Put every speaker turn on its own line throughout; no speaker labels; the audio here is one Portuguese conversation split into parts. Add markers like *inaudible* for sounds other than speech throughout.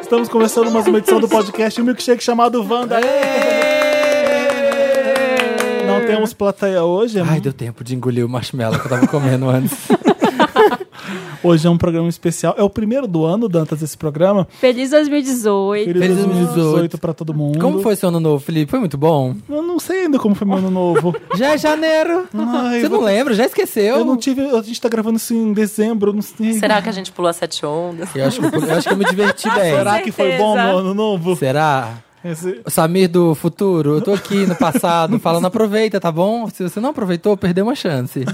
Estamos começando mais uma edição do podcast Milkshake chamado Wanda.
É.
Não temos plateia hoje. é
Ai, deu tempo de engolir o marshmallow que eu tava comendo antes.
Hoje é um programa especial. É o primeiro do ano, Dantas, esse programa.
Feliz 2018.
Feliz,
Feliz
2018 pra todo mundo.
*laughs* Como foi seu ano novo, Felipe? Foi muito bom?
Eu não sei ainda como foi meu ano
*laughs*
novo.
Já é janeiro.
Ai,
Você
eu vou-
não lembra? Já esqueceu?
Eu não tive. A gente tá gravando isso em dezembro, eu não sei.
Será que a gente pulou a sete ondas?
Eu acho, que, eu acho que eu me diverti bem.
Será que foi
certeza.
bom meu ano novo?
Será?
Esse-
O Samir do futuro, eu tô aqui no passado falando aproveita, tá bom? Se você não aproveitou, perdeu uma chance.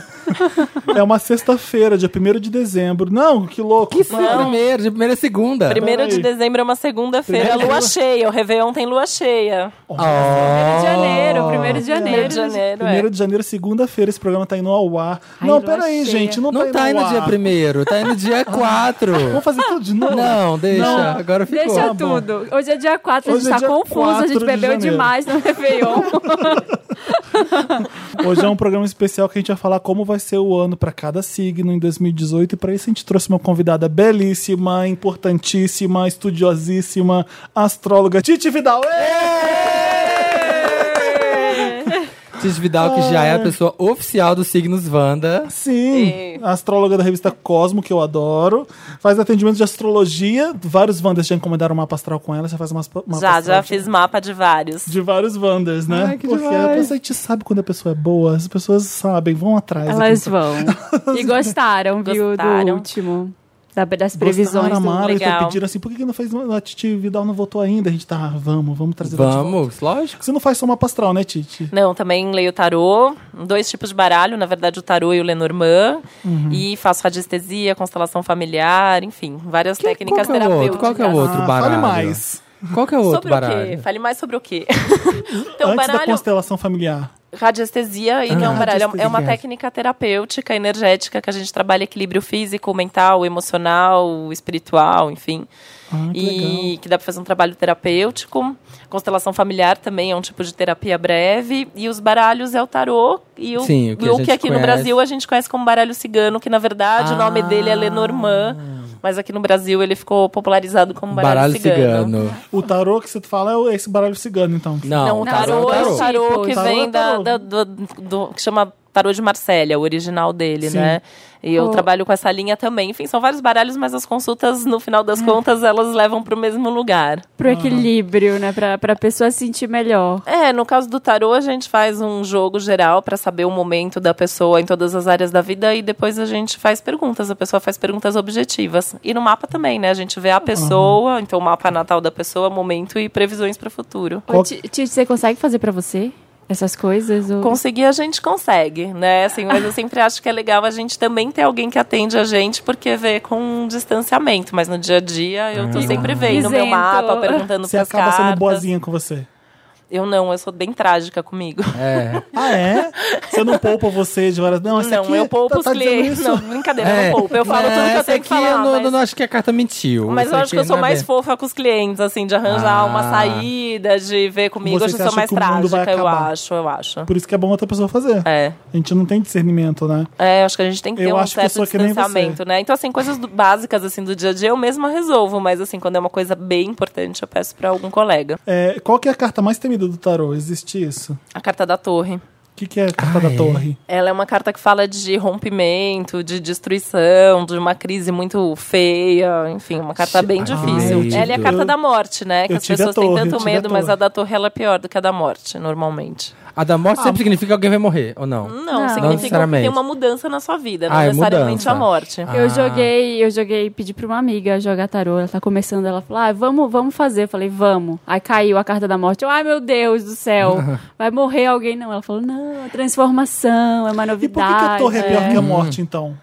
É uma sexta-feira, dia 1 de dezembro. Não, que louco.
Que sim, primeiro, de primeira a segunda.
Primeiro
Peraí.
de dezembro é uma segunda-feira, é lua cheia. O Réveillon tem lua cheia.
Primeiro de janeiro, primeiro de janeiro.
Primeiro de janeiro, é.
Primeiro de janeiro, segunda-feira, esse programa tá indo ao ar.
Ai,
não,
lua
peraí,
cheia.
gente, não,
Não tá aí
indo
no
ao
dia
ar.
primeiro, tá aí no dia quatro.
Vamos fazer tudo de novo?
Não, deixa.
Não.
Agora ficou.
Deixa
Tá bom.
tudo. Hoje é dia 4, a
Hoje
gente
é
tá
dia
confuso, a
4
gente
de
bebeu
janeiro.
demais no Réveillon.
Hoje é um programa especial que a gente vai falar como vai ser o ano pra cada signo em 2018. E pra isso a gente trouxe uma convidada belíssima, importantíssima, estudiosíssima, astróloga, Titi Vidal. Ê!
Tite Vidal, que já é a
Ah.
pessoa oficial dos signos Wanda.
Sim, a astróloga da revista Cosmo, que eu adoro. Faz atendimento de astrologia. Vários Wanders já encomendaram um mapa astral com ela. Já faz umas mapa
já,
astral
já
de-
fiz mapa de vários.
De vários Wanders, né?
Ai, que
Porque a
demais.
pessoa a gente sabe quando a pessoa é boa, as pessoas sabem, vão atrás.
Elas
Aqui-
vão. E *laughs* gostaram, viu, do
Gostaram.
último. Da, das previsões
Gostaram,
do...
amaram, então
Legal.
pediram assim, por que que não fez, a Titi Vidal não votou ainda? A gente tá, ah, vamos, vamos trazer ela de volta.
Vamos, lógico.
Você não faz só mapa astral, né, Titi?
Não, também leio tarô, dois tipos de baralho, na verdade o tarô e o Lenormand. E faço radiestesia, constelação familiar, enfim, várias
qual
técnicas
que é o outro?
terapêuticas.
Qual que é o outro?
Ah,
baralho.
Fale mais.
Qual que é o outro
Sobre o quê?
baralho?
Fale mais sobre
*laughs*
o quê? então,
Antes da
baralho,
constelação familiar.
Radiestesia, então,
Ah,
baralho, é uma
radiestesia.
técnica terapêutica, energética, que a gente trabalha equilíbrio físico, mental, emocional, espiritual, enfim.
Ah, que legal.
e que dá para fazer um trabalho terapêutico. Constelação familiar também é um tipo de terapia breve. E os baralhos é o tarô. E o,
Sim, o que a
e
gente
aqui
conhece.
no Brasil a gente conhece como baralho cigano, que na verdade o nome
Ah.
dele é Lenormand. Mas aqui no Brasil ele ficou popularizado como um baralho,
Baralho
cigano.
cigano.
O tarô que você fala é esse baralho cigano, então.
Não,
Não,
o tarô,
Tarô,
é
é
o tarô.
o tarô que
Tarô é
vem da,
tarô.
da- do, do- que chama tarô de Marsella, o original dele,
Sim.
né? E eu
O-
trabalho com essa linha também. Enfim, são vários baralhos, mas as consultas, no final das contas, elas levam para o mesmo lugar.
Pro equilíbrio, né? Pra, pra pessoa se sentir melhor.
É, no caso do tarô, a gente faz um jogo geral para saber o momento da pessoa em todas as áreas da vida e depois a gente faz perguntas. A pessoa faz perguntas objetivas. E no mapa também, né? A gente
Ah.
vê a pessoa, então o mapa natal da pessoa, momento e previsões para o futuro.
Ô,
Qual-
Ti- Titi, você consegue fazer pra você essas coisas? Ou...
Conseguir a gente consegue, né? Assim, mas eu sempre acho que é legal a gente também ter alguém que atende a gente, porque vê com um distanciamento. Mas no dia a dia eu tô sempre vendo o meu
Isento.
mapa, perguntando
É. você
pras
acaba
cartas.
sendo boazinha com você.
Eu não, eu sou bem trágica comigo.
É.
Ah, é? você não poupa você de várias... Não, esse
Não,
aqui
eu poupo
tá-
os
tá dizendo
clientes.
isso?
Não, brincadeira,
É.
eu não poupo. Eu falo
Não,
tudo que eu
essa
tenho que
aqui
falar.
eu não,
mas...
não acho que a carta mentiu.
mas
Essa
eu acho que
aqui
eu sou
não é
mais
bem-
fofa com os clientes, assim, de arranjar uma
Ah.
saída, de ver comigo.
Você
Hoje eu
que
sou
acha
mais
que o mundo vai
trágica, eu
acabar.
acho, eu acho.
Por isso que é bom outra pessoa fazer.
É.
A gente não tem discernimento, né?
É, acho que a gente tem que ter
Eu
um
acho que eu
certo
sou que nem
distanciamento, né? Então, assim, coisas do- básicas, assim, do dia a dia eu mesma resolvo. Mas, assim, quando é uma coisa bem importante, eu peço pra algum colega.
É, qual que é a carta mais temida do tarô? Existe isso?
A carta da torre.
O que, que é a carta da
é?
torre?
Ela é uma carta que fala de rompimento, de destruição, de uma crise muito feia, enfim, uma carta bem
Ai,
difícil.
eu
ela é a
tive-
carta
eu-
da morte, né? Que
eu
as
tive a
pessoas
torre, eu
têm tanto
tive a
medo, mas
torre.
a da torre ela é pior do que a da morte, normalmente.
A da morte
Ah.
sempre significa que alguém vai morrer, ou não?
Não,
Não.
Não
significa que
necessariamente.
tem uma mudança na sua vida, não
Ah, é
necessariamente
mudança.
a morte.
Ah.
Eu joguei, eu joguei, pedi pra uma amiga jogar tarô. Ela tá começando, ela falou, ah, vamos, vamos fazer. Eu falei, vamos. Aí caiu a carta da morte. Eu, ai meu Deus do
*laughs*
céu, vai morrer alguém? Não, ela falou, não, a transformação, é uma
E por que, que a
novidade.
torre é pior que a morte,
Hum.
então?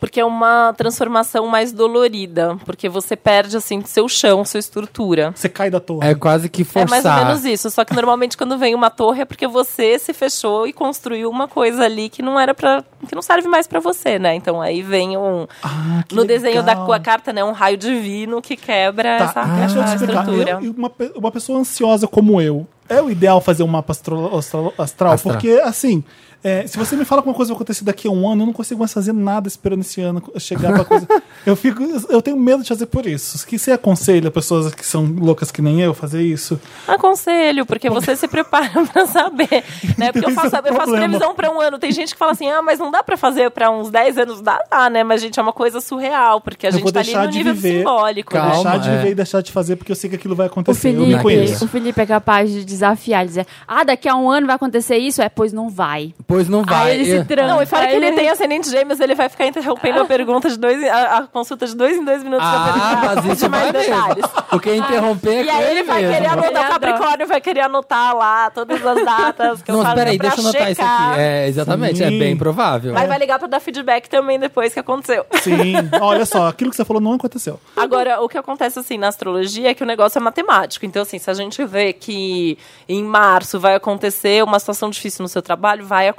Porque é uma transformação mais dolorida, porque você perde assim seu chão, sua estrutura.
Você cai da torre.
É quase que
É mais ou
forçar.
menos isso, só que normalmente quando vem uma torre é porque você se fechou e construiu uma coisa ali que não era para, que não serve mais pra você, né? Então aí vem um
Ah, que
no desenho da
legal.
cua- carta, né, um raio divino que quebra essa,
Tá, deixa eu te
essa
explicar.
estrutura.
Eu- e uma, pe- uma pessoa ansiosa como eu, é o ideal fazer um mapa astro- astral, astral?
Astral.
Porque, assim, É, se você me fala que uma coisa vai acontecer daqui a um ano, eu não consigo mais fazer nada esperando esse ano chegar pra coisa.
*laughs*
eu, fico, eu tenho medo de fazer por isso. O que você aconselha pessoas que são loucas que nem eu fazer isso?
Aconselho, porque você se prepara *laughs* pra saber. Né? Porque eu
Então,
faço,
Esse é o
eu faço
problema.
previsão pra um ano. Tem gente que fala assim, ah, mas não dá pra fazer pra uns 10 anos. Dá, dá, né? Mas, gente, é uma coisa surreal, porque a
Eu
gente
vou
tá ali
deixar
no
de
nível
viver.
simbólico. né?
Calma,
deixar de
é.
viver e deixar de fazer porque eu sei que aquilo vai
O
acontecer. Assim, eu me
Felipe,
conheço.
o Felipe é capaz de desafiar, dizer, ah, daqui a um ano vai acontecer isso? É, pois não vai.
Pois não vai.
Aí ele se
Eu-
tranca.
Não, e fora Ah, que ele
aí Ah.
tem ascendente gêmeos, ele vai ficar interrompendo a pergunta de dois, a, a consulta de dois em dois minutos pra
Ah,
perguntar
mas isso vai
mais detalhes.
mesmo. Porque interromper
E
é com
aí ele vai
mesmo.
querer anotar,
Ele
o Capricórnio vai querer anotar lá todas as datas que eu
Não,
falo
peraí,
pra
deixa eu anotar isso
checar.
aqui. É, exatamente, é
Sim.
bem provável.
Mas vai ligar pra dar feedback também depois que aconteceu.
Sim, olha só, aquilo que você falou não aconteceu.
Agora, o que acontece assim na astrologia é que o negócio é matemático. Então, assim, se a gente vê que em março vai acontecer uma situação difícil no seu trabalho, vai acontecer.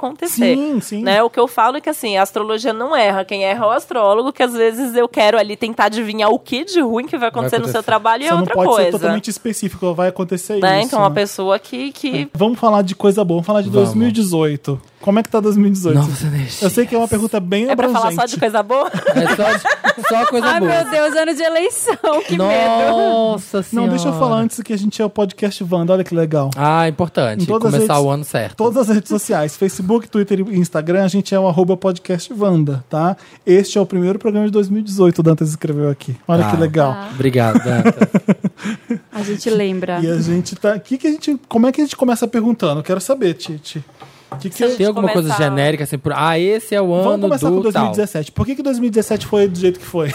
Sim, sim.
Né? O que eu falo é que assim, a astrologia não erra. Quem erra é o astrólogo, que às vezes eu quero ali tentar adivinhar o que de ruim que vai acontecer, no seu
acontecer.
trabalho e
Só
é
não
outra
pode ser
coisa.
totalmente específico, vai acontecer
né?
isso.
Então, uma
né?
pessoa que. que...
Vamos falar de coisa boa, vamos falar de 2018. Como é que tá 2018?
Novas energias.
Eu sei que é uma pergunta bem
É pra
abrangente.
falar só de
*laughs*
coisa boa?
É só, só coisa
Ai,
boa.
meu Deus, ano de eleição, que medo.
Nossa
Não,
senhora.
assim,
deixa eu falar antes que a gente é o podcast Wanda, olha que legal.
Ah,
Em
importante.
todas as
Começar
redes-
o ano certo.
Todas as redes sociais, Facebook, Twitter e Instagram, a gente é o arroba podcast Wanda, tá? Este é o primeiro programa de 2018, o Dantas escreveu aqui. Olha
Ah.
que legal.
Tá.
Obrigado,
Então,
Dantas.
A gente
Ah.
lembra.
E a gente tá. Que que a gente, como é que a gente começa perguntando? Eu Quero saber, Titi. Que que
Sim.
Tem alguma
Começar-
coisa genérica assim? Por... Ah, esse é o ano
Vamos começar
do
com
tal.
2017. Por que, que 2017 foi do jeito que foi?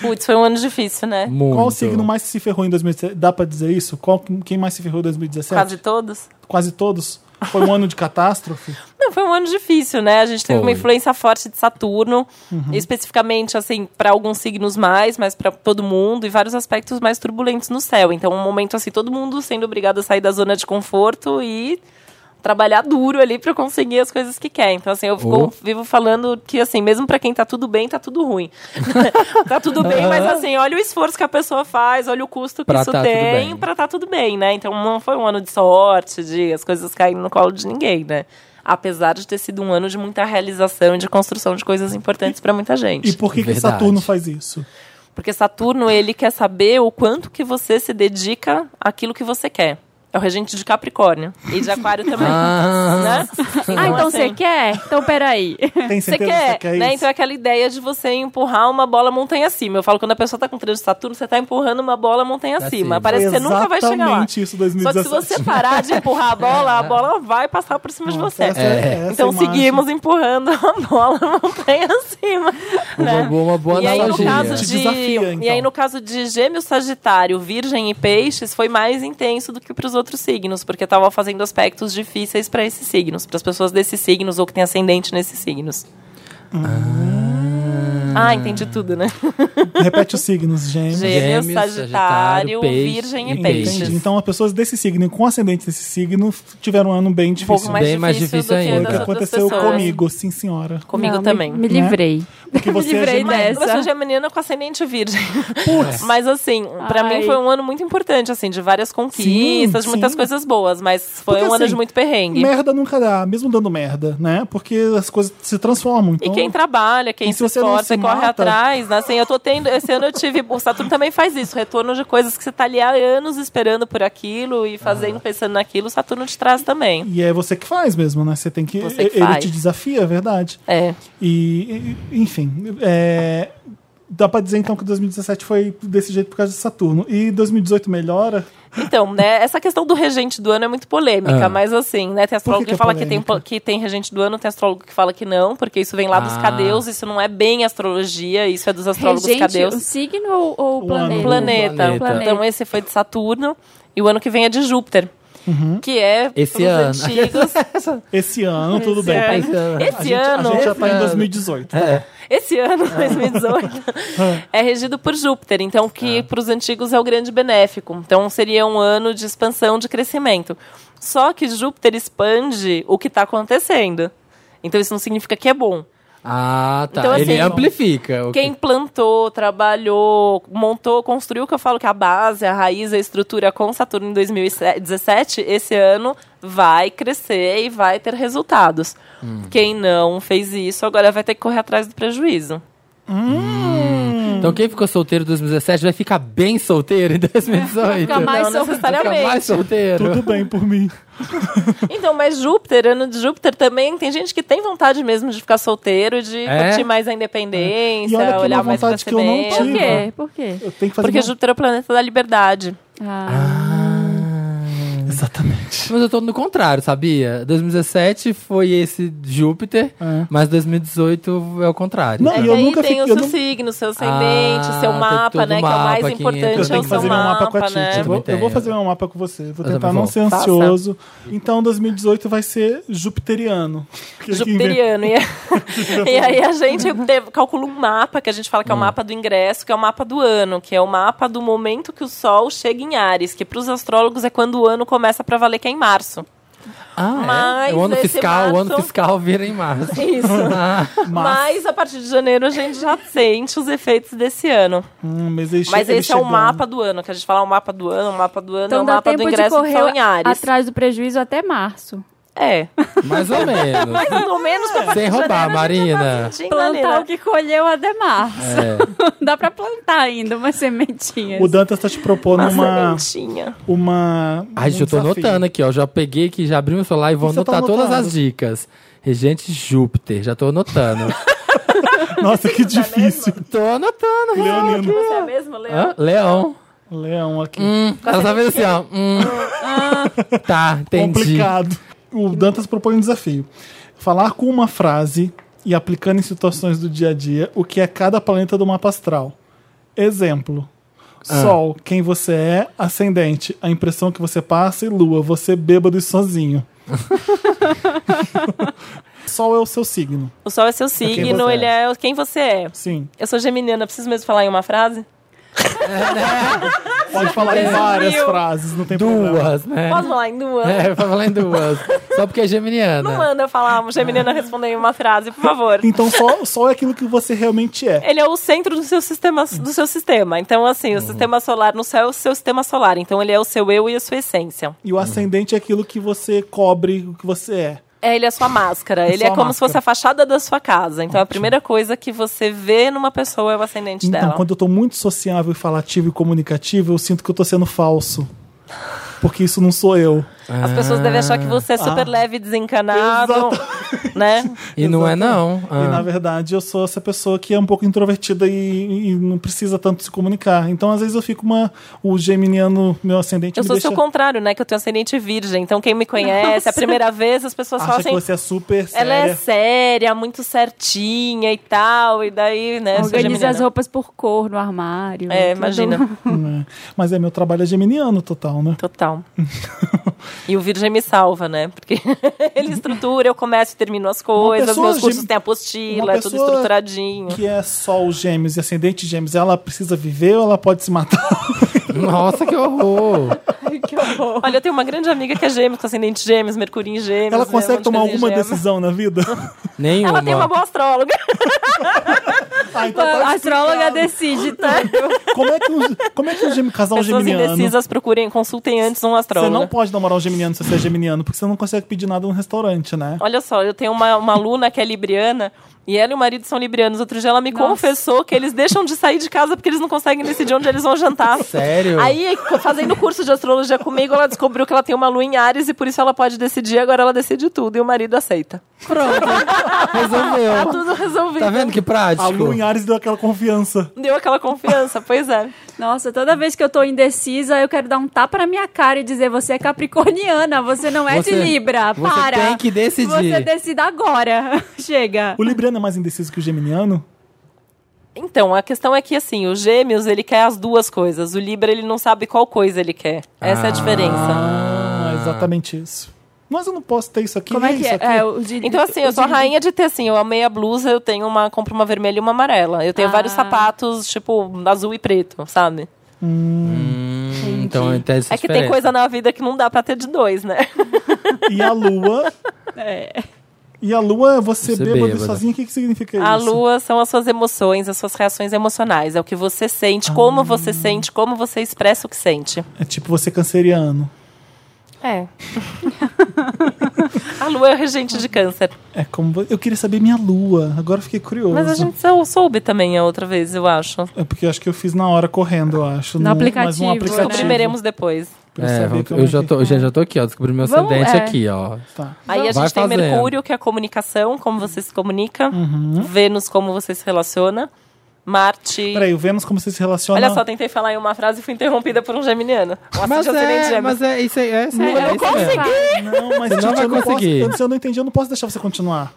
Putz, foi um ano difícil, né?
Muito.
Qual o signo mais se ferrou em 2017? Dá pra dizer isso? Qual, quem mais se ferrou em 2017?
Quase todos.
Quase todos? Foi um ano de catástrofe?
Não, foi um ano difícil, né? A gente teve uma
Foi. Uhum.
influência forte de Saturno, especificamente, assim, para alguns signos mais, mas para todo mundo, e vários aspectos mais turbulentos no céu. Então, um momento assim, todo mundo sendo obrigado a sair da zona de conforto e trabalhar duro ali para conseguir as coisas que quer. Então, assim, eu fico-
Oh.
vivo falando que, assim, mesmo para quem tá tudo bem, tá tudo
*laughs*
ruim. tá tudo bem, mas, assim, olha o esforço que a pessoa faz, olha o custo que
Pra
isso
tá tudo
tem
bem.
pra tá tudo bem, né? Então não foi um ano de sorte, de as coisas caindo no colo de ninguém, né? Apesar de ter sido um ano de muita realização e de construção de coisas importantes pra muita gente.
E por que, que
Verdade.
Saturno faz isso?
Porque Saturno, ele quer saber o quanto que você se dedica àquilo que você quer. É o regente de Capricórnio e de Aquário também.
Ah.
Né?
Ah, então você
assim,
quer? Então peraí.
Tem
Você
certeza que
quer,
você quer
né?
isso?
Então é aquela ideia de você empurrar uma bola montanha acima. Eu falo, quando a pessoa tá com trânsito de Saturno, você tá empurrando uma bola montanha
Tá
acima.
acima.
Parece que Então, você nunca vai chegar lá.
Exatamente isso,
Só que se
2017.
você parar de empurrar a bola, a bola vai passar por cima de
Nossa,
você.
essa- É. essa
Então
imagem.
seguimos empurrando a bola *laughs* montanha acima.
Uma
Né?
boa, uma boa
e aí, no
analogia.
caso de,
Te desafia, então.
e aí, no caso de Gêmeos, Sagitário, Virgem e Peixes, foi mais intenso do que para os outros signos, porque tava fazendo aspectos difíceis para esses signos, para as pessoas desses signos ou que tem ascendente nesses signos. Ah, entendi tudo, né?
Repete os signos, gêmeos.
Gê- Gêmeos, Sagitário,
peixe
Virgem e
Entendi.
peixes.
Então, as pessoas desse signo e com ascendente desse signo tiveram um ano bem
Um
difícil.
pouco mais
Bem
difícil,
mais difícil
do que
Foi o
ainda.
das
que
outras
aconteceu
pessoas.
comigo, sim, senhora.
Comigo
Não, me-
também.
Me,
Né?
livrei.
*laughs*
Porque
me
você é
livrei
geminiana.
Mas
dessa.
você é menina com ascendente
*laughs*
virgem. Mas assim, pra
Ai.
mim foi um ano muito importante, assim, de várias conquistas, de
sim.
muitas coisas boas, mas foi
Porque,
um ano
assim,
de muito perrengue.
Merda nunca dá, mesmo dando merda, né? Porque as coisas se transformam.
E
Então,
quem trabalha, quem
E se
se
você não
esforça
se
e corre
mata-
atrás, né? Assim, eu tô tendo. Esse ano eu tive. O Saturno também faz isso, retorno de coisas que você tá ali há anos esperando por aquilo e fazendo,
Ah.
pensando naquilo, o Saturno te traz também.
E é você que faz mesmo, né? Você tem que.
Você que
ele
faz.
te desafia, é verdade.
É.
E, e- enfim. é, dá pra dizer então que 2017 foi desse jeito por causa de Saturno. E 2018 melhora?
Então, né, essa questão do regente do ano é muito polêmica,
Ah.
mas assim, né, tem
Por
astrólogo
que
que,
que é
fala que tem,
polêmica?
po- que tem regente do ano, tem astrólogo que fala que não, porque isso vem lá dos
Ah.
cadeus, isso não é bem astrologia, isso é dos astrólogos
Regente, o
cadeus.
signo ou, ou o
O
planeta?
ano.
Planeta.
Planeta.
Então esse foi de Saturno, e o ano que vem é de Júpiter, que é
Esse
pelos
ano.
antigos.
Esse ano, tudo
é
bem.
ano.
Esse
A gente,
é. ano.
a gente já
Esse
tá em
ano.
2018.
Esse ano, 2018, é regido por Júpiter, então que para os antigos é o grande benéfico. Então seria um ano de expansão, de crescimento. Só que Júpiter expande o que está acontecendo. Então isso não significa que é bom.
Ah, tá.
Então, assim,
Ele amplifica. o que-
Quem plantou, trabalhou, montou, construiu, que eu falo que a base, a raiz, a estrutura com Saturno em 2017, esse ano vai crescer e vai ter resultados. Quem não fez isso, agora vai ter que correr atrás do prejuízo.
Então quem ficou solteiro em 2017 vai ficar bem solteiro em 2018.
Fica mais
Vai
não
solteiro.
ficar
necessariamente.
mais solteiro.
Tudo bem por mim.
Então, mas Júpiter, ano de Júpiter também, tem gente que tem vontade mesmo de ficar solteiro, de
É?
curtir mais a
E
independência,
olha que
olhar
uma
mais pra
vontade que eu não
semente.
Por
tive.
quê? Por quê?
Eu tenho que fazer.
Porque
uma-
Júpiter é o planeta da liberdade.
Ah,
Exatamente.
Mas eu tô no contrário, sabia? 2017 foi esse Júpiter,
É.
mas 2018 é o contrário.
Não,
É,
e
e
eu
aí
nunca
tem
fiquei-
o
eu
seu
não-
signo, seu ascendente,
Ah,
seu
tem
mapa,
todo
né?
o
que é o mais
mapa que entra.
importante,
Eu
é
tenho
o
que
seu
fazer meu
mapa,
mapa com a Titi.
né?
Eu vou- Eu vou
Entendo.
fazer meu mapa com você. Vou
Eu
tentar
também
não
vou.
ser
Faça.
ansioso. Então 2018 vai ser jupiteriano. *laughs* é Que- que inventa-
Jupiteriano. E, é. *laughs* e aí a gente de- calcula um mapa, que a gente fala
Hum.
que é o mapa do ingresso, que é o mapa do ano, que é o mapa do momento que o Sol chega em Ares, que para os astrólogos é quando o ano começa para valer, que é em março.
Ah, é?
Mas
O ano
esse
fiscal, o ano
março-
fiscal vira em março.
Isso.
Ah,
Mas a partir de janeiro a gente *laughs* já sente os efeitos desse ano.
Hum, mas ele
Mas
chega- ele
esse é o
chegando.
mapa do ano, que a gente fala "Ah, o mapa do ano, o mapa do ano é
então
o
dá
mapa do
tempo de
ingresso do Sol
correr
em Ares.
atrás do prejuízo até março.
É.
mais ou menos.
Pelo menos
*laughs*
pra
Sem
tá
roubar, Marina.
Plantar o
né?
que colheu até março.
É.
*laughs* Dá pra plantar ainda umas sementinhas.
O Dantas tá te propondo uma.
sementinha.
uma
Ai,
um
gente, eu tô
desafio.
anotando aqui, ó. Já peguei aqui, já abri meu celular e vou
Você tá
anotar todas
anotando?
as dicas. Regente Júpiter, já
*laughs*
tô anotando.
Nossa, que difícil.
tô anotando, gente.
Leonino.
Você é mesmo, Leandro?
Hã? Leão.
Leão aqui.
Hum, ela tá vendo assim, ó. Hum. tá, entendi.
Complicado. O Dantas propõe um desafio. Falar com uma frase e aplicando em situações do dia a dia o que é cada planeta do mapa astral. Exemplo.
Ah.
Sol, quem você é, ascendente, a impressão que você passa e lua, você bêbado e
*laughs*
sozinho. Sol é o seu signo,
O sol é seu
quem
signo,
você
ele é quem você é.
sim.
Eu sou geminiana, preciso mesmo falar em uma frase?
Pode falar em várias frases, não tem problema.
Duas, né?
Posso falar em duas?
É, pra falar em duas. Só porque é geminiana.
Não manda eu falar uma geminiana responder em uma frase, por favor.
Então sol, sol é aquilo que você realmente é.
Ele é o centro do seu sistema, do seu sistema. Então, assim, o sistema solar no céu é o seu sistema solar. Então, ele é o seu eu e a sua essência.
E o ascendente é aquilo que você cobre o que você é.
É, ele é a sua máscara. Ele
Sua
é como se
máscara.
fosse a fachada da sua casa. Então, a primeira coisa que você vê numa pessoa é o ascendente
Então,
dela.
quando eu tô muito sociável e falativo e comunicativo, eu sinto que eu tô sendo falso. Porque isso não sou eu.
As pessoas devem achar que você é
Ah.
super leve e desencanado,
*laughs*
né?
E não é, não. Ah.
E na verdade eu sou essa pessoa que é um pouco introvertida e, e não precisa tanto se comunicar. Então, às vezes, eu fico uma. O geminiano, meu ascendente,
Eu
me
sou o
deixa,
seu contrário, né? Que eu tenho ascendente virgem. Então, quem me conhece, a primeira vez, as pessoas
acha
falam
que
assim...
você é super
Ela
séria.
é séria, muito certinha e tal, e daí, né? sou
Organize
geminiana.
as roupas por cor no armário. Então,
É,
tudo.
imagina.
Né? Mas é meu trabalho é geminiano total, né? *laughs*
Total. e o Virgem me salva, né? Porque *laughs* ele estrutura, eu começo e termino as coisas,
pessoa
meus cursos
gem-
têm
uma
apostila, é tudo
pessoa
estruturadinho.
Que é sol gêmeos e ascendente gêmeos. Ela precisa viver ou ela pode se matar?
Ah, Nossa, que horror.
Olha, eu tenho uma grande amiga que é gêmeos, com ascendente gêmeos, mercúrio em gêmeos.
Ela
né, um monte
consegue
de
tomar
coisa em
alguma
gêmeos.
decisão na
*laughs*
vida?
Nenhuma.
Ela tem uma boa astróloga.
ah, então tá
*laughs*
A astróloga decide, tá?
Como é que um, como é que um gem- casal
Pessoas
geminiano.
indecisas procurem, consultem antes um
Você
astrólogo.
não pode namorar um geminiano se você é geminiano, porque você não consegue pedir nada num restaurante, né?
Olha só, eu tenho uma, uma aluna que é libriana e ela e o marido são librianos. Outro dia ela me confessou que eles deixam de sair de casa porque eles não conseguem decidir onde eles vão jantar.
Sério?
Aí, fazendo curso de astrologia comigo, ela descobriu que ela tem uma lua em Ares e por isso ela pode decidir. Agora ela decide tudo e o marido aceita.
Pronto. Resolveu.
Tudo resolvido.
é Tá vendo que
A Lu em
prático?
Ares deu aquela confiança.
Deu aquela confiança, pois é.
Nossa, toda vez que eu tô indecisa, eu quero dar um tapa na minha cara e dizer: você é capricorniana, você não é
Você-
de Libra.
você
Para.
tem que decidir."
Você decida agora. *laughs* Chega.
O Libriano é mais indeciso que o geminiano?
Então, a questão é que, assim, o Gêmeos, ele quer as duas coisas. O Libra, ele não sabe qual coisa ele quer. Essa é a diferença.
Ah, exatamente isso. Mas eu não posso ter isso aqui.
Como é que
isso aqui.
é? é o de-
Então, assim, eu sou a rainha de ter, assim, eu amei a blusa, eu tenho uma, compro uma vermelha e uma amarela. Eu tenho
Ah.
vários sapatos, tipo, azul e preto, sabe?
Hum, então, então essa
É que tem
diferença.
coisa na vida que não dá pra ter de dois, né?
E a Lua? E a Lua é você,
Você
bêbado,
bêbada.
sozinho. O que, que significa
A
isso?
lua são as suas emoções, as suas reações emocionais. É o que você Ah. sente, como você sente, como você expressa o que sente.
É tipo você canceriano.
É. *laughs* a lua é o regente de câncer.
É como. vo- Eu queria saber minha lua. Agora eu fiquei curioso.
Mas a gente só soube também a outra vez, eu acho.
É porque eu acho que eu fiz na hora correndo, eu acho.
No
Mas um
aplicativo,
aplicativo.
né?
Descobriremos depois.
pra eu
É,
saber
vamos-
como
eu
é
já
que-
tô, já, já tô aqui, ó. Descobri meu
Vamos-
ascendente
é.
aqui, ó.
Tá.
Aí a
Vai
gente tem
fazendo.
Mercúrio, que é a comunicação, como você se comunica.
Uhum.
Vênus, como você se relaciona. Marte.
Peraí, o Vênus, como você se relaciona.
Olha só, tentei falar em uma frase e fui interrompida por um geminiano. Um
Mas
ascendente
é,
gêmeo.
mas é isso aí. É, isso aí,
Eu
é
não
isso mesmo.
Não, mas
Você
gente,
não vai
eu não posso.
conseguir.
Eu, se eu não entendi, eu não posso deixar você continuar.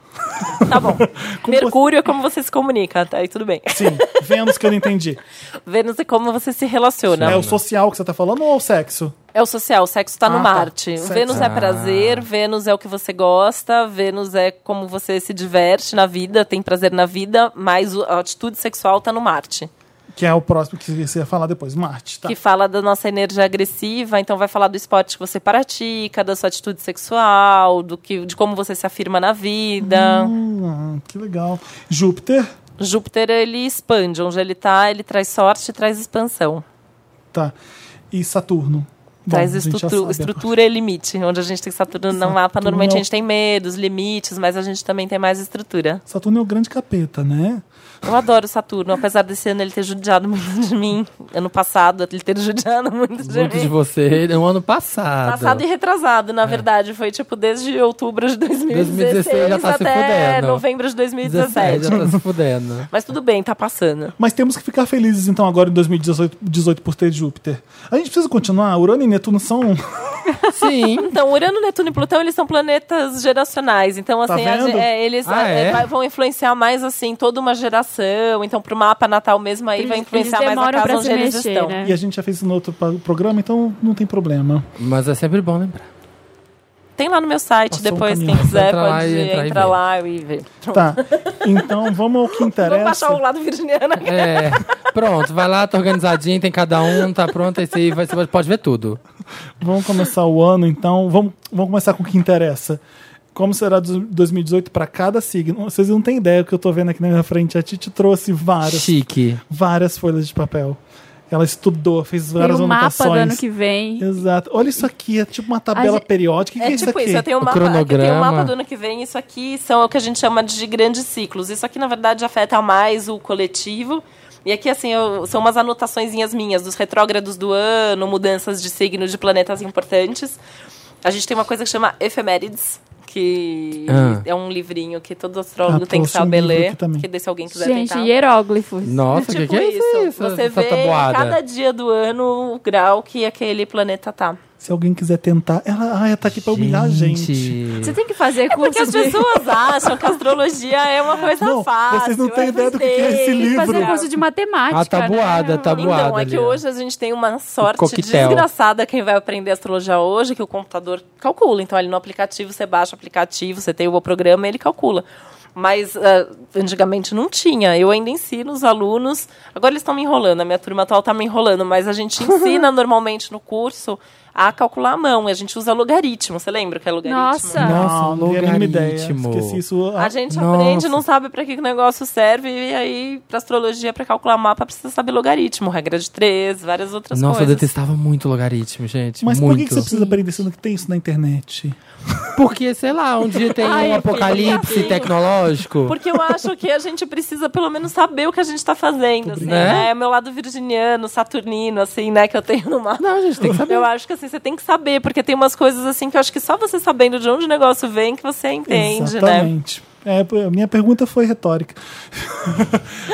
é. *laughs*
Tá bom.
Como
Mercúrio é como você se comunica, tá? Aí tudo bem.
Sim, Vênus que eu não entendi.
Vênus é como você se relaciona.
é o social que você tá falando ou é o sexo?
É o social, o sexo tá
Ah,
no
tá.
Marte.
Sexo.
Vênus é
Ah.
prazer, Vênus é o que você gosta, Vênus é como você se diverte na vida, tem prazer na vida, mas o- a atitude sexual tá no Marte.
Que é o próximo que você ia falar depois, Marte. Tá.
Que fala da nossa energia agressiva, então vai falar do esporte que você pratica, da sua atitude sexual, do que, de como você se afirma na vida.
Hum, que legal. Júpiter.
Júpiter, ele expande. Onde ele tá, ele traz sorte e traz expansão.
Tá. E Saturno. Bom,
traz
a gente já
estru-
sabe. né?
estrutura e limite. Onde a gente tem Saturno no mapa,
Saturno é
normalmente
o-
a gente tem medos, limites, mas a gente também tem mais estrutura.
Saturno é o grande capeta, né?
Eu adoro Saturno, apesar desse ano ele ter judiado muito de mim. Ano passado ele ter *laughs* judiado muito de
Muito de
mim.
você no ano passado.
Passado e retrasado,
É.
na verdade. Foi tipo desde outubro de 2016,
2016 já tá se
até
fudendo.
novembro de 2017.
já tá se fudendo.
Mas tudo bem, tá passando.
Mas temos que ficar felizes, então, agora em 2018 18 por ter Júpiter. A gente precisa continuar. Urano e Netuno são. um.
Sim.
Então, Urano, Netuno e Plutão, eles são planetas geracionais. Então,
Tá
assim, a
vendo?
ge- é, eles
Ah,
a- é,
é?
vai- vão influenciar mais, assim, toda uma geração. Então, pro mapa natal mesmo, aí vai
Eles-
influenciar
eles
mais a
demoram
casa
pra
onde
se
eles
mexer,
estão.
né?
E a gente já fez isso no outro pa- programa, então não tem problema.
Mas é sempre bom lembrar.
Tem lá no meu site,
Passou um
depois, quem
caminhão.
quiser,
Entra lá
pode
e entrar
entrar,
e ver.
lá e ver.
Tá. Então vamos ao que
*laughs* Vamos baixar o
interessa.
lado virginiano. aqui.
É. Pronto, vai lá, tá organizadinho, tem cada um, tá pronto, aí você vai- você pode ver tudo.
Vamos começar o ano, então. Vamos, vamos começar com o que interessa. Como será do- 2018 para cada signo? Vocês não têm ideia o que eu tô vendo aqui na minha frente. A Titi trouxe várias,
Chique.
várias folhas de papel. Ela estudou, fez
Tem
várias
um
o mapa do
anotações.
ano que vem.
Exato. Olha isso aqui, é tipo uma tabela
gente-
periódica. O que
É
é, isso
tipo
aqui?
isso, eu tenho
O
um mapa, aqui tem um
cronograma.
mapa do ano que vem, isso aqui são o que a gente chama de grandes ciclos. Isso aqui, na verdade, afeta mais o coletivo. E aqui, assim, eu- são umas anotaçõezinhas minhas dos retrógrados do ano, mudanças de signo de planetas importantes. A gente tem uma coisa que chama efemérides, que
Ah.
é um livrinho que todo astrólogo
Ah,
tem que
trouxe um
saber
livro
ler,
aqui também.
que dê se alguém quiser
Gente, é
tentar.
hieróglifos.
Nossa, o que,
Tipo
que é isso? aí, Essa,
você
essa
vê
tabuada.
cada dia do ano o grau que aquele planeta tá.
Se alguém quiser tentar, ela ah, tá aqui pra humilhar a gente.
Você tem que fazer
Porque
cursos
as
de...
pessoas acham que a astrologia é uma coisa
Não,
fácil.
vocês não têm
é
ideia do que que é
besteira,
esse livro.
fazer curso de matemática,
A tabuada,
né?
a tabuada.
Então, é
ali,
que
ó.
hoje a gente tem uma sorte
coquetel.
desgraçada quem vai aprender astrologia hoje, que o computador calcula. Então, ali no aplicativo, você baixa o aplicativo, você tem o programa, ele calcula. Mas ah, antigamente não tinha. Eu ainda ensino os alunos. Agora eles estão me enrolando, a minha turma atual está me enrolando, mas a gente
*laughs*
ensina normalmente no curso a calcular a mão. A gente usa logaritmo. Você lembra o que é logaritmo?
Nossa,
Não,
Nossa,
não tenho a mínima ideia.
logaritmo.
Esqueci isso.
A gente
Ah, Nossa.
aprende, não sabe pra que que o negócio serve, e aí, pra astrologia, pra calcular mapa, precisa saber logaritmo, regra de três, várias outras
Nossa, eu
coisas.
detestava muito logaritmo, gente.
Mas por
muito.
que que você precisa aprender sendo que tem isso na internet?
Porque, sei lá, um dia tem
*laughs* Ai,
um
eu
apocalipse
fiquei assim.
tecnológico.
Porque eu acho que a gente precisa, pelo menos, saber o que a gente tá fazendo, assim,
Né?
né? É meu lado virginiano, saturnino, assim, né, que eu tenho no mapa.
Não, gente, tem que
*laughs*
saber.
Eu acho que assim, você tem que saber, porque tem umas coisas assim que eu acho que só você sabendo de onde o negócio vem que você entende, né?
Exatamente. É, pô, minha pergunta foi
*laughs*
retórica.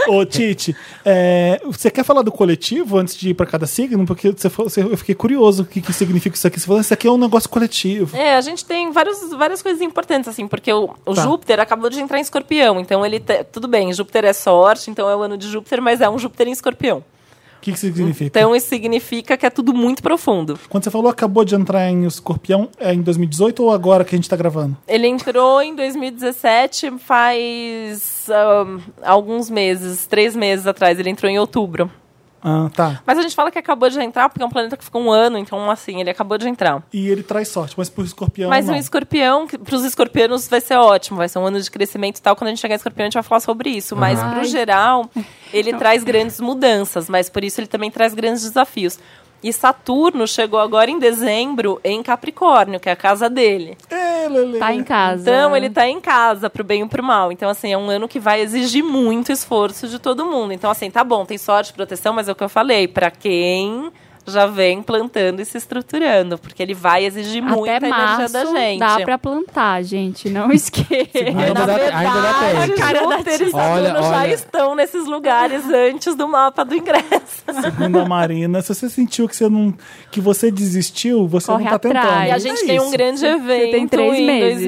Ô, Tite, é, você quer falar do coletivo antes de ir pra cada signo? Porque você, falou- você- eu fiquei curioso o que, que significa isso aqui. Você falou, isso aqui é um negócio coletivo.
É, a gente tem vários, várias coisas importantes, assim, porque o, o
Tá.
Júpiter acabou de entrar em escorpião, então ele. te- Tudo bem, Júpiter é sorte, então é o ano de Júpiter, mas é um Júpiter em escorpião.
O que, que significa?
Então isso significa que é tudo muito profundo.
Quando você falou acabou de entrar em Escorpião, é em 2018 ou agora que a gente tá gravando?
Ele entrou em 2017, faz ahn, alguns meses, três meses atrás, ele entrou em outubro.
Ah, tá.
Mas a gente fala que acabou de entrar, porque é um planeta que ficou um ano, então assim, ele acabou de entrar.
E ele traz sorte, mas pro Escorpião
Mas
Então, não.
um escorpião, para os escorpianos vai ser ótimo, vai ser um ano de crescimento e tal. Quando a gente chegar em escorpião, a gente vai falar sobre isso. Mas,
Ai. *laughs* Então.
pro geral, ele traz grandes mudanças, mas por isso ele também traz grandes desafios. E Saturno chegou agora em dezembro em Capricórnio, que é a casa dele.
É, Lele.
Tá em casa.
Então ele tá em casa, pro bem e pro mal. Então, assim, é um ano que vai exigir muito esforço de todo mundo. Então, assim, tá bom, tem sorte, proteção, mas é o que eu falei, pra quem já vem plantando e se estruturando, porque ele vai exigir muita
Até março
energia da gente.
dá pra plantar,
*laughs*
gente. Não esqueça.
Ainda
Na
dá-
verdade,
ainda dá tempo.
a cara Júpiter e Saturno
Olha,
já
olha.
estão nesses lugares antes do mapa do *laughs* ingresso.
Segundo a Marina, se você sentiu que você não que você desistiu, você
Corre
não tá
atrás.
tentando.
E a gente
é
tem
isso.
um grande
tem
evento
três
em
meses.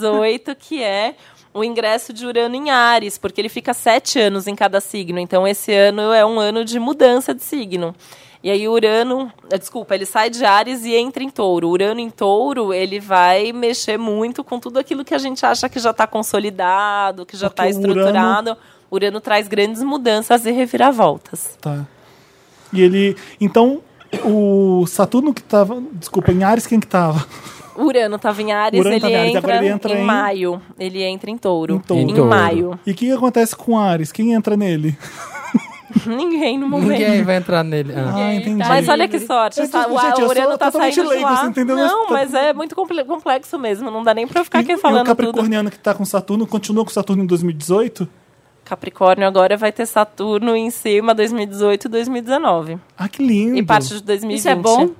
2018 que é o ingresso de Urano em Ares, porque ele fica sete anos em cada signo. Então esse ano é um ano de mudança de signo. E aí Urano, eh, desculpa, ele sai de Ares e entra em Touro. Urano em Touro, ele vai mexer muito com tudo aquilo que a gente acha que já está consolidado, que já
Porque
está
o Urano-
estruturado. Urano traz grandes mudanças e reviravoltas.
Tá. E ele, então, o Saturno que tava, desculpa, em Ares quem que tava?
Urano tava em Ares,
Urano
ele,
tava em Ares,
entra
agora ele entra
em,
em-
maio. Ele entra em touro.
Em touro.
Em
Em touro.
maio. *laughs*
E o que que acontece com Ares? Quem entra nele?
Ninguém no momento.
Ninguém vai entrar nele. Ah.
Ah, entendi.
tá
Mas
Tá
olha
livre.
que sorte.
Eu
essa-
tô-
o
gente, eu sou
Urano tá
totalmente
saindo de
leigo,
lá.
você entendeu?
Não,
Mas tá-
mas é muito comple- complexo mesmo. Não dá nem pra ficar
E-
aqui
e é o
falando tudo.
Capricorniano que tá com Saturno continua com Saturno em 2018?
Capricórnio agora vai ter Saturno em cima 2018 e 2019.
Ah, que lindo.
E parte de 2020.
Isso é bom?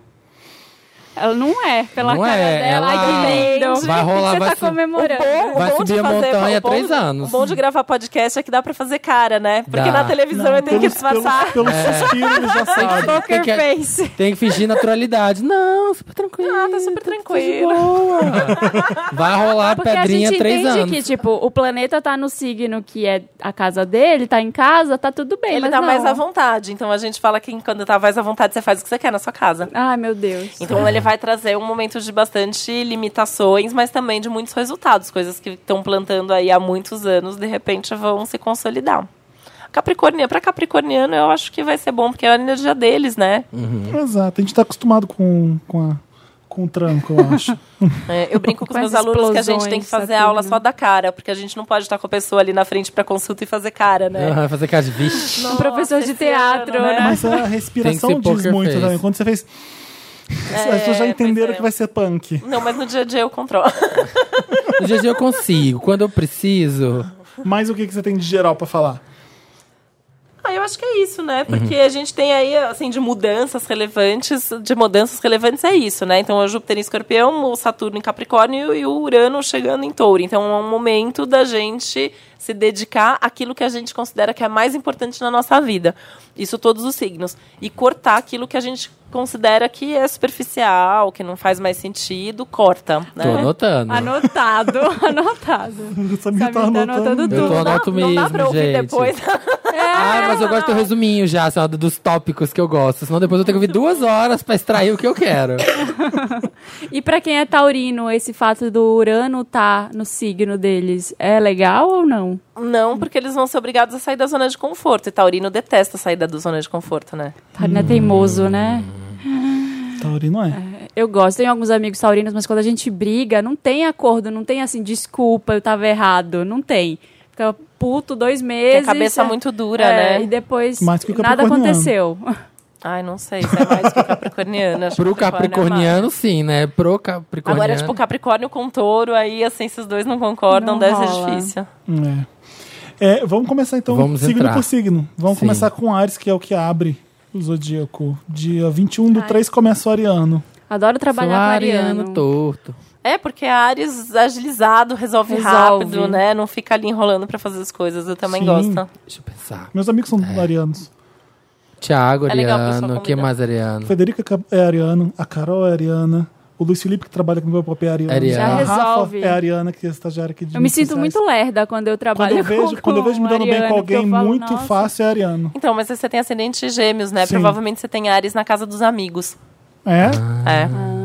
Ela não é, pela
Não
cara
é,
dela.
ela-
Ai, que lindo.
Vai rolar,
Você
vai
tá
su-
comemorando.
O bom- o
Vai
bom de
subir a
fazer- é
montanha
o bom-
três anos.
O bom de gravar podcast é que dá pra fazer cara, né? Porque
Dá.
na televisão eu tenho que É. disfarçar.
Pelo, pelo suspiro, ele já sabe.
Poker
Tem que- é
face.
Tem que fingir naturalidade. Não, super tranquilo.
Ah, tá super tranquilo.
Vai rolar
*laughs*
Porque a
pedrinha
gente
três
entende
anos.
que, tipo, o planeta tá no signo que é a casa dele, tá em casa, tá tudo bem.
Ele
mas
tá
não.
mais à vontade. Então a gente fala que quando tá mais à vontade, você faz o que você quer na sua casa.
Ai, meu Deus.
Então ele vai trazer um momento de bastante limitações, mas também de muitos resultados. Coisas que estão plantando aí há muitos anos, de repente vão se consolidar. Capricorniano, pra Capricorniano, eu acho que vai ser bom, porque é a energia deles, né?
Exato, a gente tá acostumado com, com, a- com o tranco, eu acho.
É,
*laughs*
eu brinco com,
Com
os meus
as
alunos que a gente
explosões, tá né?
tem que fazer
Saturno.
aula só da cara, porque a gente não pode estar com a pessoa ali na frente pra consulta e fazer cara, né?
Ah, fazer cara de vixe.
um professor de
esse
teatro,
ano, né?
né?
Mas a
Tem
respiração
que ser
diz
poker
muito
face.
também. Quando você fez. as pessoas já
pois
entenderam
é.
que vai ser punk.
Não, mas no dia a dia eu controlo.
No dia a dia eu consigo. Quando eu preciso.
Mas o que, que você tem de geral pra falar?
Ah, eu acho que é isso, né?
Uhum.
Porque a gente tem aí, assim, de mudanças relevantes, de mudanças relevantes é isso, né? Então, o Júpiter em Escorpião, o Saturno em Capricórnio e o Urano chegando em Touro. Então, é um momento da gente se dedicar àquilo que a gente considera que é mais importante na nossa vida. Isso todos os signos. E cortar aquilo que a gente considera que é superficial, que não faz mais sentido, corta, né?
Tô anotando.
Anotado, *laughs* anotado.
Essa minha
Sabe,
tá
tá
anotando.
anotando
Eu
tudo. É,
tô
Não dá-
anoto
não dá
mesmo,
pra ouvir
gente.
depois. *laughs*
Ah, mas eu gosto do resuminho já, assim, ó, dos tópicos que eu gosto. Senão depois eu tenho que ouvir duas horas pra extrair o que eu quero.
E pra quem é taurino, esse fato do Urano tá no signo deles é legal ou não?
Não, porque eles vão ser obrigados a sair da zona de conforto. E Taurino detesta sair da zona de conforto, né?
Taurino é
Hum.
teimoso, né?
Taurino é.
Eu gosto, tenho alguns amigos taurinos, mas quando a gente briga, não tem acordo, não tem assim, desculpa, eu tava errado, não tem. Fica puto dois
Tem
meses.
a cabeça muito dura,
é, E
né?
depois
Mais que o
nada
capricorniano.
aconteceu. *laughs*
Ai, não sei, isso é mais que o capricorniano. acho que
Pro
o é
capricorniano, sim, né? Pro
mais.
capricorniano.
Agora, tipo, Capricórnio com touro, aí assim, se os dois não concordam,
Não
deve
rola.
ser difícil.
É. É, Vamos começar então,
Vamos
signo
entrar.
por signo. Vamos
Sim.
começar com Ares, que é o que abre o zodíaco. Dia 21 do 3 começa o Ariano.
Adoro trabalhar com
Solariano
ariano.
torto.
É, porque Ares agilizado, resolve,
Resolve.
rápido, né? Não fica ali enrolando pra fazer as coisas. Eu também
Sim.
gosto.
Deixa eu pensar.
Meus amigos são
É.
arianos.
Tiago
É legal, pessoal,
Ariano, que
convidar.
mais Ariano?
Federica é ariano, a Carol é ariana, o Luiz Felipe, que trabalha com o meu papel, é ariano.
Ariano. Já
A Rafa
resolve.
é ariana, que é estagiária aqui de
Eu me
mídias
sinto
sociais.
muito lerda quando eu
quando
trabalho *laughs*
eu vejo,
com,
quando eu vejo me dando bem
ariano,
com
porque eu
alguém
falo,
muito
"Nossa,
fácil é ariano.
Então, mas você tem ascendente em gêmeos, né?
Sim.
Provavelmente você tem Ares na casa dos amigos.
Ah.
É?
É.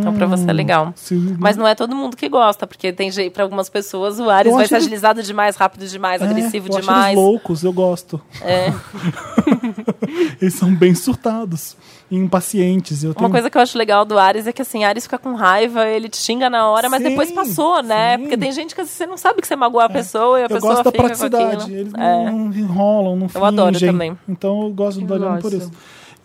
Então, pra você é legal.
Se-
Mas não é todo mundo que gosta, porque tem jeito para algumas pessoas o Ares
Eu
vai
acho
ser
eles-
agilizado demais, rápido demais,
É,
agressivo
eu acho
demais.
Eles loucos, eu gosto.
É.
*laughs* Eles são bem surtados, e impacientes. Eu
Uma
tenho-
coisa que eu acho legal do Ares é que assim, Ares fica com raiva, ele te xinga na hora, mas
Sim,
depois passou, né?
sim. É.
Porque tem gente que às vezes, você não sabe que você magoou a pessoa e a
eu
pessoa
gosto da
fica com
praticidade.
aquilo.
Eles
É.
não enrolam, não fingem.
adoro também.
Então eu gosto do
Eu
Ariano por
gosto.
isso.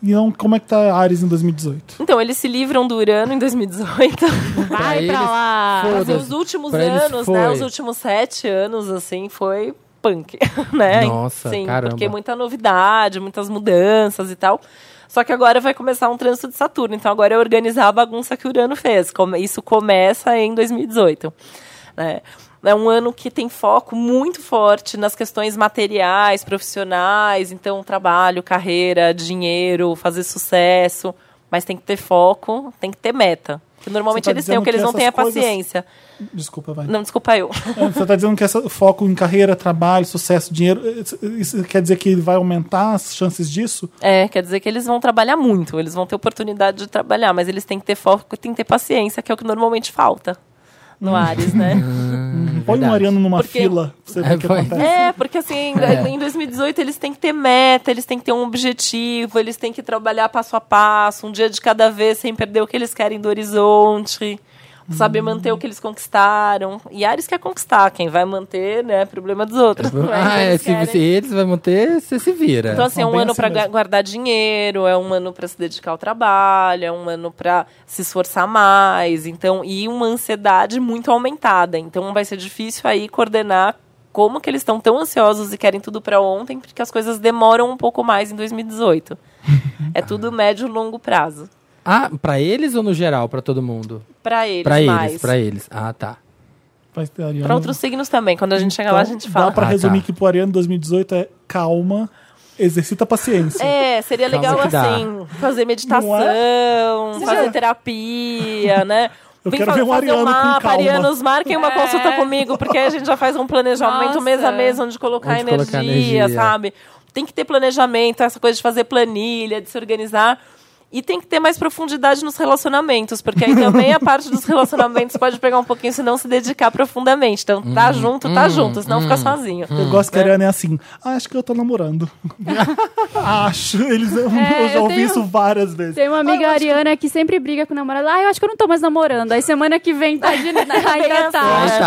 Então, como é que tá Ares em 2018?
Então, eles se livram do Urano
*laughs*
em 2018.
Vai pra,
eles,
lá.
foda-se.
Mas os últimos
Pra eles
anos, né?
foi.
Os últimos sete anos, assim, foi punk, *laughs* né?
Nossa,
Sim,
caramba.
porque muita novidade, muitas mudanças e tal. Só que agora vai começar um trânsito de Saturno. Então agora é organizar a bagunça que o Urano fez. Come- Isso começa em 2018. né? É um ano que tem foco muito forte nas questões materiais, profissionais. Então, trabalho, carreira, dinheiro, fazer sucesso. Mas tem que ter foco, tem que ter meta. Porque normalmente
tá
eles têm, o
dizendo
que eles
que
não têm é
essas coisas-
paciência.
Desculpa, vai.
Não, desculpa eu. *laughs*
É, Você tá dizendo que essa foco em carreira, trabalho, sucesso, dinheiro, isso- isso quer dizer que vai aumentar as chances disso?
É, quer dizer que eles vão trabalhar muito, eles vão ter oportunidade de trabalhar, mas eles têm que ter foco, têm que ter paciência, que é o que normalmente falta no Ares, né?
Põe um
Hum, verdade.
ariano numa
Porque-
fila, pra você ver
É,
o que
foi.
acontece.
É, porque assim,
É.
em 2018 eles têm que ter meta, eles têm que ter um objetivo, eles têm que trabalhar passo a passo, um dia de cada vez, sem perder o que eles querem do horizonte, saber manter o que eles conquistaram. E Ares quer conquistar, quem vai manter, né? Problema dos outros. não
Ah,
Eles
é, se,
querem-
se eles vai manter, você se vira.
Então, assim, é
São
um
bem
ano
assim
pra
mesmo.
gua- guardar dinheiro, é um ano pra se dedicar ao trabalho, é um ano pra se esforçar mais, então, e uma ansiedade muito aumentada. Então, vai ser difícil aí coordenar como que eles estão tão ansiosos e querem tudo pra ontem, porque as coisas demoram um pouco mais
*laughs*
em 2018. é tudo médio e longo prazo.
Ah, pra eles ou no geral, pra todo mundo?
Pra eles,
Pra
mais.
eles, pra eles. Ah, tá.
Vai ter ariano.
Pra outros signos também. Quando a gente chegar lá, a gente
Então, Dá
fala.
pra
Ah,
resumir
tá.
que pro ariano 2018 é calma, exercita a paciência.
É, seria
Calma
legal
que dá.
assim, fazer meditação,
Não
fazer terapia, né?
*laughs* Eu quero ver um ariano com calma.
arianos, marquem uma consulta comigo, porque aí a gente já faz um planejamento
Nossa.
mês a mês onde colocar,
Onde
energia,
colocar energia.
sabe? Tem que ter planejamento, essa coisa de fazer planilha, de se organizar. E tem que ter mais profundidade nos relacionamentos, porque aí também a parte dos relacionamentos pode pegar um pouquinho se não se dedicar profundamente. Então,
Uhum.
tá junto, tá junto, senão fica sozinho.
Hum.
Eu gosto que ariano é assim, "Ah, acho que eu tô namorando. *laughs* acho, eles, eu já
eu
ouvi
tenho-
isso várias vezes.
Tem uma amiga ariana que sempre briga com o namorado. Ah, eu acho que eu não tô mais namorando. Aí semana que vem tá
*laughs*
de ainda tá.
Aí
Acho,
tá.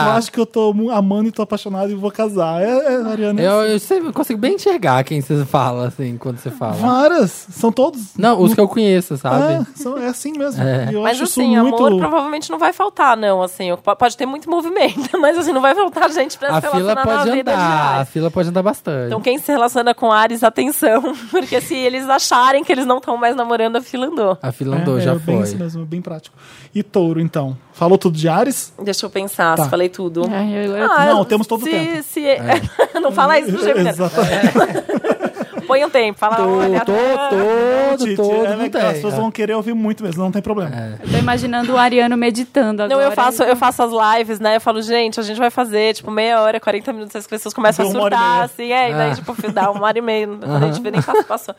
"Ah, eu acho que eu tô mu- amando e tô apaixonado e vou casar. É, é Ariana. é
Eu, eu sempre consigo bem enxergar quem você fala, assim, quando você fala.
Várias. São todos.
Não, os que eu conheço,
É,
sabe?
são, é assim mesmo.
É.
E eu
Mas
acho
assim,
isso muito.
amor provavelmente não vai faltar, não, assim. Po- Pode ter muito movimento, *laughs* mas assim, não vai faltar gente pra
A
se
fila
relacionar na
pode
vida
andar, a
diária.
fila pode andar bastante.
Então quem se relaciona com Ares, atenção. *laughs* Porque se eles acharem que eles não estão mais namorando, a fila andou.
A fila
é,
andou,
é
já
bem
foi.
isso mesmo, bem prático. E touro, então. Falou tudo de Ares?
Deixa eu pensar,
Tá.
se falei tudo.
Ai, É, eu- eu-
Ah,
Não, temos todo o
se,
tempo. É.
se- *laughs* não
*laughs*
fala isso pro Gemini.
Exatamente.
Põe um tempo, fala, olha...
Tô, tô,
Titi,
todo, todo,
é
não
legal, As pessoas
tem. né? É.
vão querer ouvir muito mesmo, não tem problema.
Eu tô imaginando o Ariano meditando agora.
Não, eu
é
faço, eu faço as lives, né? Eu falo, gente, a gente vai fazer, tipo, meia hora, 40 minutos, as pessoas começam
Deu
a
uma hora e
surtar,
meia.
assim, é, e daí,
Ah.
tipo, dá uma hora e meia, quando a gente vê, nem passa, passou.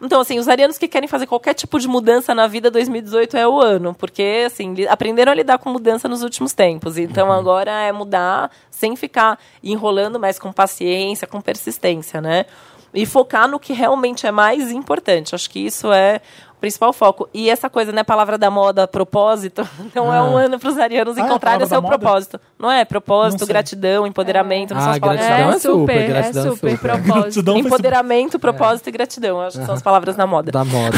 Então, assim, os arianos que querem fazer qualquer tipo de mudança na vida, 2018 é o ano, porque, assim, li- aprenderam a lidar com mudança nos últimos tempos,
Uhum.
então agora é mudar sem ficar enrolando, mas com paciência, com persistência, né? E focar no que realmente é mais importante. Acho que isso é o principal foco. E essa coisa, né? Palavra da moda, propósito. *laughs* Não é um ano para os arianos
Ah, é a
encontrarem o
palavra
seu
da moda?
propósito. Não é?
Não
Propósito,
sei.
gratidão, empoderamento. Não são
Ah,
as palavras.
gratidão
É.
é super, gratidão
é
é super.
super,
Te
propósito.
dá um Facebook.
Empoderamento, propósito e gratidão. Acho que são as palavras da moda.
Da
*laughs*
moda.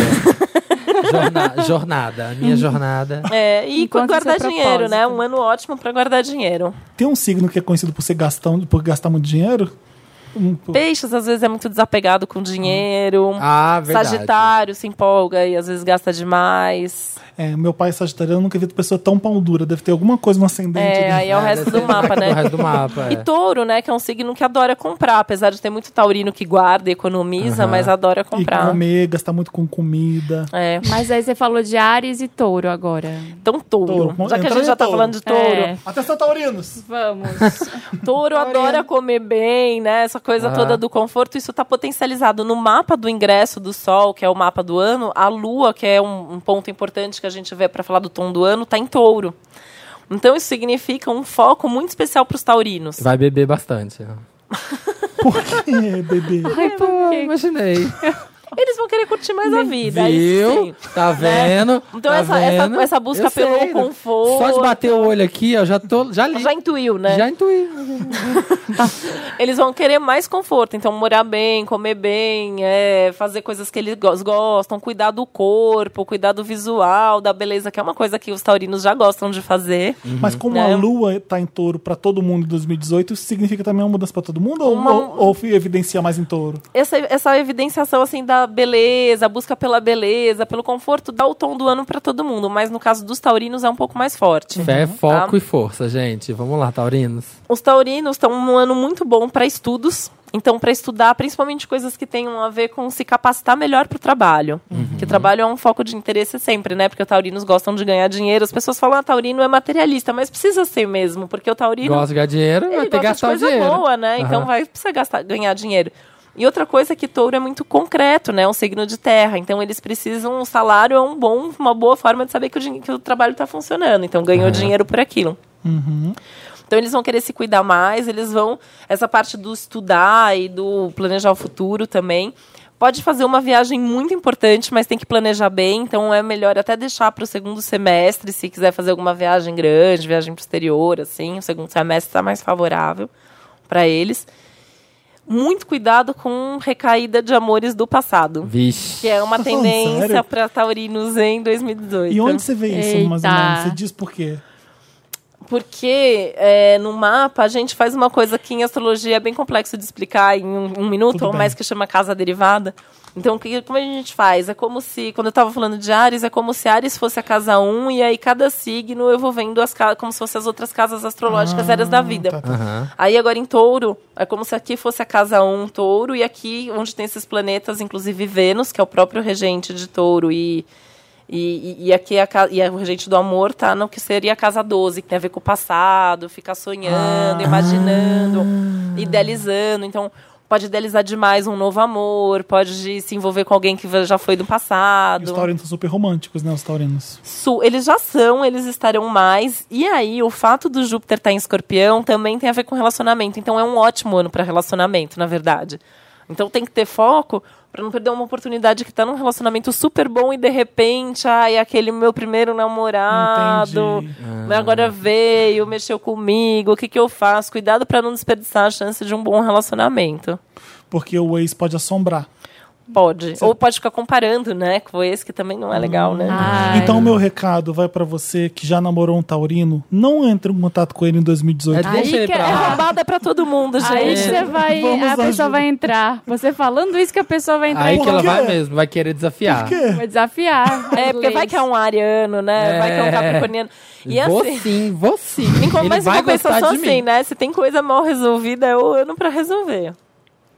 Jorna- jornada, a minha jornada.
É, e
Enquanto
guardar
isso é
dinheiro, né?
propósito.
Um ano ótimo para guardar dinheiro.
Tem um signo que é conhecido por ser gastão, por gastar muito dinheiro? Um, por-
Peixes, às vezes, é muito desapegado com dinheiro.
Ah, verdade.
Sagitário se empolga e às vezes gasta demais.
é, meu pai é sagitariano, eu nunca vi pessoa tão pão dura. Deve ter alguma coisa no ascendente.
É,
ali.
aí é
*laughs*
o
É,
resto
deve
do
ser
mapa, né?
O resto do mapa,
E
é.
touro, né? Que é um signo que adora comprar, apesar de ter muito taurino que guarda e economiza,
Aham.
mas adora
E
comprar.
comer, gastar tá muito com comida.
É.
Mas aí você falou de Ares e Touro agora.
Então, touro.
Touro.
Já que a
Entrando
gente
em
já tá
touro.
falando de touro.
É.
Atenção, taurinos!
Vamos.
Touro adora comer bem, né? Essa coisa
Aham.
toda do conforto, isso tá potencializado no mapa do ingresso do Sol, que é o mapa do ano. A Lua, que é um, um ponto importante que a gente vê para falar do tom do ano, tá em touro. Então, isso significa um foco muito especial para os taurinos.
Vai beber bastante.
Por que, bebê?
Ai, por quê?
imaginei.
Eles vão querer curtir mais a vida. é isso
Viu?
sim.
Tá vendo?
Então
Tá
essa- essa-
vendo?
essa busca
Eu sei. né?
pelo conforto.
Só de bater o olho aqui, ó, já tô. Já li.
Já intuiu, né?
Já intuí.
Eles vão querer mais conforto, então morar bem, comer bem, é, fazer coisas que eles gos- gostam, cuidar do corpo, cuidar do visual, da beleza, que é uma coisa que os taurinos já gostam de fazer.
Mas como
Né?
a lua tá em touro pra todo mundo em 2018, isso significa também uma mudança pra todo mundo? Ou,
Uma-
ou, ou evidencia mais em touro?
Essa, essa evidenciação assim da beleza, a busca pela beleza, pelo conforto, dá o tom do ano pra todo mundo, mas no caso dos taurinos é um pouco mais forte.
Fé, foco
Tá?
e força, gente. Vamos lá, Taurinos.
Os taurinos estão num ano muito bom para estudos. Então, para estudar, principalmente coisas que tenham a ver com se capacitar melhor para o trabalho. Porque trabalho é um foco de interesse sempre, né? Porque os taurinos gostam de ganhar dinheiro. As pessoas falam, ah, taurino é materialista, mas precisa ser mesmo, porque o taurino
Gosta de ganhar dinheiro, vai
ele
ter que gastar
gosta de
o
coisa
dinheiro.
boa, né? Então
Aham.
vai precisar gastar, ganhar dinheiro. E outra coisa é que touro é muito concreto, né? É um signo de terra. Então eles precisam, um salário é um bom, uma boa forma de saber que o, din- que o trabalho está funcionando. Então ganhou dinheiro por aquilo.
Uhum.
Então eles vão querer se cuidar mais, eles vão. Essa parte do estudar e do planejar o futuro também. Pode fazer uma viagem muito importante, mas tem que planejar bem. Então é melhor até deixar para o segundo semestre, se quiser fazer alguma viagem grande, viagem para o exterior, assim. O segundo semestre está mais favorável para eles. Muito cuidado com recaída de amores do passado,
Vixe.
que é uma
Tá *laughs* falando sério?
tendência para taurinos em 2018.
E onde você vê isso, mais ou
Eita.
menos? Você diz por quê?
Porque é, no mapa a gente faz uma coisa que em astrologia é bem complexo de explicar em um, um minuto
Tudo
ou
bem.
mais, que chama casa derivada. Então, o que- como a gente faz? É como se, quando eu estava falando de Ares, é como se Ares fosse a casa 1 e aí cada signo eu vou vendo as ca- como se fossem as outras casas astrológicas,
Ah,
eras da vida.
tá, tá.
Aham.
Aí agora em touro, é como se aqui fosse a casa 1 touro, e aqui onde tem esses planetas, inclusive Vênus, que é o próprio regente de touro, e, e, e- e aqui é a, ca- e é o regente do amor tá no que seria a casa 12, que tem a ver com o passado, ficar sonhando,
Ah.
imaginando, idealizando. Então, pode idealizar demais um novo amor, pode se envolver com alguém que já foi do
E os
passado.
taurinos são super românticos, né? Os taurinos.
Su- eles já são, eles estarão mais. E aí, o fato do Júpiter estar em escorpião também tem a ver com relacionamento. Então, é um ótimo ano para relacionamento, na verdade. Então, tem que ter foco para não perder uma oportunidade que está num relacionamento super bom e, de repente, ai, aquele meu primeiro namorado
Entendi.
mas agora veio, mexeu comigo, o que, que eu faço? Cuidado para não desperdiçar a chance de um bom relacionamento.
Porque o ex pode assombrar.
Pode. Ou pode ficar comparando, né, com esse, que também não é legal, né?
Ai.
Então, o meu recado vai pra você que já namorou um taurino. Não entre em contato com ele em 2018.
É Deixa ele
Aí, que,
pra
É
lá.
roubada pra todo mundo, gente.
aí você vai.
Vamos
a pessoa
ajudar.
vai entrar. Você falando isso que a pessoa vai entrar
Aí
em
que ela
quê?
vai mesmo, vai querer desafiar.
Por quê?
vai desafiar.
É, porque vai que é um ariano, né? Vai que é um
É.
capricorniano. E
vou
assim.
sim, vou sim.
*laughs* em com-
Ele
Mas em
vai gostar
compensação,
de mim.
assim, né? Se tem coisa mal resolvida, é o ano pra resolver.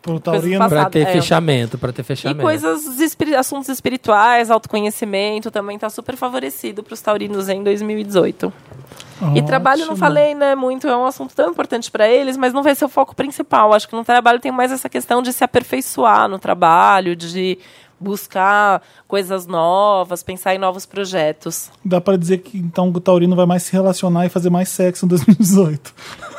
Pro taurino.
passa-
Pra ter
É.
fechamento, pra ter
E
fechamento.
coisas, espiri- assuntos espirituais, autoconhecimento, também tá super favorecido pros taurinos em 2018. E trabalho, não
Ótimo.
falei, né, muito, é um assunto tão importante pra eles, mas não vai ser o foco principal. Acho que no trabalho tem mais essa questão de se aperfeiçoar no trabalho, de buscar coisas novas, pensar em novos projetos.
Dá pra dizer que então o taurino vai mais se relacionar e fazer mais sexo em 2018.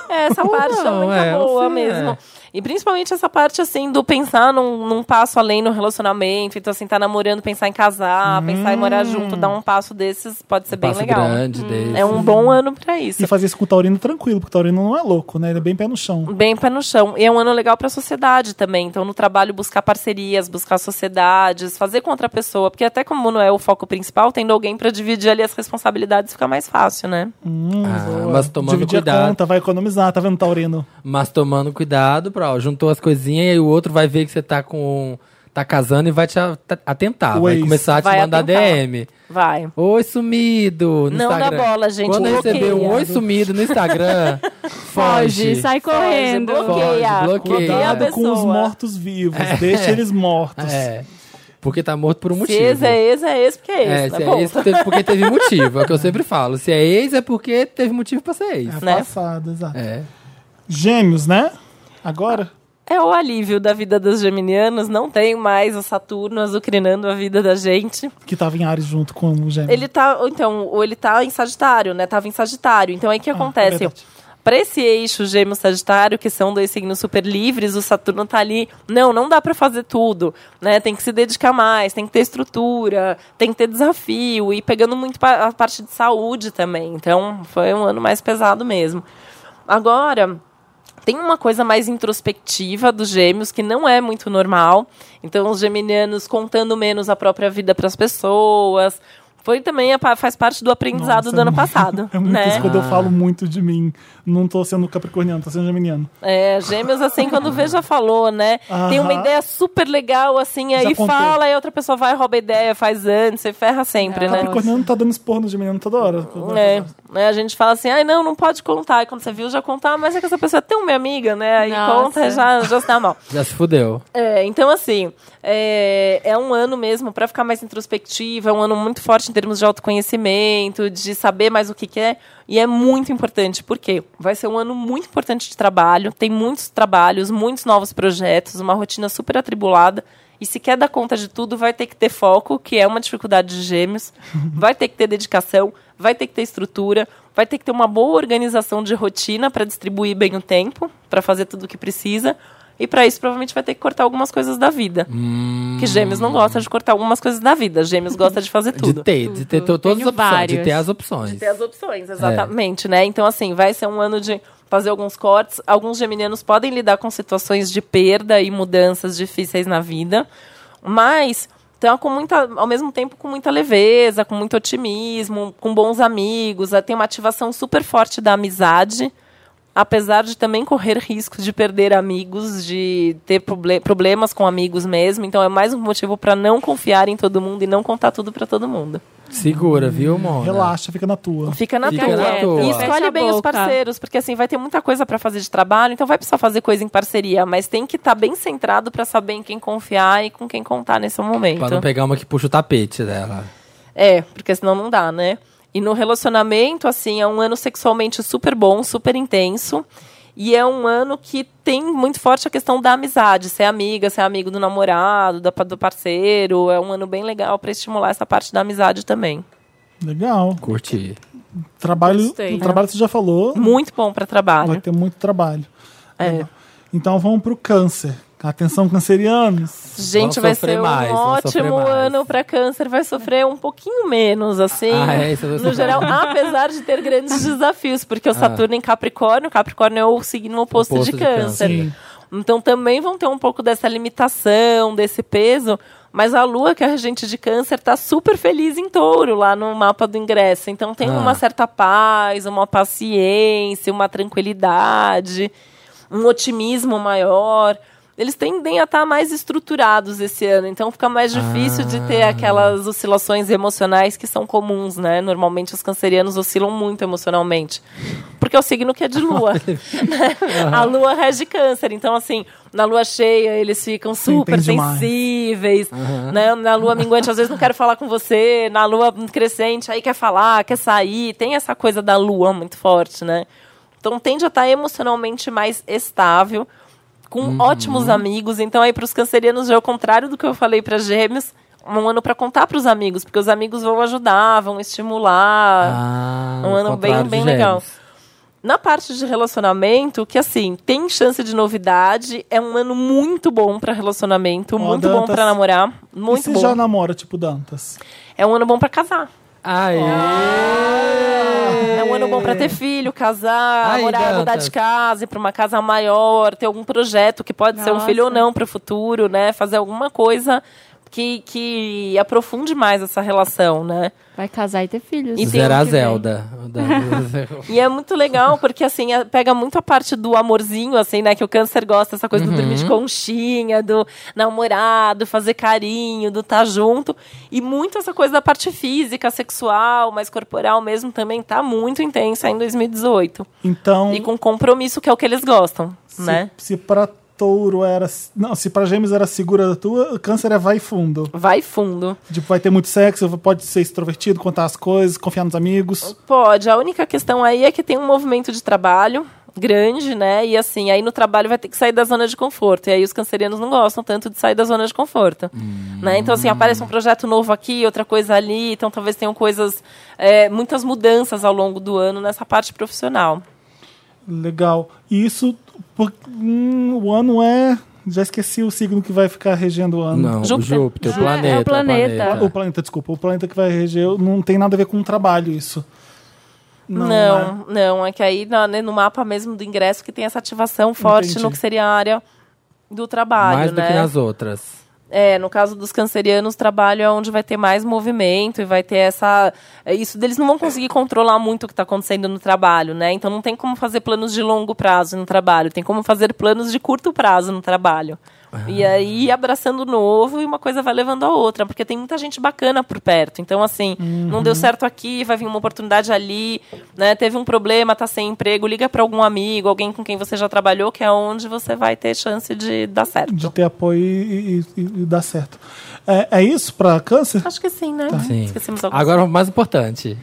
É, essa parte também tá
é,
boa
assim,
mesmo.
é.
E principalmente essa parte, assim, do pensar num, num passo além no relacionamento. Então, assim, tá namorando, pensar em casar, pensar em morar junto, dar um passo desses pode ser
Hum. Um
bem
passo
legal.
grande desse. Uhum.
É um bom ano pra isso.
E fazer isso com o taurino tranquilo, porque o taurino não é louco, né? Ele é bem pé no chão.
Bem pé no chão. E é um ano legal para a sociedade também. Então, no trabalho, buscar parcerias, buscar sociedades, fazer com outra pessoa. Porque até como não é o foco principal, tendo alguém para dividir ali as responsabilidades fica mais fácil, né?
Hum,
Ah,
boa.
mas tomando
Dividir a
cuidado.
conta, vai economizar, tá vendo, taurino?
Mas tomando cuidado, pra, ó, juntou as coisinhas e aí o outro vai ver que você tá com. tá casando e vai te a- ta- atentar.
O
vai
ex.
começar a te
Vai
mandar
atentar.
DM.
Vai.
Oi, sumido! No
Não dá
Instagram.
bola, gente,
Quando
bloqueia.
receber um oi sumido no
*laughs*
Instagram,
Foge,
foge.
sai correndo.
bloqueia.
bloqueia.
Bloqueia a
Cuidado com os
pessoa. É.
mortos vivos, deixa eles mortos.
É. Porque tá morto por um
Se
motivo.
ex é ex, é ex, porque é ex.
É,
tá
se
bom?
é ex, teve- porque teve motivo.
*laughs*
É o que eu sempre falo. Se é ex, é porque teve motivo pra ser ex.
É
Né?
passado, exato.
É.
Gêmeos, né? Agora?
*laughs* É o alívio da vida dos geminianos. Não tem mais o Saturno azucrinando a vida da gente.
Que tava em Ares junto com o Gêmeos.
Ele tá, ou então, ou ele tá em Sagitário, né? Tava em Sagitário. Então aí o que
Ah, é
acontece?
verdade.
Para esse eixo gêmeo sagitário, que são dois signos super livres, o Saturno tá ali, não, não dá para fazer tudo, né? Tem que se dedicar mais, tem que ter estrutura, tem que ter desafio e pegando muito pa- a parte de saúde também. Então, foi um ano mais pesado mesmo. Agora, tem uma coisa mais introspectiva dos gêmeos que não é muito normal. Então, os geminianos contando menos a própria vida para as pessoas. Foi também a pa- faz parte do aprendizado
Nossa,
do
é
ano
muito-
passado,
*laughs* É muito isso
né?
quando eu falo muito de mim. Não tô sendo capricorniano, tô sendo geminiano.
É, gêmeos assim quando o Veja falou, né? Tem uma
Aham.
ideia super legal assim, aí
contei.
fala, aí outra pessoa vai rouba a ideia, faz antes, você ferra sempre, né?
Capricorniano tá dando esporro no geminiano toda hora.
É, né, a gente fala assim, ai não, não pode contar. E quando você viu, já contar, mas é que essa pessoa é tão minha amiga, né? Aí
Nossa.
conta já, já se dá mal.
Já se fudeu.
É, então, assim, é, é um ano mesmo para ficar mais introspectivo, é um ano muito forte em termos de autoconhecimento, de saber mais o que quer, e é muito importante, porque vai ser um ano muito importante de trabalho, tem muitos trabalhos, muitos novos projetos, uma rotina super atribulada, e se quer dar conta de tudo, vai ter que ter foco, que é uma dificuldade de gêmeos, vai ter que ter dedicação, vai ter que ter estrutura, vai ter que ter uma boa organização de rotina para distribuir bem o tempo, para fazer tudo o que precisa. E para isso, provavelmente, vai ter que cortar algumas coisas da vida. Que gêmeos não gostam de cortar algumas coisas da vida. Gêmeos gostam de fazer
*laughs* De
tudo.
ter, de ter to- todas as
Tenho
opções. De
vários.
ter as opções.
Ter as opções, exatamente, né? Então, assim, vai ser um ano de fazer alguns cortes. Alguns geminianos podem lidar com situações de perda e mudanças difíceis na vida. Mas... Então, com muita, ao mesmo tempo com muita leveza, com muito otimismo, com bons amigos, eh, tem uma ativação super forte da amizade, apesar de também correr risco de perder amigos, de ter proble- problemas com amigos mesmo. Então é mais um motivo para não confiar em todo mundo e não contar tudo para todo mundo.
Segura,
Hum,
viu, Mona?
Relaxa, fica na tua.
Fica na
Fica
tua.
na tua.
E
Fecha
escolhe
a
bem os
boca.
parceiros, porque assim vai ter muita coisa para fazer de trabalho, então vai precisar fazer coisa em parceria, mas tem que estar bem centrado para saber em quem confiar e com quem contar nesse
Pra não
momento.
pegar uma que puxa o tapete dela.
É, porque senão não dá, né? E no relacionamento, assim, é um ano sexualmente super bom, super intenso. E é um ano que tem muito forte a questão da amizade, ser amiga, ser amigo do namorado, da- do parceiro. É um ano bem legal para estimular essa parte da amizade também.
Legal.
Curti.
Trabalho,
Gostei.
o trabalho você já falou,
Muito bom para
vai
trabalho.
ter muito trabalho.
É.
Então vamos pro câncer. Atenção, cancerianos.
Gente,
Vão
vai
sofrer
ser um
mais, vão sofrer
ótimo
mais.
ano para câncer. Vai sofrer um pouquinho menos, assim.
Ah, é, isso eu tô
no geral, apesar de ter
*laughs*
grandes desafios, porque o Saturno em Capricórnio, Capricórnio é o signo oposto,
Ah. Oposto
de,
de
câncer.
câncer.
Sim.
Então também vão ter um pouco dessa limitação, desse peso. Mas a Lua, que é a regente de câncer, tá super feliz em touro lá no mapa do ingresso. Então tem
Ah.
uma certa paz, uma paciência, uma tranquilidade, um otimismo maior. Eles tendem a estar mais estruturados esse ano, então fica mais difícil de ter
Ah.
aquelas oscilações emocionais que são comuns, né? Normalmente os cancerianos oscilam muito emocionalmente. Porque é o signo que é de lua. né? A lua rege câncer, então assim, na lua cheia eles ficam super
Entende mais.
sensíveis, né? Na lua minguante às vezes não quero falar com você, na lua crescente aí quer falar, quer sair, tem essa coisa da lua muito forte, né? Então tende a estar emocionalmente mais estável, com ótimos amigos. Então aí para os cancerianos já é o contrário do que eu falei para gêmeos. Um ano para contar para os amigos, porque os amigos vão ajudar, vão estimular.
Ah,
um
o
ano bem-
contrário de
bem
gêmeos.
legal. Na parte de relacionamento, que assim, tem chance de novidade, é um ano muito bom pra relacionamento,
Ó,
muito bom
Dantas.
pra namorar,
e
muito
se
bom.
já namora, tipo Dantas?
É um ano bom pra casar.
Aê!
É um ano bom pra ter filho, casar,
Ai,
morar,
Dantas.
mudar de casa, ir pra uma casa maior, ter algum projeto que pode ser um
Nossa.
filho ou não pro futuro, né? Fazer alguma coisa que, que aprofunde mais essa relação, né?
Vai casar e ter filhos.
E tem
Zerar
um
a
que vem.
Zelda.
*laughs* E é muito legal, porque assim, a- pega muito a parte do amorzinho, assim, né? Que o câncer gosta, essa coisa do dormir de conchinha, do namorado, fazer carinho, do estar junto. E muito essa coisa da parte física, sexual, mais corporal mesmo, também tá muito intensa em 2018.
Então,
E com compromisso, que é o que eles gostam,
se,
né?
se pra touro era. Não, se pra gêmeos era segura da tua, câncer é vai fundo.
Vai fundo.
Tipo, vai ter muito sexo, pode ser extrovertido, contar as coisas, confiar nos amigos.
Pode, a única questão aí é que tem um movimento de trabalho grande, né? E assim, aí no trabalho vai ter que sair da zona de conforto. E aí os cancerianos não gostam tanto de sair da zona de conforto. Né? Então, assim, aparece um projeto novo aqui, outra coisa ali. Então, talvez tenham coisas, é, muitas mudanças ao longo do ano nessa parte profissional.
Legal. E isso. por- hum, o ano é. Já esqueci o signo que vai ficar regendo o ano.
Não,
Júpiter.
Júpiter, Júpiter o
É, é
planeta.
o
o
planeta.
Tá.
O planeta, desculpa. O planeta que vai reger. Não tem nada a ver com o trabalho, isso.
Não,
né?
não, é que aí na- né, no mapa mesmo do ingresso que tem essa ativação forte
Entendi.
no que seria a área do trabalho,
Mais do
né?
que nas outras.
É, no caso dos cancerianos, o trabalho é onde vai ter mais movimento e vai ter essa. é Isso eles não vão conseguir controlar muito o que está acontecendo no trabalho, né? Então não tem como fazer planos de longo prazo no trabalho, tem como fazer planos de curto prazo no trabalho. E aí abraçando o novo e uma coisa vai levando a outra, porque tem muita gente bacana por perto. Então, assim, não deu certo aqui, vai vir uma oportunidade ali, né? Teve um problema, tá sem emprego, liga para algum amigo, alguém com quem você já trabalhou, que é onde você vai ter chance de dar certo.
De ter apoio e, e- e- e dar certo. É, é isso pra câncer?
Acho que sim, né?
Tá. Sim.
Esquecemos alguma
Agora, o mais importante.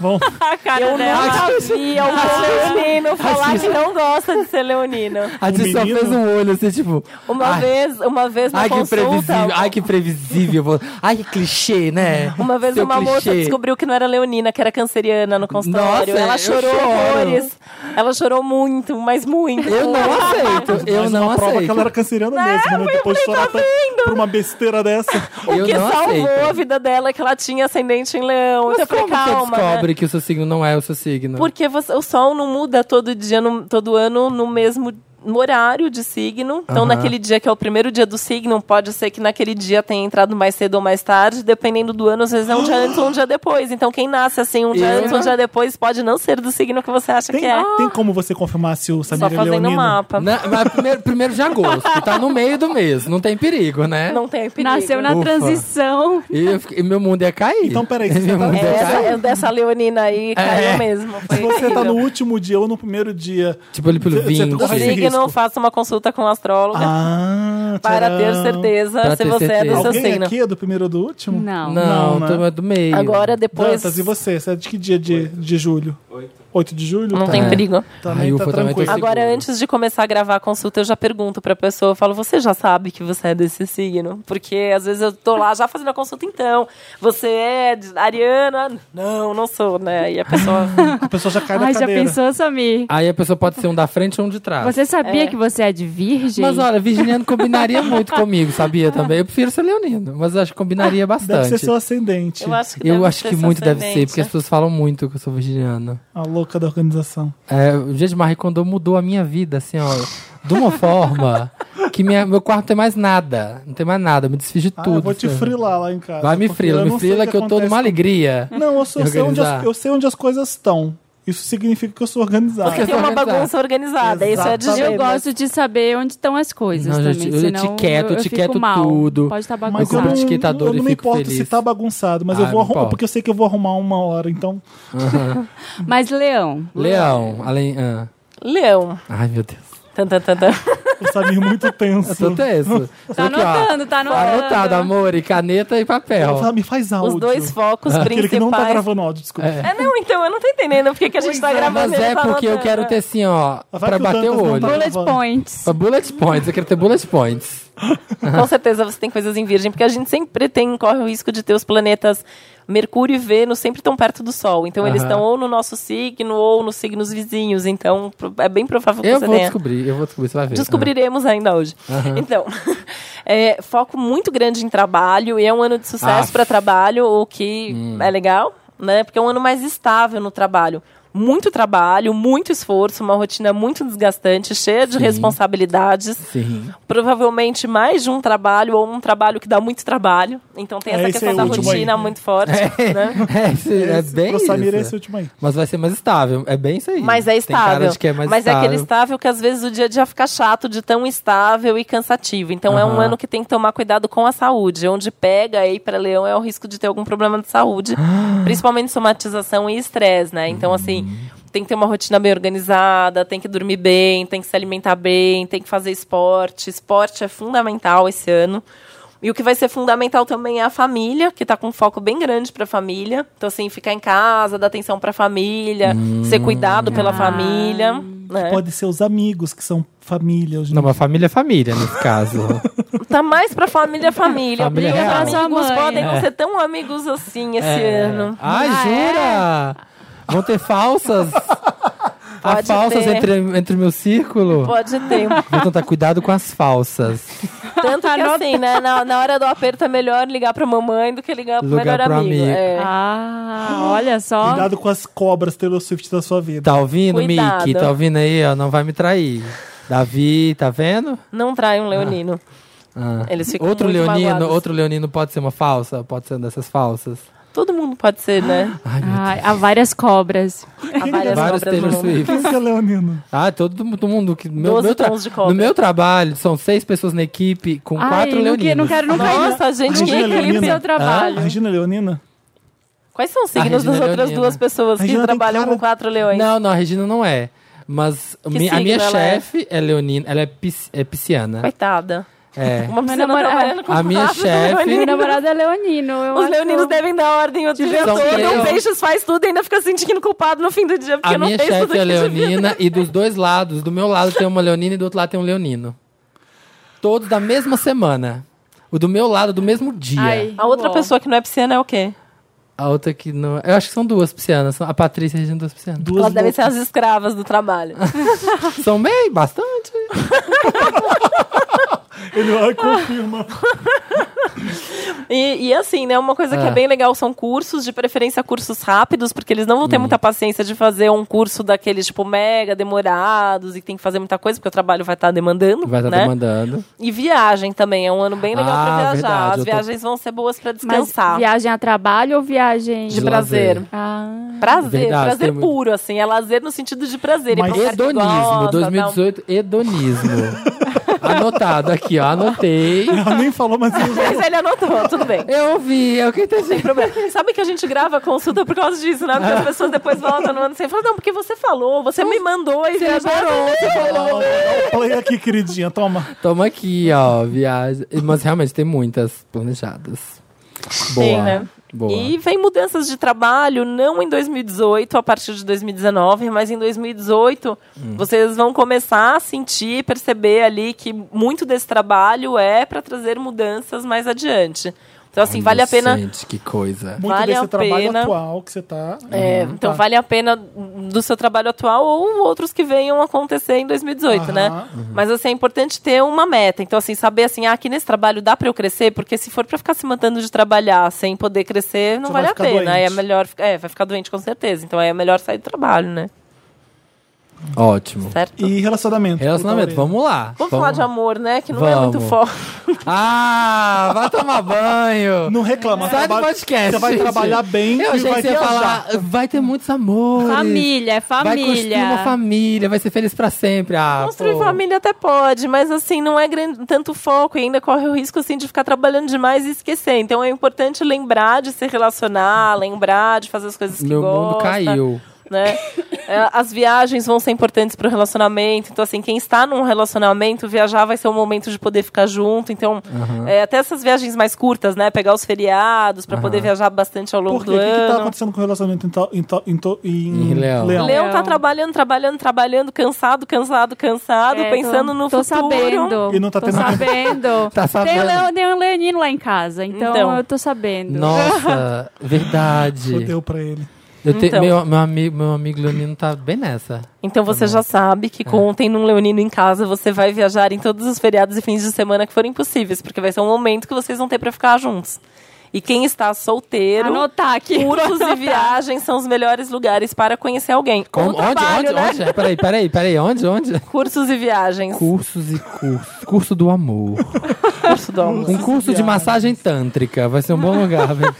Vamos.
A cara né?
*laughs*
eu dela. nunca vi algum leonino falar que não gosta de ser leonino.
A
O
gente só
menino-
fez um olho assim, tipo.
Uma
ai,
vez, uma vez na
Ai, que
consulta, um
previsível. Ai, que previsível. vou- Ai, que clichê, né?
uma vez
Seu
uma moça
clichê.
descobriu que não era leonina, que era canceriana no consultório.
Nossa,
ela
eu
chorou
choro.
horrores. Ela chorou muito, mas muito.
Eu não aceito. Eu
Mais
não
uma prova que ela
aceito.
era canceriana mesmo, né? Depois
tá
de chorar pra- por uma besteira dessa.
O
Eu
que
não
salvou
aceito.
a vida dela é que ela tinha ascendente em leão.
Mas
então eu
como
falei,
você
calma. né?
descobre que o seu signo não é o seu signo?
Porque você- o sol não muda todo dia, no- todo ano, no mesmo no horário de signo. Então,
Aham.
naquele dia que é o primeiro dia do signo, pode ser que naquele dia tenha entrado mais cedo ou mais tarde. Dependendo do ano, às vezes é um dia antes ou um dia depois. Então, quem nasce assim, um dia
Eu-
antes ou um dia depois, pode não ser do signo que você acha
Tem,
que é.
tem como você confirmar se o
Só
Samir é
fazendo um
leonino?
mapa. Não,
Na- Né, mas primeiro, primeiro de agosto, tá no meio do mês, não tem perigo, né?
tem perigo.
Nasceu na
Ufa.
transição.
E, eu fiquei- e meu mundo ia cair.
Então, peraí, você
meu
tá-
mundo
É,
ia
essa,
cair.
é dessa leonina aí, caiu mesmo. Foi
É. Se você tá
incrível.
no último dia ou no primeiro dia.
Tipo, ele pelo
Você- você
vinho.
tá
do
corre esse
signo,
risco.
faça uma consulta com o astrólogo
Ah,
para ter
tcharam.
certeza
Pra
se
ter
você é do seu
certeza.
Alguém
signo.
aqui é do primeiro ou do último?
Não,
Não.
Não,
não,
né?
turma do meio.
Agora, depois.
Dantas, e você? Você é de que dia de, de julho? 8. 8 de julho?
Não
Tá.
tem
É.
perigo.
Também
Ai,
tá
ufa, também tô
tranquilo.
seguro.
Agora, antes de começar a gravar a consulta, eu já pergunto pra pessoa, eu falo, você já sabe que você é desse signo? Porque às vezes eu tô lá já fazendo a consulta, então, você é de- ariana? Não, não sou, né? E a
*laughs*
pessoa...
A pessoa já cai da
Ai, já
cadeira.
pensou, Samir?
Aí a pessoa pode ser um da frente ou um de trás.
Você sabia que você é de virgem?
Mas olha, virginiano combinaria muito comigo, sabia também? Eu prefiro ser leonino, mas acho que
Deve
combinaria bastante.
ser seu ascendente.
eu acho que,
Eu
deve
acho
ser
que muito deve
ascendente.
ser, porque as pessoas falam muito que eu sou virginiano.
A louca da organização.
É, gente, Marie Kondo mudou a minha vida, assim, ó. De uma forma que minha- meu quarto não tem mais nada. Não tem mais nada, eu me desfiz de
Ah,
tudo.
eu vou te
sabe?
frilar lá em casa.
Vai me
porque
frila,
eu
me
não sei o
frila que eu tô
acontece
numa alegria.
com- Hum. Não, eu, sou- eu sei onde as,
Organizar.
eu sei onde as coisas estão. Isso significa que eu sou organizado.
Porque-
Tem uma
Organizado.
bagunça organizada, isso é de
Exatamente.
Eu
gêmeos.
gosto de saber onde estão as coisas
Não,
também.
gente, eu
senão
etiqueto,
eu, eu
etiqueto
fico mal.
tudo.
Pode estar
Mas eu
Como
não,
bagunçado.
etiquetador,
eu
eu
não me
fico
importo se
feliz.
tá bagunçado, mas
Ah,
eu vou
não
arrumar,
importa.
porque eu sei que eu vou arrumar uma hora, então.
Mas Leão.
Leão, além. ah.
Leão.
Ai, meu Deus. é
Tan, tan, tan, tan.
Eu sabia muito tenso.
Eu tô tenso.
Tá
Aqui, ó.
anotando, tá anotando.
Anotado, amor, e caneta e papel.
Ela fala, me faz áudio.
Os dois focos
Aquele que não tá
principais...
gravando áudio, desculpa.
É.
É, não, então, eu não tô entendendo porque que a gente tá gravando
Mas
ele
é
tá
porque eu
anotando,
quero
né?
ter assim, ó,
Vai
pra
que o
bater
Dantas
o
não
olho.
tá-
Bullet points.
Pra Bullet points, eu quero ter bullet points.
Com certeza você tem coisas em virgem, porque a gente sempre tem, corre o risco de ter os planetas Mercúrio e Vênus sempre tão perto do Sol. Então eles
Aham.
estão ou no nosso signo ou nos signos vizinhos. Então pro- é bem provável que
Eu
você
vou
tenha.
descobrir, eu vou descobrir, você vai ver.
Descobriremos ainda hoje. Então, *laughs* é, foco muito grande em trabalho e é um ano de sucesso
Ah.
para trabalho, o que
Hum.
é legal, né? Porque é um ano mais estável no trabalho. Muito trabalho, muito esforço, uma rotina muito desgastante, cheia de
Sim.
responsabilidades
Ah,
*laughs* Né?
Sim.
provavelmente mais de um trabalho ou um trabalho que dá muito trabalho. Então tem
É,
essa
esse
questão
é o
da
último
rotina
aí.
muito forte, né?
*laughs* É, esse- é
Esse-
bem
pro Samir é
isso.
esse último aí.
Mas vai ser mais estável. É bem isso aí.
Mas é
Tem
estável.
cara de que é mais
Mas é
estável.
aquele estável que às vezes o dia a dia fica chato de tão estável e cansativo. Então é um
Aham.
ano que tem que tomar cuidado com a saúde. Onde pega aí para leão é o risco de ter algum problema de saúde, principalmente somatização e estresse, né? Então assim, tem que ter uma rotina bem organizada, tem que dormir bem, tem que se alimentar bem, tem que fazer esporte. Esporte é fundamental esse ano. E o que vai ser fundamental também é a família, que tá com um foco bem grande pra família. Então, assim, ficar em casa, dar atenção pra família, ser cuidado pela
Ah.
família. Né?
Pode ser os amigos que são família hoje. em
Não, mas família é família
*laughs*
nesse caso.
Tá mais pra família, família.
Família
porque
real.
os amigos
Sua mãe.
podem não ser tão amigos assim esse
É.
ano.
Ai,
Ah,
*laughs*
jura? Vão ter falsas? Há
Pode
falsas
ter.
entre, entre o meu círculo.
Pode ter.
Vou tentar cuidado com as falsas.
Tanto que assim, né? Na, na hora do aperto é melhor ligar pra mamãe do que ligar pro
Ligar
melhor
pro
amigo.
amigo.
É.
Ah, olha só.
Cuidado com as cobras Taylor Swift da sua vida.
Tá ouvindo,
Cuidado.
Mickey? Tá ouvindo aí, ó? Não vai me trair. Davi, tá vendo?
Não trai um leonino.
Ah.
Eles ficam
Outro
muito
leonino,
magoados.
outro leonino pode ser uma falsa? Pode ser uma dessas falsas?
Todo mundo pode
*laughs*
ser, né?
Ai, meu
Ai, há várias cobras.
Há várias
Vários
obras
Taylor
no mundo.
Swift.
Quem que é Leonino?
Ah, todo mu- todo mundo que meu,
Doze
meu tra-
tons de cobra.
no meu trabalho são seis pessoas na equipe com
Ai,
quatro
não que-
leoninos.
Não quero nunca ir.
Nossa, gente, que
Regina
equipe
Leonina.
eu trabalho.
A Regina Leonina?
Quais são os signos
Regina
das outras
Leonina.
duas pessoas
A
que
Regina tem
trabalham
cara-
com quatro leões?
Não, não, a Regina não é. Mas mi- a
signo
minha
ela é?
chefe é leonina, ela é, pis, é pisciana.
Coitada.
É.
Uma
Meu
pessoa
namorado-
trabalhando com
A minha
quatro
chefe-
leoninos.
Meu namorado é leonino. eu
Os
acho-
leoninos devem dar ordem o dia
São
todo.
três.
O Peixes faz tudo e ainda fica se sentindo culpado no fim do dia porque
A
não
minha
fez tudo
chefe é
que devia.
leonina e dos dois lados, do meu lado tem uma leonina e do outro lado tem um leonino. Todos da mesma semana. O do meu lado, do mesmo dia.
Ai,
A outra
ó.
pessoa que não é pisciana é o quê?
A outra que não. Eu acho que são duas piscianas. São- A Patrícia e a Regina, duas piscianas.
Duas
Elas devem
loucas.
ser as escravas do
*laughs*
trabalho.
São bem, bastante.
Ele vai confirma.
E, e assim, né? Uma coisa que
Ah.
é bem legal são cursos, de preferência cursos rápidos, porque eles não
Hum.
vão ter muita paciência de fazer um curso daqueles, tipo, mega demorados e que tem que fazer muita coisa, porque o trabalho vai estar demandando.
Vai estar
né?
demandando.
E viagem também, é um ano bem legal
Ah,
pra viajar.
verdade, eu
As
tô-
viagens vão ser boas pra
Mas
descansar.
viagem é a trabalho ou viagem...
De
De
prazer.
lazer.
Ah,
Prazer,
Verdade, tem
prazer
muito-
puro, assim. É lazer no sentido de prazer.
Mas
e pra um cara que
Hedonismo,
gosta,
2018, hedonismo. Anotado aqui, ó, anotei.
Ela nem falou, mas
não. *laughs* Mas ele anotou, tudo bem.
Eu ouvi, é o que tem
Sem problema. Sabe que a gente grava consulta por causa disso, né? Porque as pessoas depois voltam no ano sem falar, não, porque você falou, você me mandou e
Você
viajar.
liberou, você falou.
Play aqui, queridinha, toma.
Toma aqui, ó, viagem. Mas realmente tem muitas planejadas. Boa.
Tem, né?
Boa.
E vem mudanças de trabalho, não em 2018, a partir de 2019, mas em 2018
Hum.
vocês vão começar a sentir, perceber ali que muito desse trabalho é para trazer mudanças mais adiante. Então, assim,
Olha,
vale a pena.
Gente, que coisa.
Muito
Vale
desse
a
trabalho
pena.
atual que você tá.
É, então
tá.
vale a pena do seu trabalho atual ou outros que venham acontecer em 2018, né?
Aham.
Mas assim, é importante ter uma meta. Então, assim, saber assim, ah, aqui nesse trabalho dá pra eu crescer, porque se for pra ficar se mantendo de trabalhar sem poder crescer, não
Você
vale
vai
a
ficar
pena. Aí é
doente.
melhor, ficar- é, vai ficar doente com certeza. Então aí é melhor sair do trabalho, né?
Ótimo.
Certo?
E relacionamento.
Relacionamento,
Doutora?
vamos lá.
Vamos falar de amor, né? Que não é
Vamos.
muito foco.
Ah, vai tomar
*laughs*
banho.
Não reclama.
Sai do
trabalha-
podcast.
Você vai
gente.
trabalhar bem
é Eu
e
achei
vai
que você ia
viajar.
falar, vai ter muitos amores.
Família, é
Vai construir
família.
uma família, vai ser feliz pra sempre.
Tá
Ah,
Construir
pô.
família até pode, mas assim, não é grande, tanto foco e ainda corre o risco assim, de ficar trabalhando demais e esquecer. Então é importante lembrar de se relacionar, lembrar de fazer as coisas que
Meu
gosta.
mundo caiu.
né? É, As viagens vão ser importantes para o relacionamento. Então, assim, quem está num relacionamento, viajar vai ser um momento de poder ficar junto. Então, é, até essas viagens mais curtas, né? Pegar os feriados para poder viajar bastante ao longo
Por quê?
do
O que, que tá
ano.
acontecendo com o relacionamento em, tal- em tal- em to- em
Em Leão.
Leão tá
Leão.
trabalhando, trabalhando, trabalhando, cansado, cansado, cansado,
É,
pensando
tô-
no
tô
futuro.
sabendo.
E não tá
tô
tendo- *laughs*
sabendo.
Tá sabendo.
Tem, Leo- tem um leonino lá em casa, então,
Então.
eu tô
*laughs*
sabendo.
Nossa, verdade.
Fodeu pra ele.
Eu te-
Então.
meu, meu, amigo, meu amigo Leonino tá bem nessa.
Então você já sabe que
É.
com tendo um leonino em casa, você vai viajar em todos os feriados e fins de semana que forem possíveis, porque vai ser um momento que vocês vão ter para ficar juntos. E quem está solteiro,
Anotar aqui.
cursos
*laughs*
e viagens são os melhores lugares para conhecer alguém. Ou
Como- onde,
trabalho,
onde,
né?
onde? É, Peraí, peraí, peraí. Onde, onde?
Cursos e viagens.
Cursos e cursos. Curso do amor.
Curso *laughs* do amor.
Um curso de massagem tântrica. Vai ser um bom lugar. vai-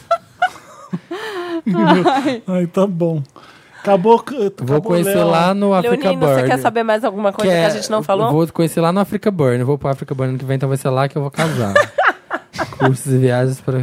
Ai, tá bom. Acabou. acabou
Vou conhecer
Leão.
lá no Africa
Leonino,
Burn. é
você quer saber mais alguma coisa que, a gente não falou?
Vou conhecer lá no Africa Burn. Vou pro Africa Burn ano que vem, então vai ser lá que eu vou
*laughs*
casar. Cursos e viagens para.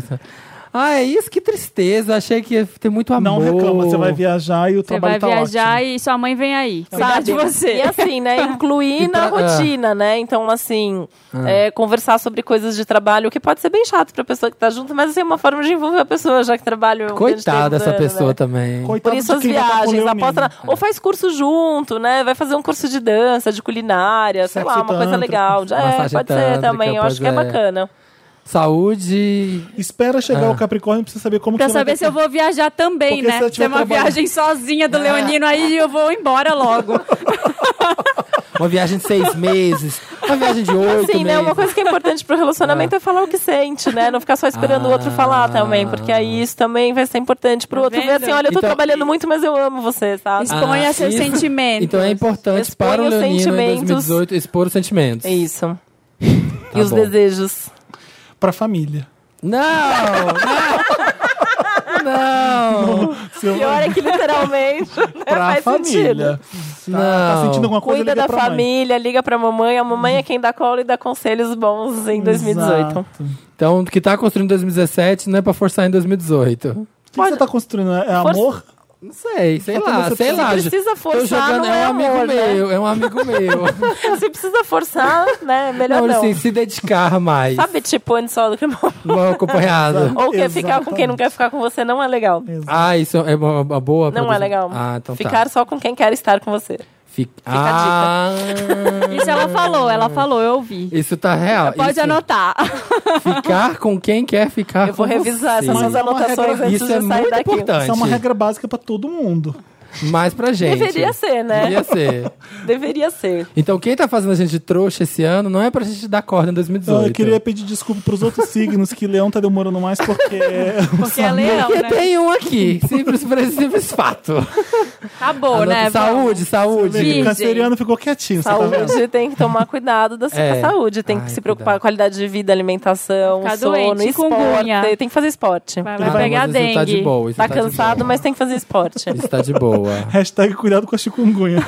Ah, é isso? Que tristeza. Achei que ia ter muito
Não
amor.
reclama, você vai viajar e o
Você
trabalho
vai
tá
viajar
ótimo. É
e sua mãe vem aí. Cuidar
Sabe?
Então, de você.
E assim, né? Incluir
E
na
pra- ah.
rotina, né? Então, assim, é, conversar sobre coisas de trabalho, o que pode ser bem chato pra pessoa que tá junto, mas assim, é uma forma de envolver a pessoa, já que trabalho. é um grande
Coitada
tempo do
dessa
ano,
pessoa
né?
também.
Coitado
Por isso as
de quem já tá com
viagens,
leonino.
aposta na... Ou faz curso junto, né? Vai fazer um curso de dança, de culinária, sei
Sexo
lá, uma coisa
tântrico,
legal. Já é,
massagem
pode ser
tântrica,
também, eu acho que é
pois é.
bacana.
Saúde.
Espera chegar
Ah.
o Capricórnio pra você saber como
Pra
que você
saber
vai
se eu vou viajar também,
Porque se
né?
eu
Se é
tiver Ah.
uma
trabalhando-
viagem sozinha do Leonino, aí eu vou embora logo.
Uma viagem de
*laughs*
seis meses. Uma viagem de oito
Sim,
meses.
né? Uma coisa que é importante pro relacionamento é falar o que sente, né? Não ficar só esperando o outro falar também, porque aí isso também vai ser importante pro
Tá
outro ver
vendo?
assim, olha, eu tô
Então-
trabalhando muito, mas eu amo você, sabe?
Exponha
Ah,
seus
isso-
sentimentos.
Então é importante
Expõe
para o
os
Leonino em
sentimentos.
2018 expor os sentimentos.
É isso.
Tá
e os
bom.
desejos.
Pra família. Tá,
Não! Não!
Se eu
*laughs* Pior é que literalmente *laughs* né,
pra
faz sentido.
família. Tá, tá
Não.
sentindo alguma coisa?
Cuida
liga
da
pra mãe.
família, liga pra mamãe. A mamãe é quem dá cola e dá conselhos bons em 2018.
Exato.
Então, o que tá construindo em 2017 não é pra forçar em 2018.
O que você tá construindo? É amor?
Não sei, sei
Então,
lá,
você
sei lá.
Se precisa
Tô
forçar,
jogando,
não é,
é um amigo
amor, né?
meu, é um amigo meu.
*laughs* Se precisa forçar, né? Melhor
não,
não.
assim, se dedicar mais.
Sabe, tipo, antes só do que *laughs*
Mal acompanhado.
Ou quer ficar com quem não quer ficar com você não é legal.
Exato.
Ah, isso é uma, uma boa?
Não
produção.
é legal.
Ah, então tá.
ficar só com quem quer estar com você.
Fica,
a
ah,
Isso ela falou,
É.
ela falou, eu ouvi.
Isso tá
*laughs*
real.
Pode
*laughs*
Isso-
anotar.
Ficar com quem quer ficar
Eu vou
com
revisar
você.
essas suas
Mas é uma
anotações
regra-
antes
assim? Isso
de
é
eu
muito
sair daqui.
importante.
Isso é uma regra básica pra todo mundo.
Mais pra gente.
Deveria ser, né?
Deveria ser.
Deveria ser.
Então, quem tá fazendo a gente de trouxa esse ano não é pra gente dar corda em
Então,
2018.
eu queria pedir desculpa pros
*laughs*
outros signos que Leão tá demorando mais porque.
Porque é leão,
Porque
né?
tem um aqui. Simples, *laughs* simples fato.
Acabou, né?
Saúde,
o
saúde.
Virgem.
canceriano ficou quietinho, você tá vendo?
Saúde tem que tomar cuidado da sua
É.
saúde. Tem
Ai,
que se preocupar
cuidado.
com a qualidade de vida, alimentação,
Ficar
sono,
doente, chikungunya.
esporte. Tem que fazer esporte.
Vai,
Tá,
vai
Tá,
pegar
mas isso tá de
dengue.
boa. Isso tá, de
cansado,
boa.
mas tem que fazer esporte.
Isso tá de boa.
Hashtag cuidado com a
*laughs*
chikungunya.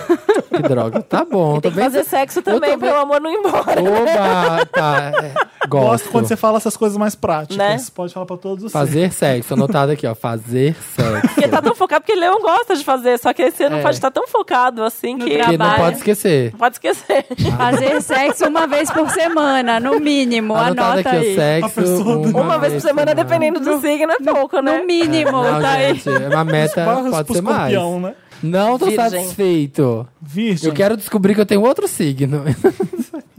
Que droga. Tá bom.
Tem que
também.
fazer sexo
tô
também,
bem-
pelo amor, não ir embora.
Oba! Tá. é, gosto.
Gosto quando você fala essas coisas mais práticas.
Né?
Pode falar pra todos os signos.
Fazer sexo. Anotado aqui, ó. Fazer sexo.
Porque tá tão focado, porque Leão gosta de fazer, só que esse ano
É.
pode estar tão focado assim que.
Que não
trabalho.
pode esquecer.
Pode esquecer.
Fazer sexo uma vez por semana, no mínimo.
Anotado
Anota
aqui,
aí.
ó. Sexo.
A pessoa do-
Uma vez por semana, dependendo do signo, é pouco, né?
No mínimo,
Não,
tá aí.
gente, é uma meta
Barras
pode
pro
ser mais.
escorpião, né?
Não tô
Virgem.
satisfeito.
Virgem.
Eu quero descobrir que eu tenho outro
*laughs*
signo.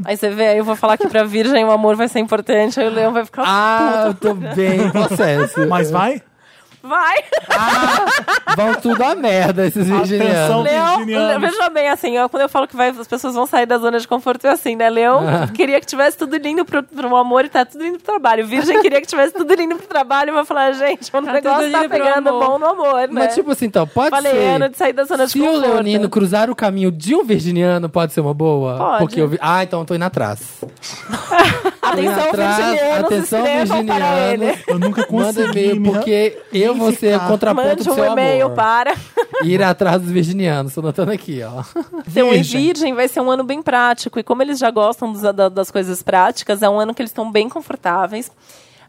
Aí você vê, aí eu vou falar que pra virgem o amor vai ser importante, aí o leão vai ficar.
ah, eu tô bem em processo.
Mas
*laughs*
vai?
Vai!
Vão tudo a merda esses virginianos.
Leão,
virginianos.
*laughs* veja bem, assim, ó, quando eu falo que vai, as pessoas vão sair da zona de conforto, é assim, né? Leão queria que tivesse tudo lindo pro, pro amor e tá tudo lindo pro trabalho. Virgem queria que tivesse tudo lindo pro trabalho e vai falar, gente, o negócio
tudo
tá
lindo pro
pegando
amor.
bom no amor, né?
Mas tipo assim, então, pode
Falei,
ser.
Ana, de sair da zona
Se
de
o
conforto.
leonino cruzar o caminho de um virginiano, pode ser uma boa?
Pode.
Porque eu vi... Ah, então eu tô indo atrás.
atenção,
atrás,
virginianos,
atenção,
escrevam para
virginianos.
ele.
Eu nunca
Manda
consegui.
e-mail,
me-
porque eu vou ser
ficar.
o contraponto
Mande
do
um
seu
e-mail
amor.
para.
Ir atrás dos virginianos, tô notando aqui, ó.
Então, em
Virgem.
Virgem vai ser um ano bem prático. E como eles já gostam dos- da- das coisas práticas, é um ano que eles estão bem confortáveis.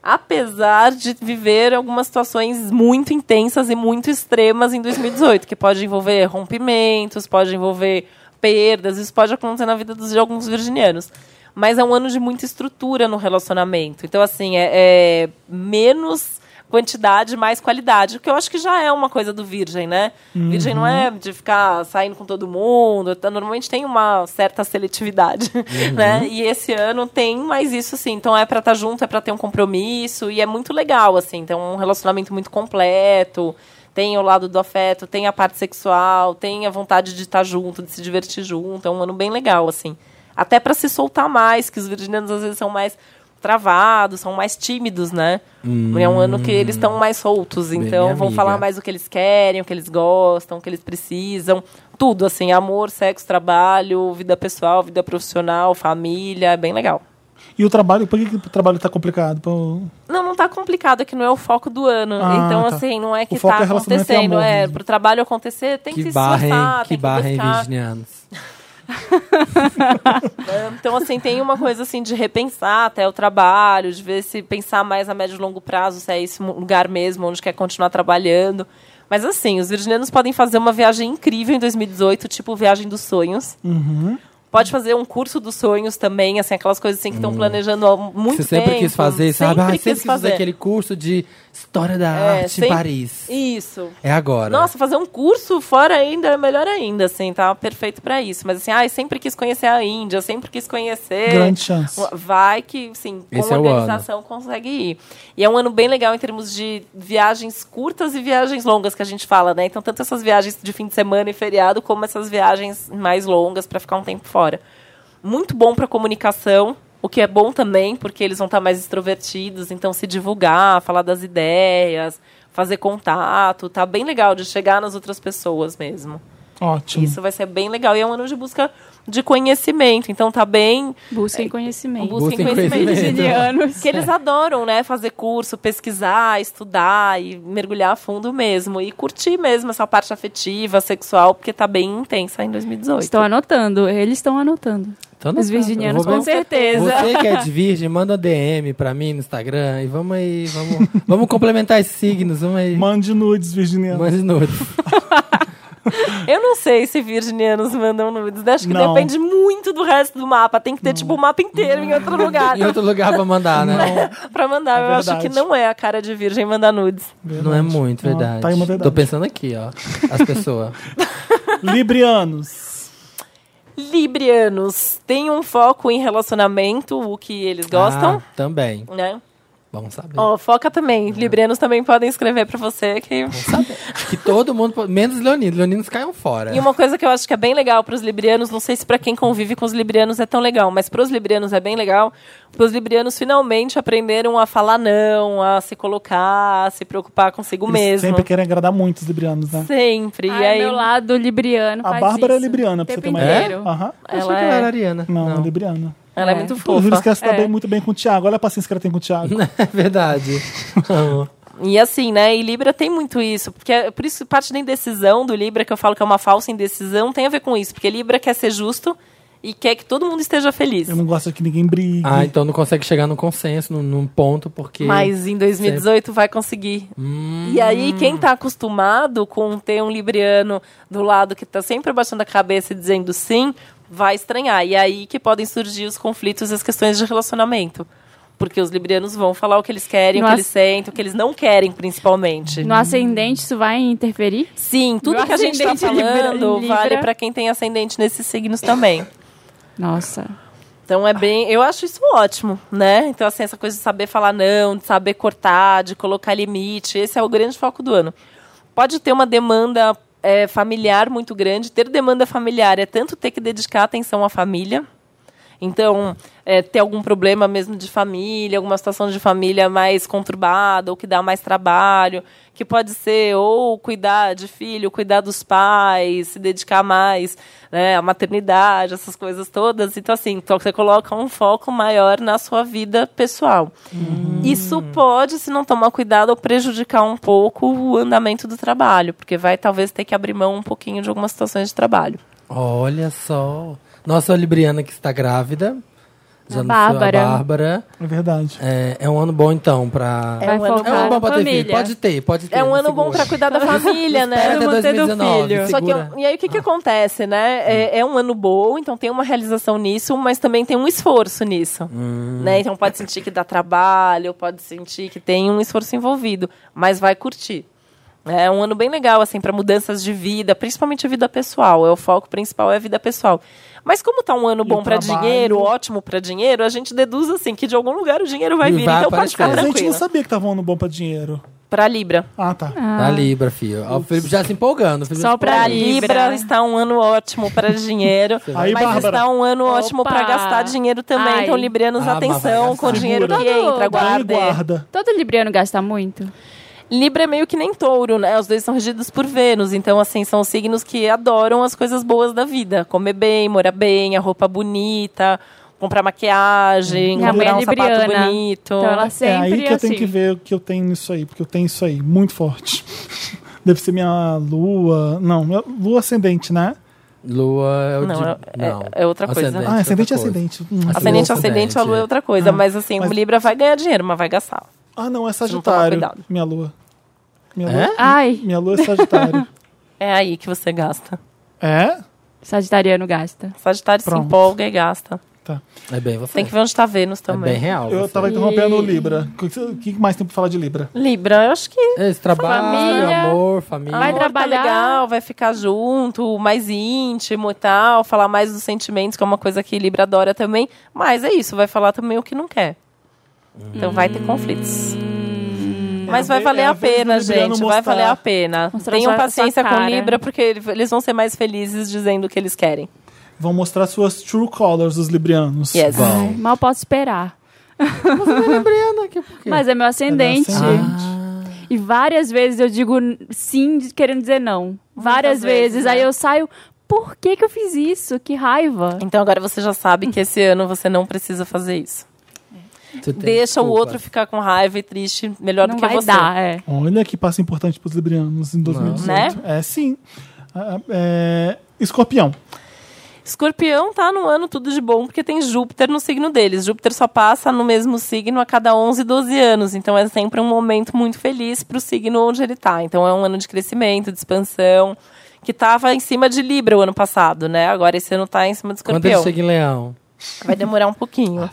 Apesar de viver algumas situações muito intensas e muito extremas em 2018, que pode envolver rompimentos, pode envolver perdas, isso pode acontecer na vida dos- de alguns virginianos. Mas é um ano de muita estrutura no relacionamento. Então, assim, é- é menos quantidade, mais qualidade. Que eu acho que já é uma coisa do virgem, né? Virgem não é de ficar saindo com todo mundo. tá- Normalmente tem uma certa seletividade, né? E esse ano tem mais isso, assim. Então é pra estar junto, é pra ter um compromisso. E é muito legal, assim. Então é um relacionamento muito completo. Tem o lado do afeto, tem a parte sexual, tem a vontade de estar junto, de se divertir junto. É um ano bem legal, assim. Até pra se soltar mais, que os virginianos às vezes são mais travados, são mais tímidos, né?
Hum.
É um ano que eles estão mais soltos,
Bem
então
minha
vão
amiga.
falar mais o que eles querem, o que eles gostam, o que eles precisam. Tudo, assim, amor, sexo, trabalho, vida pessoal, vida profissional, família, é bem legal.
E o trabalho, por que, que o trabalho tá complicado? Pô,
Não, não tá complicado, é que não é o foco do ano.
Ah,
então,
tá.
assim, não é que
O foco
tá
é relacionamento e
acontecendo.
amor
É,
mesmo.
pro trabalho acontecer, tem que,
Que
se esforçar,
barra, hein?
tem
Que
que,
barra, hein,
buscar.
virginianos.
Então, assim, tem uma coisa assim de repensar até o trabalho, de ver se pensar mais a médio e longo prazo, se é esse mu- lugar mesmo onde quer continuar trabalhando. Mas
Uhum.
assim, os virginianos podem fazer uma viagem incrível em 2018, tipo viagem dos sonhos. Pode fazer um curso dos sonhos também, assim, aquelas coisas assim que estão planejando há muito
Hum. Você sempre
tempo.
quis fazer, sabe? Ah,
Sempre
sempre
quis
quis
fazer.
fazer aquele curso de História da
É,
Arte
sempre-
em Paris.
Isso.
É agora.
Nossa, fazer um curso fora ainda é melhor ainda, assim, tá perfeito pra isso. Mas assim, ai, sempre quis conhecer a Índia, sempre quis conhecer.
Grande chance.
Vai que, sim, com
Esse é o
organização consegue ir. E é um ano bem legal em termos de viagens curtas e viagens longas que a gente fala, né? Então, tanto essas viagens de fim de semana e feriado, como essas viagens mais longas para ficar um tempo fora. Muito bom para comunicação, o que é bom também, porque eles vão estar mais extrovertidos, então se divulgar, falar das ideias, fazer contato, tá bem legal de chegar nas outras pessoas mesmo.
Hum.
Ótimo.
Isso vai ser bem legal e é um ano de busca de conhecimento, então tá bem
Busquem conhecimento.
Busquem
Busquem
conhecimento.
conhecimento.
Virginianos.
que eles adoram, né? Fazer curso, pesquisar, estudar e mergulhar a fundo mesmo. E curtir mesmo essa parte afetiva, sexual, porque tá bem intensa em 2018.
Estão anotando, eles estão anotando.
Tô
Os
anotando.
virginianos,
Eu vou um
com certeza.
Você que é de virgem, manda DM pra mim no Instagram e vamos aí, vamos, vamos complementar esses signos, vamos aí.
Mande nudes, Virginiano.
Mande nudes.
Eu não sei se virginianos mandam nudes, né? Acho que
Não.
depende muito do resto do mapa. Tem que ter, tipo, o mapa inteiro em
Hum.
outro lugar
Em outro lugar pra mandar, né?
*laughs* pra mandar.
É
Eu acho que
verdade.
não é a cara de virgem mandar nudes.
Não, é muito,
Não,
verdade.
tá aí uma verdade.
Tô pensando aqui, ó. As pessoas.
*laughs* Librianos.
Librianos tem um foco em relacionamento, o que eles *laughs* gostam,
Ah, também.
né?
Vamos saber.
Ó, foca também. Librianos também podem escrever pra você que
Que todo mundo. pode- Menos Leoninos. Leoninos caiam fora.
E uma coisa que eu acho que é bem legal para os librianos, não sei se para quem convive com os librianos é tão legal, mas para os librianos é bem legal, porque os librianos finalmente aprenderam a falar não, a se colocar, a se preocupar consigo
Eles
mesmo.
Sempre querem agradar muito os librianos, né?
Sempre.
Ai,
e aí,
meu lado libriano
A
faz
Bárbara é
isso.
libriana,
O
pra você
tempo
ter uma
É?
Ah.
inteiro.
ideia. Aham.
Achei
ela
que ela era
é,
Ariana.
Não, é libriana.
ela é
É.
muito
Inclusive,
fofa.
esquece se dá
É.
bem, muito bem com o Thiago. Olha a paciência que ela tem com o Thiago.
*laughs* É verdade. Amo.
E assim, né? E Libra tem muito isso. Porque é por isso que parte da indecisão do Libra, que eu falo que é uma falsa indecisão, tem a ver com isso. Porque Libra quer ser justo e quer que todo mundo esteja feliz.
Eu não gosto de que ninguém brigue.
Ah, então não consegue chegar num consenso, num, num ponto, porque.
Mas em 2018 vai conseguir.
Hum,
E aí, quem tá acostumado com ter um libriano do lado que tá sempre abaixando a cabeça e dizendo sim, vai estranhar. E é aí que podem surgir os conflitos e as questões de relacionamento. Porque os librianos vão falar o que eles querem, o
Nossa.
que eles sentem, o que eles não querem, principalmente.
No ascendente, isso vai interferir?
Sim, tudo
Meu
que a gente tá
ascendente é Libra-
falando
Libra.
vale para quem tem ascendente nesses signos também.
Nossa.
Então é bem. Eu acho isso ótimo, né? Então, assim, essa coisa de saber falar não, de saber cortar, de colocar limite, esse é o grande foco do ano. Pode ter uma demanda eh, familiar muito grande. Ter demanda familiar é tanto ter que dedicar atenção à família. Então, eh, ter algum problema mesmo de família, alguma situação de família mais conturbada, ou que dá mais trabalho, que pode ser ou cuidar de filho, cuidar dos pais, se dedicar mais né, à maternidade, essas coisas todas. Então, assim, então você coloca um foco maior na sua vida pessoal. Isso pode, se não tomar cuidado, prejudicar um pouco o andamento do trabalho, porque vai talvez ter que abrir mão um pouquinho de algumas situações de trabalho.
Olha só. Nossa Libriana que está grávida.
A
não sou-
Bárbara.
A Bárbara.
É verdade.
É, é um ano bom, então, pra.
É
vai
um ano
É
focar
um ano bom pra
na
ter filho.
família.
Pode ter, pode ter.
É um
me
ano bom
segura.
para cuidar da família, né?
Espera até
Não manter do
2019.
filho.
Só que,
segura.
é um- e aí o que,
Ah.
que acontece, né?
Hum.
É, é um ano bom, então tem uma realização nisso, mas também tem um esforço nisso.
Hum.
Né? Então pode sentir que dá trabalho, pode sentir que tem um esforço envolvido, mas vai curtir. É um ano bem legal, assim, para mudanças de vida, principalmente a vida pessoal. É o foco principal, é a vida pessoal. Mas como tá um ano
E
bom
o
para
trabalho?
dinheiro, ótimo para dinheiro, a gente deduz assim que de algum lugar o dinheiro vai
E
vir,
vai
então pode ficar
Mas a gente não
tranquila.
sabia que tava um ano bom pra dinheiro.
Para Libra.
Ah, tá.
Tá Libra, filho. Ó, O Felipe já se empolgando. o Felipe
Só
já se
pra
Para
empolgando.
Libra
Libra. né?
está um ano ótimo
*laughs*
para dinheiro,
Aí,
mas
Bárbara.
está um ano
Opa.
ótimo para gastar dinheiro também.
Ai.
Então, librianos,
Ah, mas vai
atenção
gastar.
com o dinheiro que
Segura.
entra,
Dá e
guarda.
Então guarda.
Todo libriano gasta muito?
Libra é meio que nem touro, né? Os dois são regidos por Vênus, então, assim, são signos que adoram as coisas boas da vida: comer bem, morar bem, a roupa bonita, comprar maquiagem,
Minha mãe
comprar
é
um sapato
libriana.
bonito.
Então ela
É aí
sempre
que eu
assim.
tenho que ver o que eu tenho nisso aí, porque eu tenho isso aí, muito forte. *laughs* Deve ser minha lua. Não, minha lua ascendente, né?
Lua é o
Não,
de-
é- é- é outra coisa.
é Ascendente,
ah, ascendente e
outra coisa.
ascendente. Hum.
Lua,
Ascendente, ascendente, a lua
ascendente,
é
é.
outra coisa, mas assim,
Mas-
o Libra vai ganhar dinheiro, mas vai gastar.
Ah, não, é
não tomar
Sagitário.
cuidado.
Minha lua. Minha lua,
É?
Ai,
minha lua é Sagitário.
É aí que você gasta.
é?
Sagitariano gasta.
Sagitário
Pronto.
se empolga e gasta.
Tá.
É bem você.
Tem que ver onde tá Vênus
É
também.
bem real.
Eu
você.
tava interrompendo o Libra. O que- O que mais tem pra falar de Libra?
Libra, eu acho que
Esse trabalho,
Família.
amor, família.
Vai
amor
trabalhar.
Tá legal, vai ficar junto, mais íntimo e tal, falar mais dos sentimentos, que é uma coisa que Libra adora também. Mas é isso, vai falar também o que não quer. Então vai ter conflitos. Mas
É,
vai
é,
valer
é,
a pena,
vamos
gente.
mostrar-
Vai valer a pena.
Hum. mostrar
Tenham
sua-
paciência
sua
com
cara.
Libra, porque eles vão ser mais felizes dizendo o que eles querem.
Vão mostrar suas true colors, os librianos.
Yes.
Bom.
Ai, mal posso esperar.
Libriana aqui, por quê?
Mas é meu ascendente.
Ah,
E várias vezes eu digo sim, de- querendo dizer não. várias
vezes,
vezes.
né?
Aí eu saio, por que, que eu fiz isso? Que raiva.
Então agora você já sabe que esse ano você não precisa fazer isso.
tu tem
Deixa o
desculpa.
outro ficar com raiva e triste, melhor
não
do que
vai
você.
dar, é.
Olha que passo importante pros librianos em 2018. É sim. Ah, é, Escorpião.
Escorpião tá no ano tudo de bom, porque tem Júpiter no signo deles. Júpiter só passa no mesmo signo a cada 11, e 12 anos. Então é sempre um momento muito feliz pro signo onde ele tá. Então é um ano de crescimento, de expansão, que tava em cima de Libra o ano passado, né? Agora esse ano tá em cima de
Quando ele
Escorpião.
chega em leão.
Vai demorar
*laughs*
um pouquinho.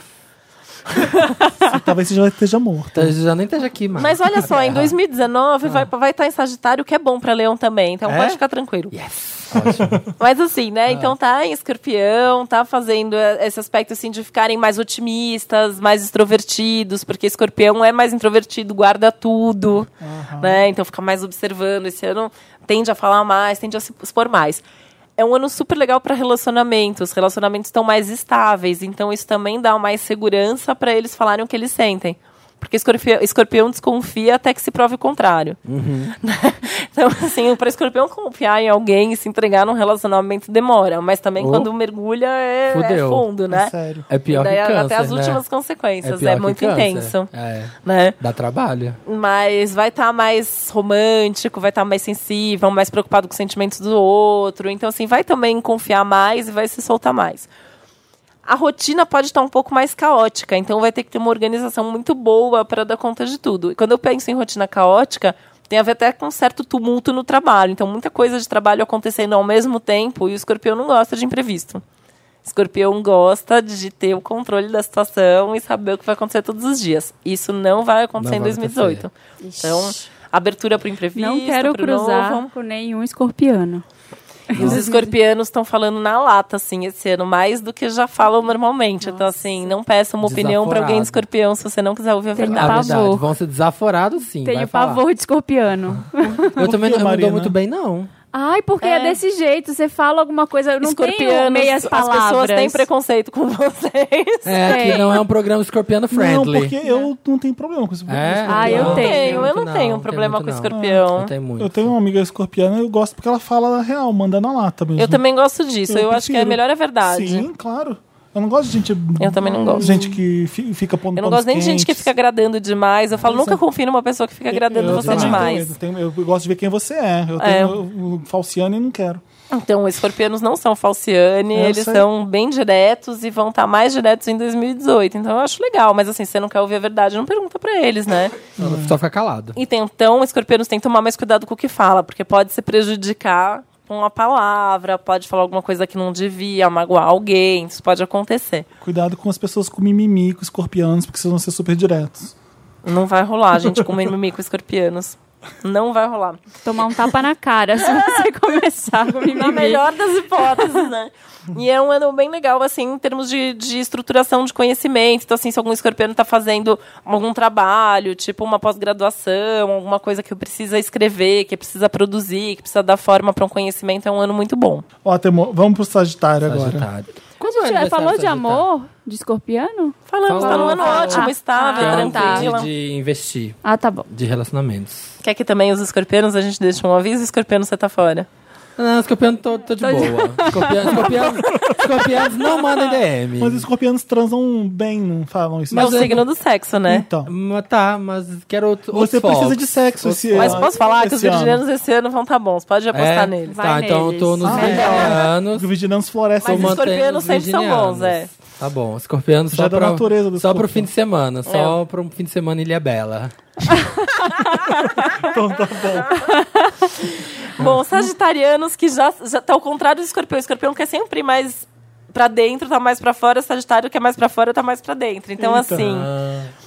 Talvez você já esteja morto.
Então, já nem esteja aqui, mais.
Mas olha
*laughs* É.
só, em 2019 vai estar vai tá em Sagitário, o que é bom pra Leão também. Então
É?
pode ficar tranquilo.
Yes! Ótimo.
Mas assim, né? Então tá em escorpião, tá fazendo é, esse aspecto assim de ficarem mais otimistas, mais extrovertidos, porque escorpião é mais introvertido, guarda tudo, né? Então fica mais observando. Esse ano tende a falar mais, tende a se expor mais. É um ano super legal para relacionamentos. Relacionamentos estão mais estáveis, então isso também dá mais segurança para eles falarem o que eles sentem. Porque escorpião, escorpião desconfia até que se prove o contrário. *laughs* Então, assim, para escorpião confiar em alguém e se entregar num relacionamento demora. Mas também
Oh.
quando mergulha é, é
Fudeu.
fundo, né?
É sério.
É pior
E daí
que câncer,
até as
né?
últimas
É
consequências.
pior
É,
que
muito
câncer.
intenso,
É.
né?
Dá trabalho.
Mas vai estar mais romântico, vai estar mais sensível, mais preocupado com os sentimentos do outro. Então, assim, vai também confiar mais e vai se soltar mais. A rotina pode estar um pouco mais caótica, então vai ter que ter uma organização muito boa para dar conta de tudo. E quando eu penso em rotina caótica, tem a ver até com um certo tumulto no trabalho. Então, muita coisa de trabalho acontecendo ao mesmo tempo e o escorpião não gosta de imprevisto. Escorpião gosta de ter o controle da situação e saber o que vai acontecer todos os dias. Isso não vai acontecer
Não
em
vai
2018. Então, abertura para o imprevisto.
Não quero
pro
cruzar
novo.
com nenhum escorpiano.
E os escorpianos estão falando na lata, assim, esse ano, mais do que já falam normalmente. Então, assim, não peça uma opinião para alguém de escorpião se você não quiser ouvir a
Tem
verdade.
Na verdade,
pavor.
vão ser desaforados sim. vai
Tenho
falar.
pavor
*laughs*
de escorpiano.
quê,
Eu também não eu não dou
Marina?
muito bem, não.
Ai, porque é.
É.
desse jeito. Você fala alguma coisa, eu não tenho
Escorpianos,
meias palavras.
As pessoas têm preconceito com *laughs* vocês.
É,
Tem.
aqui não é um programa escorpiano
Não,
friendly.
porque eu não tenho problema com isso.
É?
Ah, eu
não
tenho,
eu não
muito
tenho
não,
problema
tem
com
muito não.
escorpião.
Eu tenho muito.
Eu tenho uma amiga escorpiana, eu gosto porque ela fala a real, manda na lata mesmo.
Eu também gosto disso. Eu,
Eu
acho que é
prefiro.
melhor a verdade.
Sim, claro. Eu não gosto de gente.
Eu também não gosto.
Gente que fi- fica pondo
Eu não
panos
gosto nem de gente que
quentes.
fica agradando demais. Eu falo, nunca confio numa pessoa que fica agradando
Eu
você
também
demais.
tenho- Eu, tenho- eu gosto de ver quem você é. Eu
É.
tenho o falciano e não quero.
Então, os escorpianos não são falciane,
Eu
eles
sei.
são bem diretos e vão estar mais diretos em 2018. Então, eu acho legal, mas assim, você não quer ouvir a verdade, não pergunta pra eles, né?
Só ficar calado.
E tem, então, escorpianos têm que tomar mais cuidado com o que fala, porque pode se prejudicar com a palavra, pode falar alguma coisa que não devia, magoar alguém, isso pode acontecer.
Cuidado com as pessoas com mimimi, com escorpianos, porque vocês vão ser super diretos.
Não vai rolar, gente, com mimimi com escorpianos. Não vai rolar.
Tomar um tapa na cara
*laughs*
se você começar com
Na
mimimi.
melhor das hipóteses, né? E é um ano bem legal, assim, em termos de, de estruturação de conhecimento. Então, assim, se algum escorpiano está fazendo algum trabalho, tipo uma pós-graduação, alguma coisa que precisa escrever, que precisa produzir, que precisa dar forma para um conhecimento, é um ano muito bom.
Ó, Temo, vamos pro Sagitário,
Tá,
agora.
Sagitário. Quando é
Gente, falou
tá?
de amor? De escorpiano?
Falamos, tá Então, num ano
Falamos.
ótimo,
Ah,
estável,
ah,
tranquila.
é um de, de investir,
Ah, tá bom.
de relacionamentos.
Quer que também os escorpianos a gente deixe um aviso? Escorpiano, você tá fora.
Não, escorpião tô, tô de boa. Escorpião, escorpião, escorpianos não mandam DM.
Mas os escorpianos transam bem, não falam isso. assim,
Mas é o
eu-
signo do sexo, né?
então.
Mas Tá, mas quero outro
Você
outros
precisa
focos.
de sexo
Outros
esse-
Mas
Ah,
posso falar que os
esse ano.
virginianos esse ano vão estar bons, pode apostar neles.
Tá,
Vai
então eu tô
neles.
nos
Ah, é.
virginianos.
Os virginianos florescem.
Mas
mantendo
escorpianos
os
sempre são
virginianos.
bons, é.
Tá bom, escorpiano
Já
só,
é da
pra,
natureza do
só pro
escorpião.
fim de semana.
É.
Só pro fim de semana Ilha Bela.
Bom, sagitarianos que já, já tá ao contrário do escorpião. O escorpião quer sempre mais pra dentro, tá mais pra fora. O sagitário quer mais pra fora, tá mais pra dentro. Então,
Eita.
assim,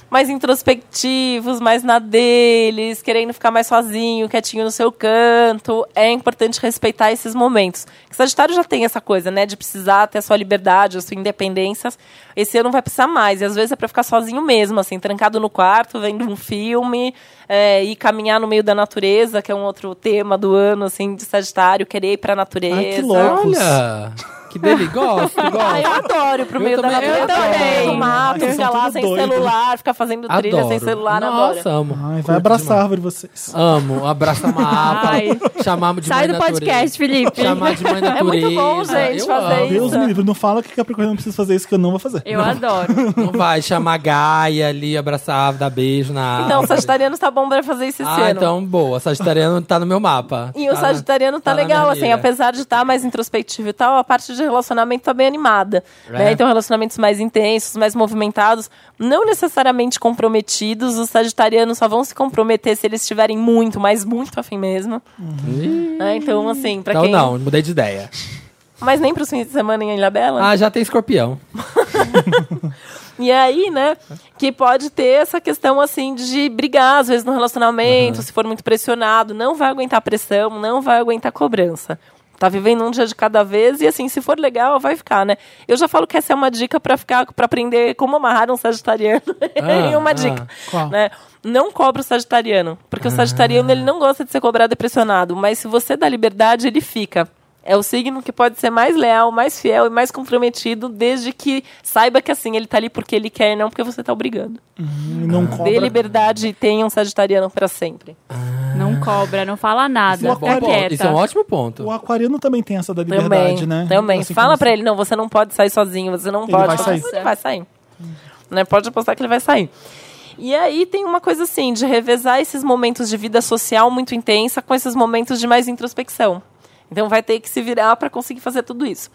mais introspectivos, mais na deles, querendo ficar mais sozinho, quietinho no seu canto. É importante respeitar esses momentos. O sagitário já tem essa coisa, né? De precisar ter a sua liberdade, a sua independência. Esse ano vai precisar mais. E às vezes é pra ficar sozinho mesmo, assim, trancado no quarto, vendo um filme, é, ir caminhar no meio da natureza, que é um outro tema do ano, assim, de sagitário, querer ir pra natureza.
Ai, que louco.
Olha! Que delícia.
*laughs*
Gosto,
Ah, É. eu
gosto.
adoro pro
Eu
meio da
também-
natureza.
eu também.
No mato,
Ai,
fica
são
lá
tudo
sem
doido.
celular, fica fazendo trilha
Adoro.
sem celular, adoro.
Nossa, amo.
Ai,
Curto
vai abraçar a
demais.
árvore vocês.
Amo, abraça uma
Ai.
árvore. Chamamos de
Sai
mãe
do
natureza.
podcast, Felipe.
Chamar de mãe
É muito
natureza.
bom, gente,
eu
fazer
amo.
Deus
isso.
me livre, não fala que Capricorniano precisa fazer isso que eu não vou fazer.
*laughs* Eu adoro.
Não vai chamar Gaia ali, abraçar a árvore, dar beijo na árvore.
Então, o sagitariano tá bom pra fazer isso esse
Ah,
ano.
então boa. Sagitariano tá no meu mapa.
E o
Tá na-
sagitariano tá,
tá na
legal,
minha
assim,
mira.
apesar de estar mais introspectivo e tal, a parte de relacionamento tá bem animada. né?
É.
Então, relacionamentos mais intensos, mais movimentados, não necessariamente comprometidos. Os sagitarianos só vão se comprometer se eles estiverem muito, mas muito afim mesmo. né? Então, assim, pra
Então
quem...
não, mudei de ideia.
Mas nem pro fim de semana em Ilhabela.
Ah, já tem escorpião.
E aí, né, que pode ter essa questão, assim, de brigar, às vezes, no relacionamento,
Uhum.
se for muito pressionado, não vai aguentar pressão, não vai aguentar cobrança. Tá vivendo um dia de cada vez e, assim, se for legal, vai ficar, né? Eu já falo que essa é uma dica pra ficar, para aprender como amarrar um sagitariano. *laughs* É
Ah,
uma
ah,
dica,
qual?
né? Não cobra o sagitariano, porque o sagitariano, ele não gosta de ser cobrado e pressionado, mas se você dá liberdade, ele fica. É o signo que pode ser mais leal, mais fiel e mais comprometido, desde que saiba que assim, ele tá ali porque ele quer e não porque você tá obrigando.
E Não cobra.
Dê liberdade e tenha um sagitariano pra sempre.
Não cobra, não fala
Isso é
nada.
uma
Fica
boa-
quieta.
Isso é um ótimo ponto.
O aquariano também tem essa da liberdade,
Também,
né?
também.
Assim,
Fala
como
pra ele, não, você não pode sair sozinho, você não
Ele
pode.
vai sair. Hum.
Ele vai sair. Né? Pode apostar que ele vai sair. E aí tem uma coisa assim, de revezar esses momentos de vida social muito intensa com esses momentos de mais introspecção. Então vai ter que se virar para conseguir fazer tudo isso.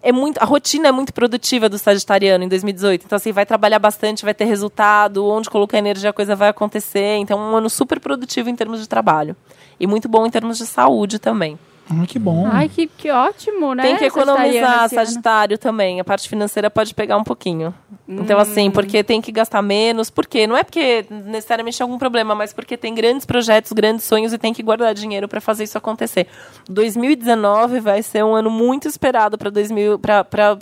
É muito, a rotina é muito produtiva do sagitariano em 2018. Então, assim, vai trabalhar bastante, vai ter resultado, onde colocar energia a coisa vai acontecer. Então, um ano super produtivo em termos de trabalho. E muito bom em termos de saúde também.
Ai, Hum, que bom.
Ai, que, que ótimo, né?
Tem que economizar,
Sagitariano esse ano.
Sagitário também. A parte financeira pode pegar um pouquinho.
Hum.
Então, assim, porque tem que gastar menos. Por quê? Não é porque necessariamente tem algum problema, mas porque tem grandes projetos, grandes sonhos e tem que guardar dinheiro para fazer isso acontecer. 2019 vai ser um ano muito esperado para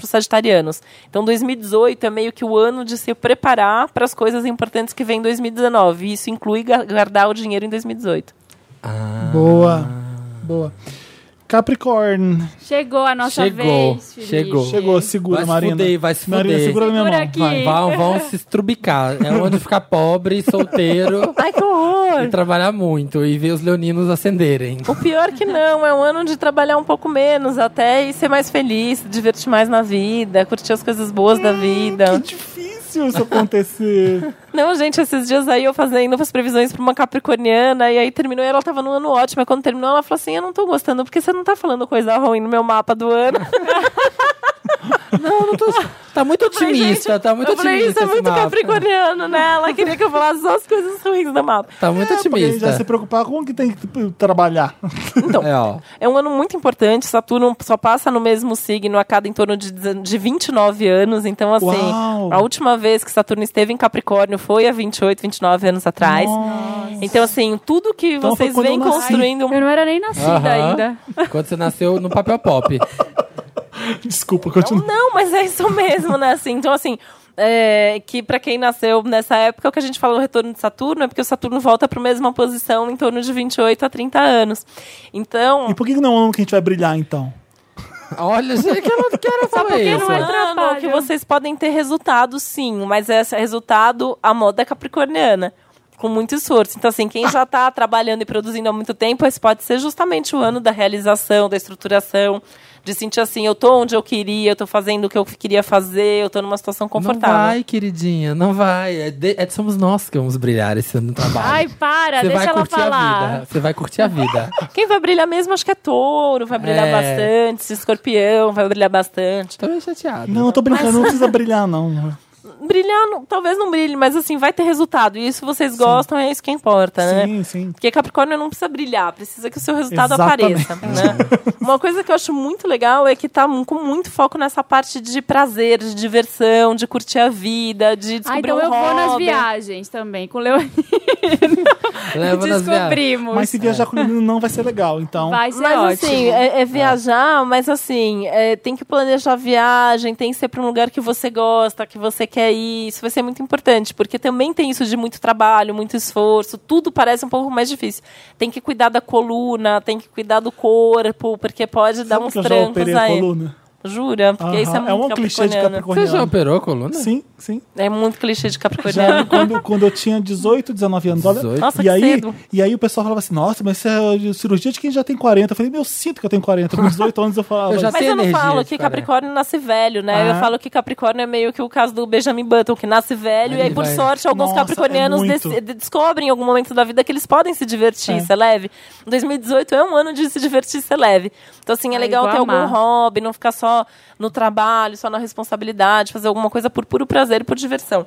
os sagitarianos. Então, 2018 é meio que o ano de se preparar para as coisas importantes que vem em 2019. E isso inclui ga- guardar o dinheiro em 2018.
Ah,
Boa. Boa. Capricórnio.
Chegou a nossa
Chegou,
vez, Felipe.
chegou.
Chegou, segura,
Vai se
Marina.
fuder, vai se
Marina,
fuder.
segura na minha
Segura
mão. vai.
aqui.
vão, vão se estrubicar. É onde ficar pobre, solteiro
Ai, que horror!
e trabalhar muito e ver os leoninos acenderem.
O pior que não, é um ano de trabalhar um pouco menos até e ser mais feliz, se divertir mais na vida, curtir as coisas boas
Hum,
da
Que
vida.
difícil isso
*laughs*
acontecer.
Não, gente, esses dias aí eu fazendo as previsões pra uma capricorniana e aí terminou e ela tava num ano ótimo. Aí quando terminou, ela falou assim: Eu não tô gostando, porque você não tá falando coisa ruim no meu mapa do
*laughs*
ano.
Não, não tô. Tá muito otimista, tá muito
eu falei,
otimista.
isso é
esse
muito
mapa.
capricorniano, né? Ela queria que eu falasse só as coisas ruins do mapa.
Tá muito
É, porque a gente
otimista.
vai se preocupar com o que tem que t- trabalhar. *laughs*
Então,
É, ó.
É um ano muito importante, Saturno só passa no mesmo signo a cada em torno de, dezen- de 29 anos, então assim,
Uau!
a última vez que Saturno esteve em Capricórnio foi há 28, 29 anos atrás. Então assim, tudo que
Então foi
vocês
quando
vêm
eu nasci.
construindo...
Eu não era nem nascida
Aham.
ainda.
Quando você nasceu no papel pop.
Desculpa, continua.
*laughs* Não, mas é isso mesmo, né? Assim, então, assim, é, que pra quem nasceu nessa época, o que a gente fala do retorno de Saturno é porque o Saturno volta para a mesma posição em torno de 28 a 30 anos. Então.
E por que que não é um ano que a gente vai brilhar, então?
Olha, gente, que eu não quero falar
porque não
isso.
é
ano
atrapalha.
que vocês podem ter resultado, sim, mas esse resultado, a moda é capricorniana. com muito esforço. Então, assim, quem já está trabalhando e produzindo há muito tempo, esse pode ser justamente o ano da realização, da estruturação, de sentir assim, eu tô onde eu queria, eu tô fazendo o que eu queria fazer, eu tô numa situação confortável.
Não vai, queridinha, não vai. É de- é- somos nós que vamos brilhar esse ano no trabalho.
Ai, para,
Você
deixa
vai
ela
curtir a
falar.
vida. Você vai curtir a vida.
Quem vai brilhar mesmo, acho que é touro, vai brilhar
É.
bastante, esse escorpião vai brilhar bastante.
Tô meio chateado.
Não, eu tô brincando, não precisa brilhar,
*laughs* Né?
não.
Brilhar, não- talvez não brilhe, mas assim, vai ter resultado. E isso vocês gostam, é isso que importa, né?
Sim, sim.
Porque Capricórnio não precisa brilhar, precisa que o seu resultado
Exatamente.
apareça. Né?
*laughs*
Uma coisa que eu acho muito legal é que tá mu- com muito foco nessa parte de prazer, de diversão, de curtir a vida, de
Ah,
descobrir
então
um
eu vou nas
hobby.
viagens também, com o Leonino. *laughs*
Leva nas viagens.
Descobrimos.
Mas se viajar
É.
com o menino não vai ser legal, então.
Vai ser
Mas
ótimo.
assim, é, é viajar, mas assim, é, tem que planejar a viagem, tem que ser para um lugar que você gosta, que você quer ir. Isso vai ser muito importante, porque também tem isso de muito trabalho, muito esforço, tudo parece um pouco mais difícil. Tem que cuidar da coluna, tem que cuidar do corpo, porque pode dar
Sabe
uns
que eu já
trancos
operei a
aí.
coluna?
Jura? Porque isso é
Aham,
muito
um clichê de
capricorniano.
Você já
capricorniano.
operou a coluna? *laughs*
Sim, sim.
É muito clichê de
Já
capricorniano.
quando, quando eu tinha 18, 19 anos. Olha,
18.
Nossa,
e,
que
aí,
cedo.
e aí o pessoal falava assim, nossa, mas isso é de cirurgia de quem já tem 40. Eu falei, meu, eu sinto que eu tenho 40. Com 18 anos eu falava
Eu já
isso.
Mas
Tem
eu não
energia
falo
de
que
parar.
Capricórnio nasce velho, né?
Ah.
Eu falo que Capricórnio é meio que o caso do Benjamin Button, que nasce velho,
Ele
e aí, por
vai-
sorte, alguns
Nossa,
capricornianos
é
des-
muito.
de- descobrem em algum momento da vida que eles podem se divertir,
É.
ser leve. 2018 é um ano de se divertir, ser leve. Então, assim, é
Ai,
legal
vou
ter algum
amar.
hobby, não ficar só no trabalho, só na responsabilidade, fazer alguma coisa por puro prazer e por diversão.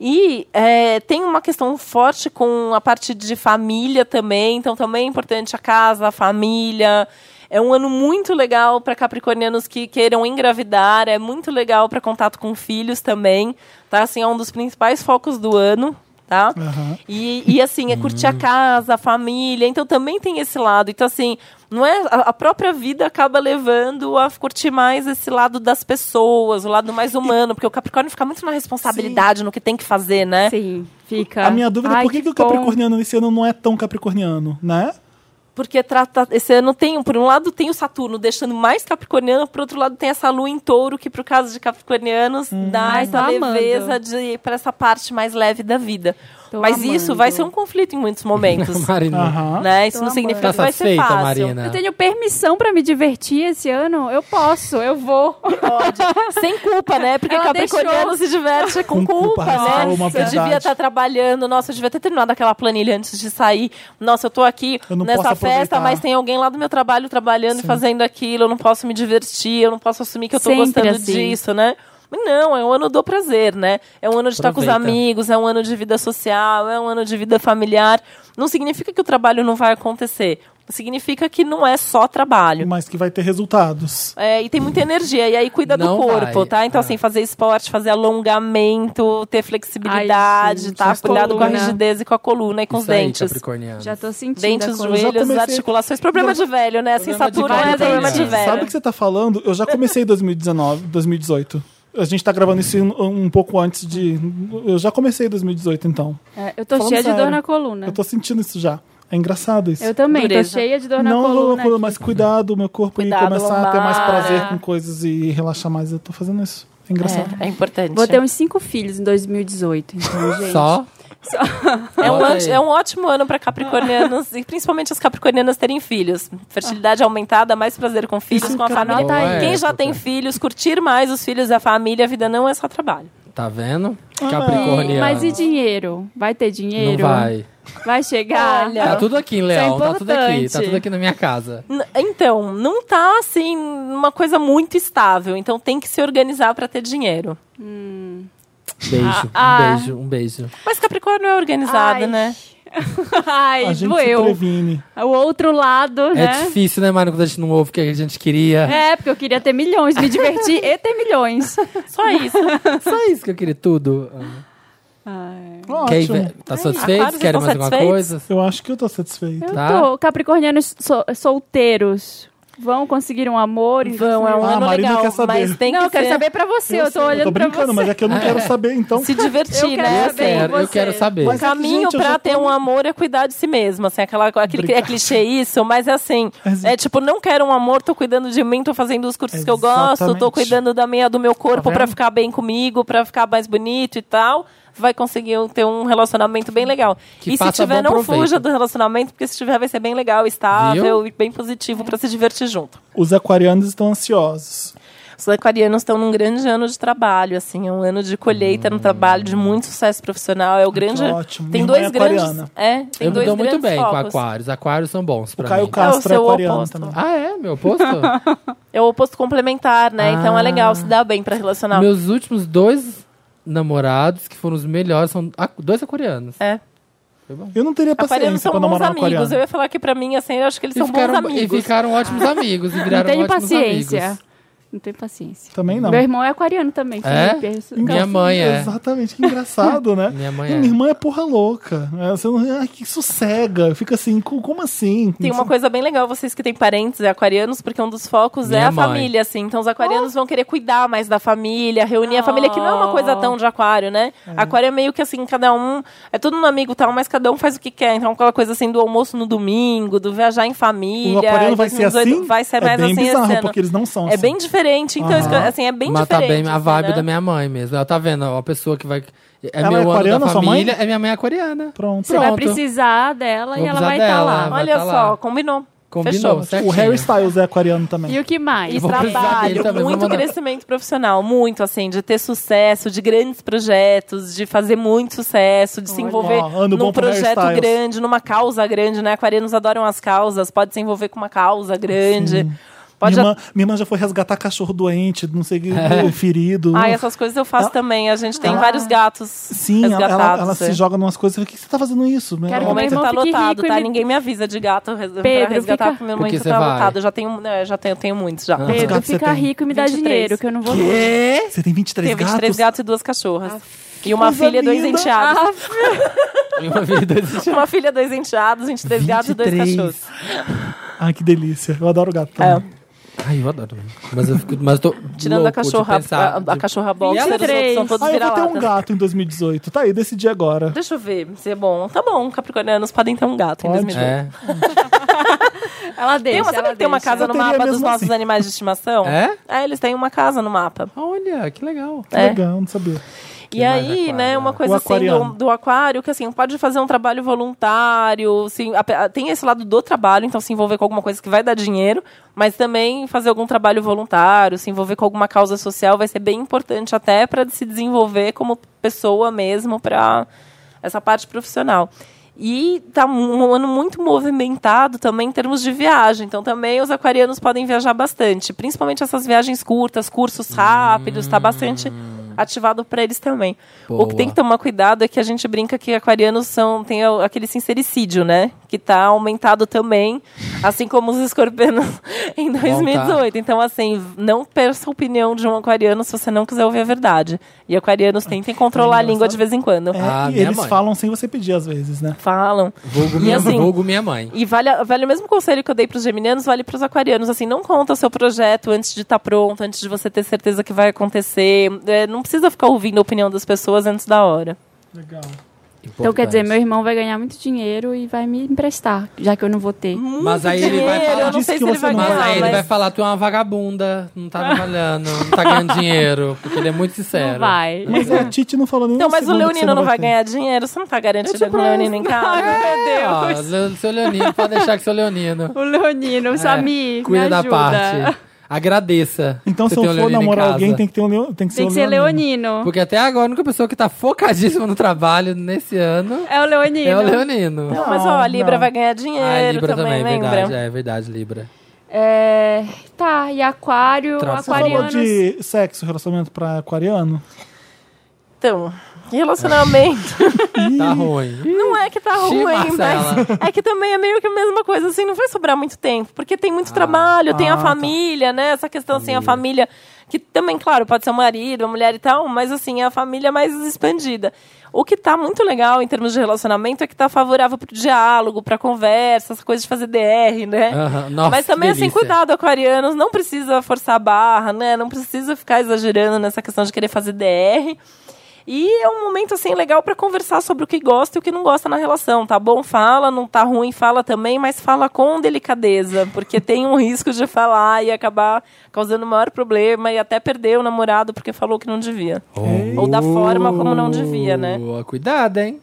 E é, tem uma questão forte com a parte de família também, então também é importante a casa, a família. É um ano muito legal para capricornianos que queiram engravidar, é muito legal para contato com filhos também, tá? Assim, é um dos principais focos do ano, tá?
Aham.
E, e, assim, é curtir
Hum.
a casa, a família. Então também tem esse lado. Então, assim, não é a, a própria vida acaba levando a curtir mais esse lado das pessoas, o lado mais humano, porque o Capricórnio fica muito na responsabilidade, no que tem que fazer, né?
Sim, fica.
A minha dúvida é
Ai,
por que, que o
bom.
capricorniano nesse ano não é tão capricorniano, né?
Porque trata, esse ano tem, por um lado, tem o Saturno deixando mais capricorniano, por outro lado, tem essa lua em touro, que pro caso de capricornianos
Hum,
dá
Ai,
tá
essa
tô amando.
leveza de, pra essa parte mais leve da vida.
Tô
Mas isso
amando.
vai ser um conflito em
*laughs*
muitos momentos.
Marina.
Aham.
né? Isso
Tô
não significa
Tá
que vai ser
satisfeita,
fácil.
Marina?
Eu tenho permissão pra me divertir esse ano? Eu posso, eu vou.
Sem culpa, né? Porque
Ela
Capricorniano se diverte com,
Com culpa,
culpa, né?
é uma
eu
verdade.
devia estar trabalhando, nossa, eu devia ter terminado aquela planilha antes de sair. Nossa, eu tô aqui
Eu não
nessa
posso
festa,
aproveitar.
mas tem alguém lá do meu trabalho trabalhando e fazendo aquilo, eu não posso me divertir, eu não posso assumir que eu tô
Sempre
gostando
assim.
disso, né? Mas Não, é um ano do prazer, né? É um ano de estar com os
Aproveita.
amigos, é um ano de vida social, é um ano de vida familiar. Não significa que o trabalho não vai acontecer. Significa que não é só trabalho.
Mas que vai ter resultados.
É, e tem muita energia. E aí cuida
Não
do corpo,
vai.
tá? Então,
Ah.
assim, fazer esporte, fazer alongamento, ter flexibilidade,
Ai, gente,
tá?
as
Cuidado com a
coluna.
rigidez e com a coluna e com os
Isso aí, tá
dentes.
Capricorniano.
*laughs* Já tô sentindo.
Dentes,
a
os
coisa.
Eu já
joelhos,
comecei-
articulações. Problema de velho, né? Assim,
Problema de
Saturno é
velho,
problema de
Capricórnio.
velho.
Sabe o que você tá falando? Eu já comecei em 2019, 2018. A gente tá gravando isso um, um pouco antes de. Eu já comecei em 2018, então.
É, eu tô
Falando
cheia de
sério.
dor na
Né?
coluna.
Eu
Eu,
tô sentindo isso já. É engraçado isso.
também,
Dureza.
tô cheia de
não,
dor na
não,
coluna.
não, mas cuidado, meu corpo, e
Cuidado,
começar a ter mais
lombar.
prazer com coisas e relaxar mais. Eu tô fazendo isso. É engraçado.
É, é importante.
Vou ter um- uns cinco filhos em 2018, então, gente.
Só?
É, um
Bota
an-
aí.
é um ótimo ano para capricornianos, e principalmente as capricornianas terem filhos. Fertilidade aumentada, mais prazer com filhos,
Isso
com a
que é
família.
boa
Quem já
época.
tem filhos, curtir mais os filhos e a família, a vida não é só trabalho.
Tá vendo?
E-
Capricorniano.
um mas e dinheiro? Vai ter
Não
dinheiro?
vai.
Vai chegar?
Olha.
Tá tudo aqui em
é
Leão, tá tudo aqui. Tá
importante.
tudo aqui na minha casa.
N- Então, não tá assim uma coisa muito estável, então tem que se organizar para ter dinheiro.
Beijo,
Ah, ah.
um beijo, um beijo.
Mas Capricórnio é organizado,
Ai.
né?
*laughs* Ai,
A gente se
doeu.
previne.
O outro lado,
É
né?
difícil, né, Marina, quando a gente não ouve o que a gente queria.
É, porque eu queria ter milhões, me divertir e ter milhões.
Só isso.
Só isso que eu queria, tudo.
Ai,
Quem
Ótimo.
vê-
Ah,
tá satisfeito?
Aquários
Querem
estão
mais alguma
satisfeitos?
coisa?
Eu acho que eu tô satisfeito.
eu
Tá.
tô. Capricornianos so- solteiros vão conseguir um amor? em
Vão, é um
2018?
Ah, a
ano
Marina
legal,
quer saber.
mas tem
Não,
que
eu quero
ser-
saber pra você, eu, tô
sei,
olhando
eu tô
pra
brincando,
você.
mas é que eu não quero saber, então.
se divertir,
Eu quero
né?
Eu
saber.
Assim,
quero, eu
você.
quero saber.
Mas- é
O caminho
Gente, eu já
pra
tô
ter um
muito-
amor é cuidar de si mesmo, assim, aquela, aquele que é
Obrigado.
clichê isso, mas é assim,
Mas-
é tipo, não quero um amor, tô cuidando de mim, tô fazendo os cursos que eu gosto, tô
Exatamente.
cuidando da minha, do meu corpo
Tá
pra
vendo?
ficar bem comigo, pra ficar mais bonito e tal, vai conseguir ter um relacionamento bem legal.
Que
e se
faça
tiver,
bom
não
proveito.
fuja do relacionamento, porque se tiver, vai ser bem legal, estável e bem positivo para se divertir junto.
Os aquarianos estão ansiosos.
Os aquarianos estão num grande ano de trabalho, assim, é um ano de colheita no trabalho, de muito sucesso profissional. É o grande.
Ah, ótimo.
Tem
Minha
dois
mãe é
grandes.
aquariana.
É, tem
eu me
dois
dou muito
grandes
bem com
focos.
aquários. Aquários são bons
O
pra
Caio
mim.
Castro é,
É o seu
aquariano
oposto.
também.
Ah, é? Meu
*laughs*
oposto?
É o oposto complementar, né? Então
Ah.
é legal, se dá bem pra relacionar.
Meus últimos dois namorados, que foram os melhores, são a- dois aquarianos.
É.
Tá
Foi bom.
Eu não teria paciência
Aquarianos são
pra
bons
namorar um
amigos.
aquariano.
Eu ia falar que pra mim, assim, eu acho que eles
E
são bons
ficaram, e
amigos.
ficaram
*laughs*
ótimos amigos. E
Não
viraram
tenho
ótimos
paciência.
amigos.
Não tenho paciência.
Também não.
Meu irmão é aquariano também,
É?
Felipe. assim. Isso-
Minha mãe é.
Exatamente, que engraçado, né?
Minha mãe
E
é.
Minha irmã é porra louca. É, Você não... Ai, que sossega. Fica assim, co- como assim?
Tem uma coisa bem legal, vocês que têm parentes é aquarianos, porque um dos focos é
Minha
a
mãe.
família, assim. Então os aquarianos vão querer cuidar mais da família, reunir a família, que não é uma coisa tão de aquário, né? Aquário é meio que assim, cada um. É todo um amigo e tal, mas cada um faz o que quer. Então aquela coisa assim do almoço no domingo, do viajar em família.
O aquariano vai ser
2018,
assim?
Vai ser
é
mais
bem
assim esse
bizarro,
ano.
porque eles não são
É
assim.
bem diferente, então,
Aham.
isso que- assim, é bem
Mas tá
diferente.
bem a
assim,
vibe
né?
da minha mãe mesmo. Ela tá vendo, ó, a pessoa que vai. É
Ela é
meu ano
aquariana,
da
sua mãe?
família, é minha mãe aquariana.
Pronto.
Você vai
Pronto.
precisar dela
Vou
e ela
precisar
vai estar
dela.
lá.
Vai
Olha
tá
só,
lá.
combinou.
Combinou, certinho.
O Harry Styles é aquariano também.
E o que mais?
E
vou precisar dele
trabalho,
também, vou
muito
mandar.
crescimento profissional, muito assim, de ter sucesso, de grandes projetos, de fazer muito sucesso, de se envolver
Ó, ano bom
num
pro Harry
projeto
Styles.
grande, numa causa grande, né? Aquarianos adoram as causas, pode se envolver com uma causa grande. Pode
minha, irmã, minha irmã já foi resgatar cachorro doente, não sei o que,
É.
ferido.
Ai, essas coisas eu faço
Ela-
também. A gente tem
Ela-
vários gatos
Sim, ela,
resgatados.
ela, ela se
é.
joga em umas coisas e fala, o que que você tá fazendo isso?
Quero
O
Ela-
comer
momento
Meu irmão
tá
fique
lotado,
rico e
tá?
me-
Ninguém me avisa de gato res-
Pedro,
pra resgatar,
fica-
porque meu
Porque
momento
você
tá
vai.
lotado. Eu já tenho, né, eu já tenho, tenho muitos já.
Ah.
Quantos
Pedro,
gatos você
fica
tem?
rico e me dá
23.
dinheiro, que eu não vou. *laughs*
Você tem 23,
Tem 23 gatos? e duas cachorras.
Ah,
e uma
coisa
filha e dois
linda.
enteados.
E uma vida
*laughs*
de-
*laughs* Uma filha, dois enteados, 23 gatos e dois
23.
cachorros. É,
Ai, que delícia. Eu adoro gato. também.
Ai, eu adoro. Mas eu fico. Mas eu tô
Tirando
louco
a cachorra,
de pensar, tipo,
a, a
de-
cachorra boxer, os
23.
outros são todos
Ah, eu vou ter um
vira-lata.
gato em 2018. Tá aí, decidi agora.
Deixa eu ver se é bom. Tá bom, capricornianos podem ter um gato em
Pode.
2018.
É.
Ela deixa.
Tem uma, sabe
ela
que tem uma
deixa.
casa
Eu
no
teria
mapa dos
mesmo
nossos
assim.
animais de estimação?
É?
É, eles têm uma casa no mapa.
Olha, que legal.
Que
É.
legal, não sabia.
e
mais
aí,
aquário,
né,
né?
uma
O
coisa assim do,
aquariano.
do aquário, que assim, pode fazer um trabalho voluntário, assim, ape- a- tem esse lado do trabalho, então se envolver com alguma coisa que vai dar dinheiro, mas também fazer algum trabalho voluntário, se envolver com alguma causa social vai ser bem importante até para se desenvolver como pessoa mesmo para essa parte profissional. E tá um um ano muito movimentado também em termos de viagem. Então também os aquarianos podem viajar bastante, principalmente essas viagens curtas, cursos rápidos, tá bastante ativado para eles também. O
Boa.
que tem que tomar cuidado é que a gente brinca que aquarianos são tem o- aquele sincericídio, né? Que tá aumentado também, assim como os escorpianos *laughs* em 2018. Então assim, não peça a opinião de um aquariano se você não quiser ouvir a verdade. E aquarianos tentem controlar a língua de vez em quando.
É,
Ah,
e
minha
eles
mãe.
falam sem você pedir às vezes, né?
Falam.
Vulgo
E
minha,
assim-
vulgo minha mãe.
E vale, vale o mesmo conselho que eu dei para os geminianos, vale para os aquarianos. Assim, não conta o seu projeto antes de estar pronto, antes de você ter certeza que vai acontecer. É, não precisa ficar ouvindo a opinião das pessoas antes da hora.
Legal.
Então quer dizer, meu
Importante.
irmão vai ganhar muito dinheiro e vai me emprestar, já que eu não vou ter.
Mas aí ele vai
Dinheiro, Eu
falar.
não
Disse
sei
que
se ele
você
vai
não
Mas
ganhar,
aí ele vai
mas
falar, tu é uma vagabunda, não tá trabalhando, não tá ganhando dinheiro. Porque ele é muito sincero.
Não vai.
Mas a Titi não falou nem
Então,
um
mas o
segundo que você
Leonino não vai
ter.
ganhar dinheiro, você não tá garantido com o Leonino em casa.
É, ó, Le- seu Leonino, pode deixar que seu Leonino.
*laughs* O Leonino, o Samir,
É. Cuida
me
da
ajuda.
parte. Agradeça.
Então,
você
se eu
ter um
for
Leonino em
namorar
casa.
alguém, tem que, ter um Leo- tem que ser
Tem
um
que ser Leonino.
Porque até agora, a única pessoa que tá focadíssima no trabalho nesse ano
É o Leonino.
é o Leonino.
Não, mas ó, a Libra
Não.
vai ganhar
Ah,
dinheiro
Libra também,
também,
é
lembra?
verdade. É verdade, Libra.
É, tá, e Aquário,
Traço.
Você falou
Aquarianos.
de sexo, relacionamento pra aquariano?
Então, relacionamento.
Tá ruim.
Não é que tá
Xi,
ruim,
Marcela.
mas é que também é meio que a mesma coisa, assim, não vai sobrar muito tempo, porque tem muito trabalho, tem
ah,
a
tá.
família, né? Essa questão, assim, a família, que também, claro, pode ser o marido, a mulher e tal, mas, assim, é a família mais expandida. O que tá muito legal em termos de relacionamento é que tá favorável pro diálogo, pra conversa, essa coisa de fazer DR, né? *laughs*
Aham, nossa,
mas
que
também, assim,
delícia.
cuidado, aquarianos, não precisa forçar a barra, né? Não precisa ficar exagerando nessa questão de querer fazer DR. E é um momento assim legal para conversar sobre o que gosta e o que não gosta na relação. Tá bom, fala, não tá ruim, fala também, mas fala com delicadeza,
*laughs*
porque tem um risco de falar e acabar causando maior problema e até perder o namorado porque falou que não devia.
é.
Ou da forma como não devia, né?
Oh, Cuidado, hein?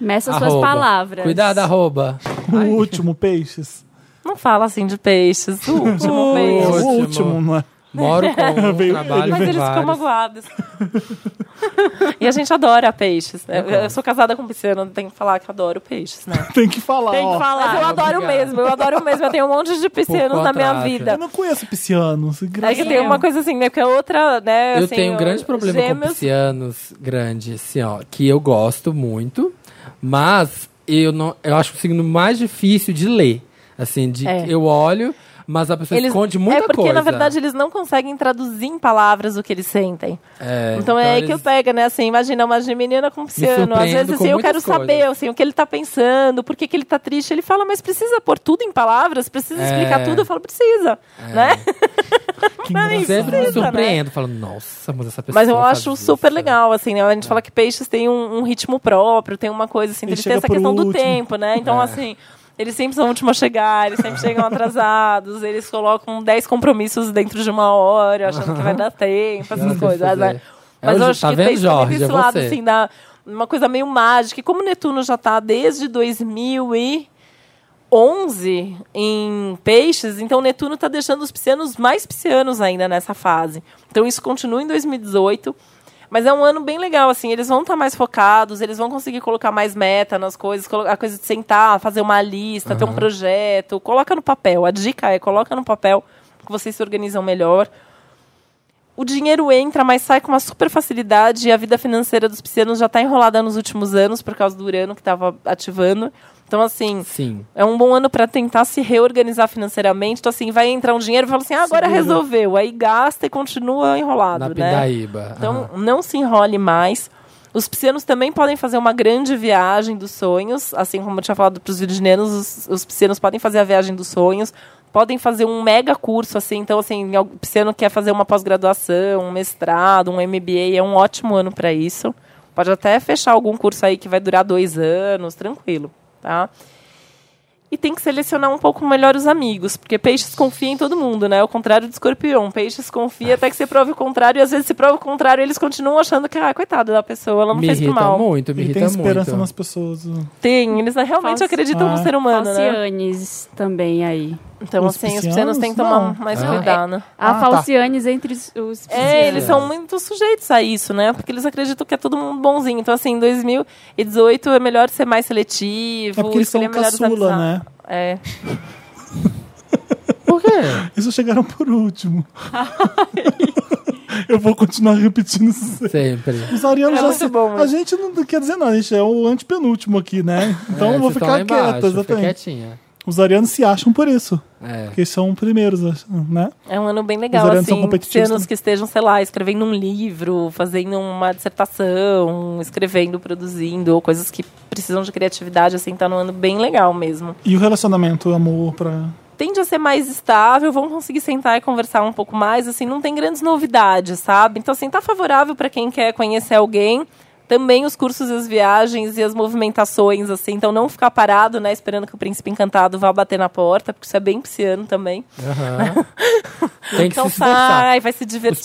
Meça suas
Arroba.
palavras.
Cuidado, arroba.
O último, peixes.
Não fala assim de peixes, o último
O
peixe.
Ótimo.
último, né?
Moro
*laughs*
com
Veio-
um trabalho
Mas
com
eles ficam
vários.
magoados. e a gente adora peixes. Eu, eu sou casada com um pisciano, tenho que falar que adoro peixes, né?
Tem que falar,
Tem
ó.
Oh,
que falar. Mas eu adoro
Obrigado.
mesmo, eu adoro mesmo. Eu tenho um monte de piscianos
Por
na minha
contrato.
Eu
vida.
não conheço piscianos.
É que tem uma coisa assim, né? Porque a outra, né?
Eu
assim,
tenho um
o-
grande problema com
gêmeos,
piscianos grandes, assim, ó, que eu gosto muito, mas eu não, eu acho o signo mais difícil de ler, assim, de
É.
eu olho, mas a pessoa
Eles,
esconde muita
é porque,
coisa.
na verdade, eles não conseguem traduzir em palavras o que eles sentem.
É,
Então é aí
eles-
que eu pego, né? Assim, imagina uma geminiana com um pisciano. Às
surpreendo
vezes
com
assim, eu
muitas
quero saber
coisas.
assim, o que ele tá pensando, por que, que ele tá triste. Ele fala, mas precisa pôr tudo em palavras? Precisa
É.
explicar tudo? Eu falo, precisa, né?
Que
Mas
engraçado.
Sempre me
Precisa, né?
surpreendo, falo, nossa, mas essa pessoa
Mas eu
faz
acho
isso. é.
super legal, assim, né? A gente fala que peixes tem um, um ritmo próprio, tem uma coisa assim,
Ele
ele tem essa
chega por
questão do
último.
tempo, né? Então,
É.
assim, eles sempre são o último a chegar, eles
*laughs*
sempre chegam atrasados, eles colocam 10 compromissos dentro de uma hora, achando que
*laughs*
vai dar tempo,
Não tem
essas coisas,
fazer.
né?
É
Mas
o-
eu acho
tá
que
vendo,
tem também
Jorge?
esse
É
lado,
você.
assim, da, uma coisa meio mágica. E como o Netuno já tá desde 2011 em peixes, então o Netuno tá deixando os piscianos mais piscianos ainda nessa fase. Então isso continua em 2018. Mas é um ano bem legal, assim, eles vão estar mais focados, eles vão conseguir colocar mais meta nas coisas, colo- a coisa de sentar, fazer uma lista, ter um projeto, coloca no papel. A dica é, coloca no papel que vocês se organizam melhor o dinheiro entra, mas sai com uma super facilidade. E a vida financeira dos piscianos já está enrolada nos últimos anos por causa do Urano que estava ativando. Então, assim,
Sim.
é um bom ano para tentar se reorganizar financeiramente. Então, assim, vai entrar um dinheiro e fala assim: ah, agora
Segura.
resolveu. Aí gasta e continua enrolado,
Na
né?
Pindaíba.
Então,
aham.
não se enrole mais. Os piscianos também podem fazer uma grande viagem dos sonhos, assim como eu tinha falado para os virginianos, os, os piscianos podem fazer a viagem dos sonhos, podem fazer um mega curso, assim, então, assim, o pisciano quer fazer uma pós-graduação, um mestrado, um MBA, é um ótimo ano para isso. Pode até fechar algum curso aí que vai durar dois anos, tranquilo, tá? E tem que selecionar um pouco melhor os amigos, porque peixes confia em todo mundo, né? Ao contrário do escorpião. Peixes confia até que você prove o contrário, e às vezes se prova o contrário, eles continuam achando que, ah, coitada da pessoa, ela não
me
fez por
irrita
mal.
muito, me
E
irrita
tem esperança
muito.
nas pessoas.
Tem, eles né, realmente
Falci-
acreditam no
Ah.
ser humano, né?
Falcianes também aí.
Então,
Os
assim, os
piscianos?
piscianos têm que
Não.
tomar mais
Ah.
cuidado, né?
A
Ah, tá.
Falcianes entre os, os
É,
piscianos.
eles são muito sujeitos a isso, né? Porque eles acreditam que é todo mundo bonzinho. Então, assim, em 2018 é melhor ser mais seletivo.
É porque eles são
escolher melhor os
caçula,
amizades.
né?
É.
Por quê?
Eles só chegaram por último. *laughs* Eu vou continuar repetindo isso.
Sempre.
Os arianos
É
já
muito
se...
bom,
A
mas-
gente não quer dizer nada, a gente é o antepenúltimo aqui, né? Então
É,
eu vou
vocês estão lá
ficar quieta,
embaixo, fica
exatamente.
quietinha.
Os arianos se acham por isso,
É.
porque são primeiros, né?
É um ano bem
Os
legal,
alunos são
assim,
competitivos
anos
também.
que estejam, sei lá, escrevendo um livro, fazendo uma dissertação, escrevendo, produzindo, ou coisas que precisam de criatividade, assim, tá num ano bem legal mesmo.
E o relacionamento, amor, pra.
Tende a ser mais estável, vão conseguir sentar e conversar um pouco mais, assim, não tem grandes novidades, sabe? Então, assim, tá favorável para quem quer conhecer alguém. Também os cursos, as viagens e as movimentações, assim, então não ficar parado, né, esperando que o príncipe encantado vá bater na porta, porque isso é bem pisciano também.
Aham. Tem que
Então
se esforçar.
sai, vai se
Os piscianos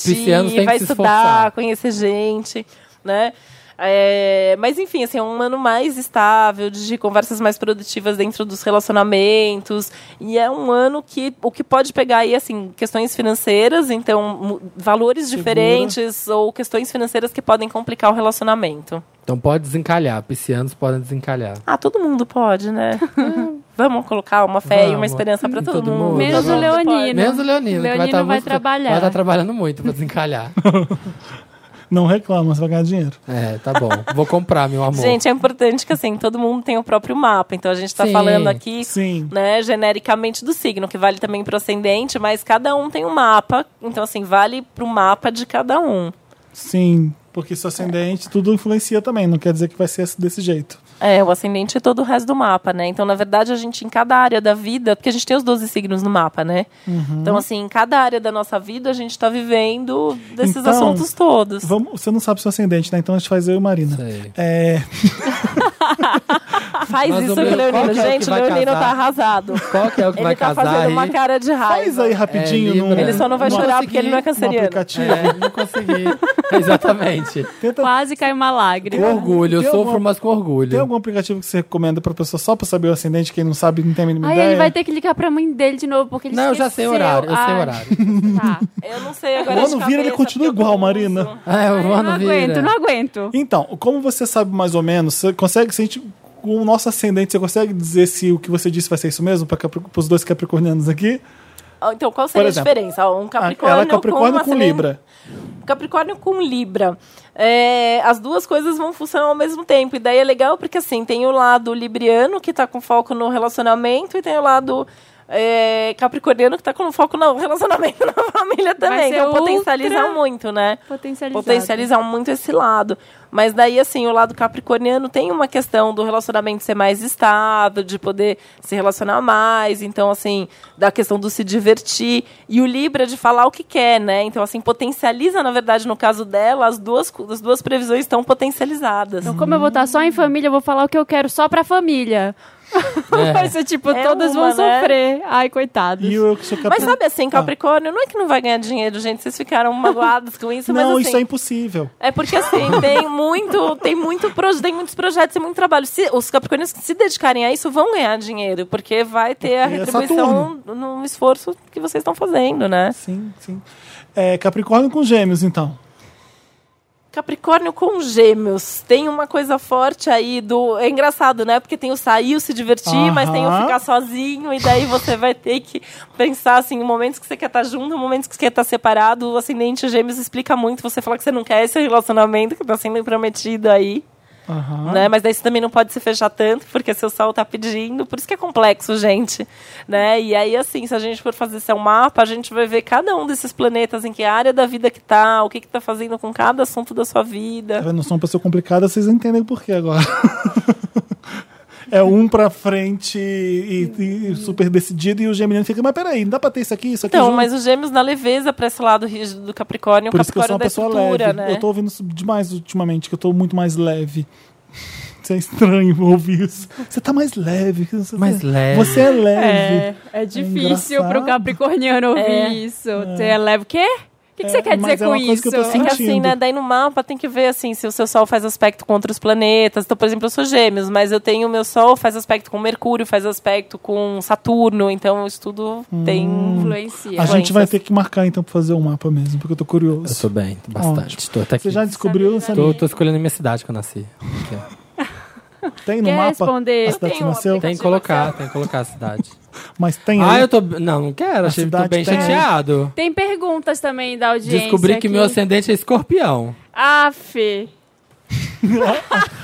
divertir,
têm
vai
que se
estudar,
esforçar.
conhecer gente, né? É, mas enfim, assim, é um ano mais estável, de conversas mais produtivas dentro dos relacionamentos. E é um ano que o que pode pegar aí, assim, questões financeiras, então, mu- valores
Segura.
diferentes ou questões financeiras que podem complicar o relacionamento.
Então pode desencalhar, piscianos podem desencalhar.
Ah, todo mundo pode,
*laughs*
né? Vamos colocar uma fé e uma
Vamos.
esperança para
Em
todo,
todo
mundo.
mundo.
Menos
Todo
o
mundo pode.
Leonino.
Menos o Leonino, que vai
Leonino
estar
vai trabalhar.
Vai estar trabalhando muito pra
*laughs*
desencalhar.
Não reclama, você vai ganhar dinheiro.
é, tá bom. Vou comprar, meu amor.
Gente, é importante que assim, todo mundo tem o próprio mapa. Então a gente tá
Sim.
falando aqui,
Sim.
né, genericamente do signo, que vale também pro ascendente, mas cada um tem um mapa. Então assim, vale pro mapa de cada um.
Sim. Porque seu ascendente, tudo influencia também. Não quer dizer que vai ser desse jeito.
É, o ascendente é todo o resto do mapa, né? Então, na verdade, a gente, em cada área da vida, porque a gente tem os 12 signos no mapa, né?
Uhum.
Então, assim, em cada área da nossa vida, a gente tá vivendo desses
Então,
assuntos todos.
Vamos, você não sabe seu ascendente, né? Então a gente faz eu e Marina.
Sei.
É,
Faz
Mas
isso
o
com o
meu- qual
Leonino.
que é o que
Gente, o
vai
Leonino
casar?
tá arrasado.
Qual que é o que
Ele
vai
tá
casar
fazendo
aí?
uma cara de raiva.
faz aí rapidinho.
É,
num-
Libra.
Ele só não vai
num-
Não
chorar
consegui.
porque ele não é
num
canceriano.
aplicativo.
É, não consegui.
*laughs*
Exatamente.
É.
Tenta,
Quase cai uma
Com
lágrima.
orgulho, eu
Tem
sofro,
alguma-
mas com orgulho.
Tem algum aplicativo que você recomenda pra pessoa só pra saber o ascendente? Quem não sabe, não tem a mínima
Aí
ideia?
ele vai ter que ligar pra mãe dele de novo, porque ele
Não, eu já sei o horário, eu sei o
Ai,
horário.
Tá.
*laughs*
Eu não sei agora.
O
de
ano vira, ele
cabeça,
continua
porque eu
igual,
não
Marina.
uso.
Ah, eu vou
Não
na
aguento, não aguento.
Então, como você sabe mais ou menos, você consegue, se a gente, com o nosso ascendente, você consegue dizer se o que você disse vai ser isso mesmo para os dois capricornianos aqui?
Ah, Então, qual seria
Por
a
exemplo,
diferença? Um
Ah,
Capricórnio,
Ela é Capricórnio com,
ascendente-
Libra.
Capricórnio com Libra. É, as duas coisas vão funcionar ao mesmo tempo. E daí é legal porque, assim, tem o lado libriano, que tá com foco no relacionamento, e tem o lado é, capricorniano, que tá com foco no relacionamento *laughs* na família também.
ser
Então, potencializam
ultra-
muito, né?
Potencializado.
potencializar muito esse lado. Mas daí, assim, o lado capricorniano tem uma questão do relacionamento ser mais estável, de poder se relacionar mais, então, assim, da questão do se divertir. E o Libra de falar o que quer, né? Então, assim, potencializa, na verdade, no caso dela, as duas, co- as duas previsões estão potencializadas.
Então, como eu vou estar só em família, eu vou falar o que eu quero só pra família. *laughs* Vai ser tipo,
É
todas
uma,
vão
né?
sofrer. Ai, coitados.
E eu que sou
Mas
Capricórnio.
sabe assim, Capricórnio, não é que não vai ganhar dinheiro, gente. Vocês ficaram magoados com isso, mas
Não,
assim,
isso é impossível.
É
*laughs*
porque assim, tem muito, tem muito proje- tem muitos projetos e muito trabalho. Se- os capricornianos que se dedicarem a isso vão ganhar dinheiro, porque vai ter a
Porque é
retribuição
Saturno.
no esforço que vocês estão fazendo, né?
Sim, sim. É, Capricórnio com Gêmeos, então.
Capricórnio com gêmeos. Tem uma coisa forte aí do. É engraçado, né? Porque tem o sair, o se divertir,
Aham.
mas tem o ficar sozinho, e daí você vai ter que pensar assim, em momentos que você quer estar junto, momentos que você quer estar separado. O ascendente gêmeos explica muito. Você fala que você não quer esse relacionamento que está sendo prometido aí.
Aham.
né? Mas daí você também não pode se fechar tanto, porque seu sol tá pedindo, por isso que é complexo, gente, né? E aí, assim, se a gente for fazer seu mapa, a gente vai ver cada um desses planetas, em que área da vida que tá, o que que tá fazendo com cada assunto da
Tá
sua vida.
vendo? Eu sou uma pessoa complicada, vocês entendem por quê agora. *laughs* É um pra frente e, e super decidido, e o Geminiano fica, mas peraí, não dá pra ter isso aqui, isso aqui
Então,
junto?"
mas os gêmeos na leveza pra esse lado rígido do Capricórnio,
Por
o
isso que eu sou
Capricórnio
uma pessoa
da estrutura,
leve.
né?
Eu tô ouvindo isso demais ultimamente, que eu tô muito mais leve. Isso é estranho *laughs* ouvir isso. Você tá mais leve. que Você,
Mais leve.
Você é leve.
É, é difícil
engraçado.
pro capricorniano ouvir
É.
isso. Você leva o quê? O que, que
É,
você quer
mas
dizer
é
com
uma coisa
isso?
que eu tô
É que assim,
sentindo.
né? Daí no mapa tem que ver assim se o seu Sol faz aspecto com outros planetas. Então, por exemplo, eu sou gêmeos, mas eu tenho o meu Sol faz aspecto com Mercúrio, faz aspecto com Saturno. Então isso tudo
Hum.
tem.
Influencia.
A gente
Doenças.
vai ter que marcar então pra fazer o mapa mesmo, porque eu tô curioso.
Eu tô bem, tô bastante. Tô até aqui.
Você já descobriu, sabe?
Tô, tô escolhendo a minha cidade que eu nasci. Aqui, ó.
Tem no
Quer
mapa
responder?
a cidade que você nasceu?
Eu tenho um aplicativo.
Tem que colocar, tem que colocar a cidade.
Mas tem
Ah,
aí.
eu tô. Não, não quero. Achei, tô
cidade
bem
tem.
chateado.
Tem perguntas também da audiência.
Descobri que
aqui.
meu ascendente é escorpião.
Aff,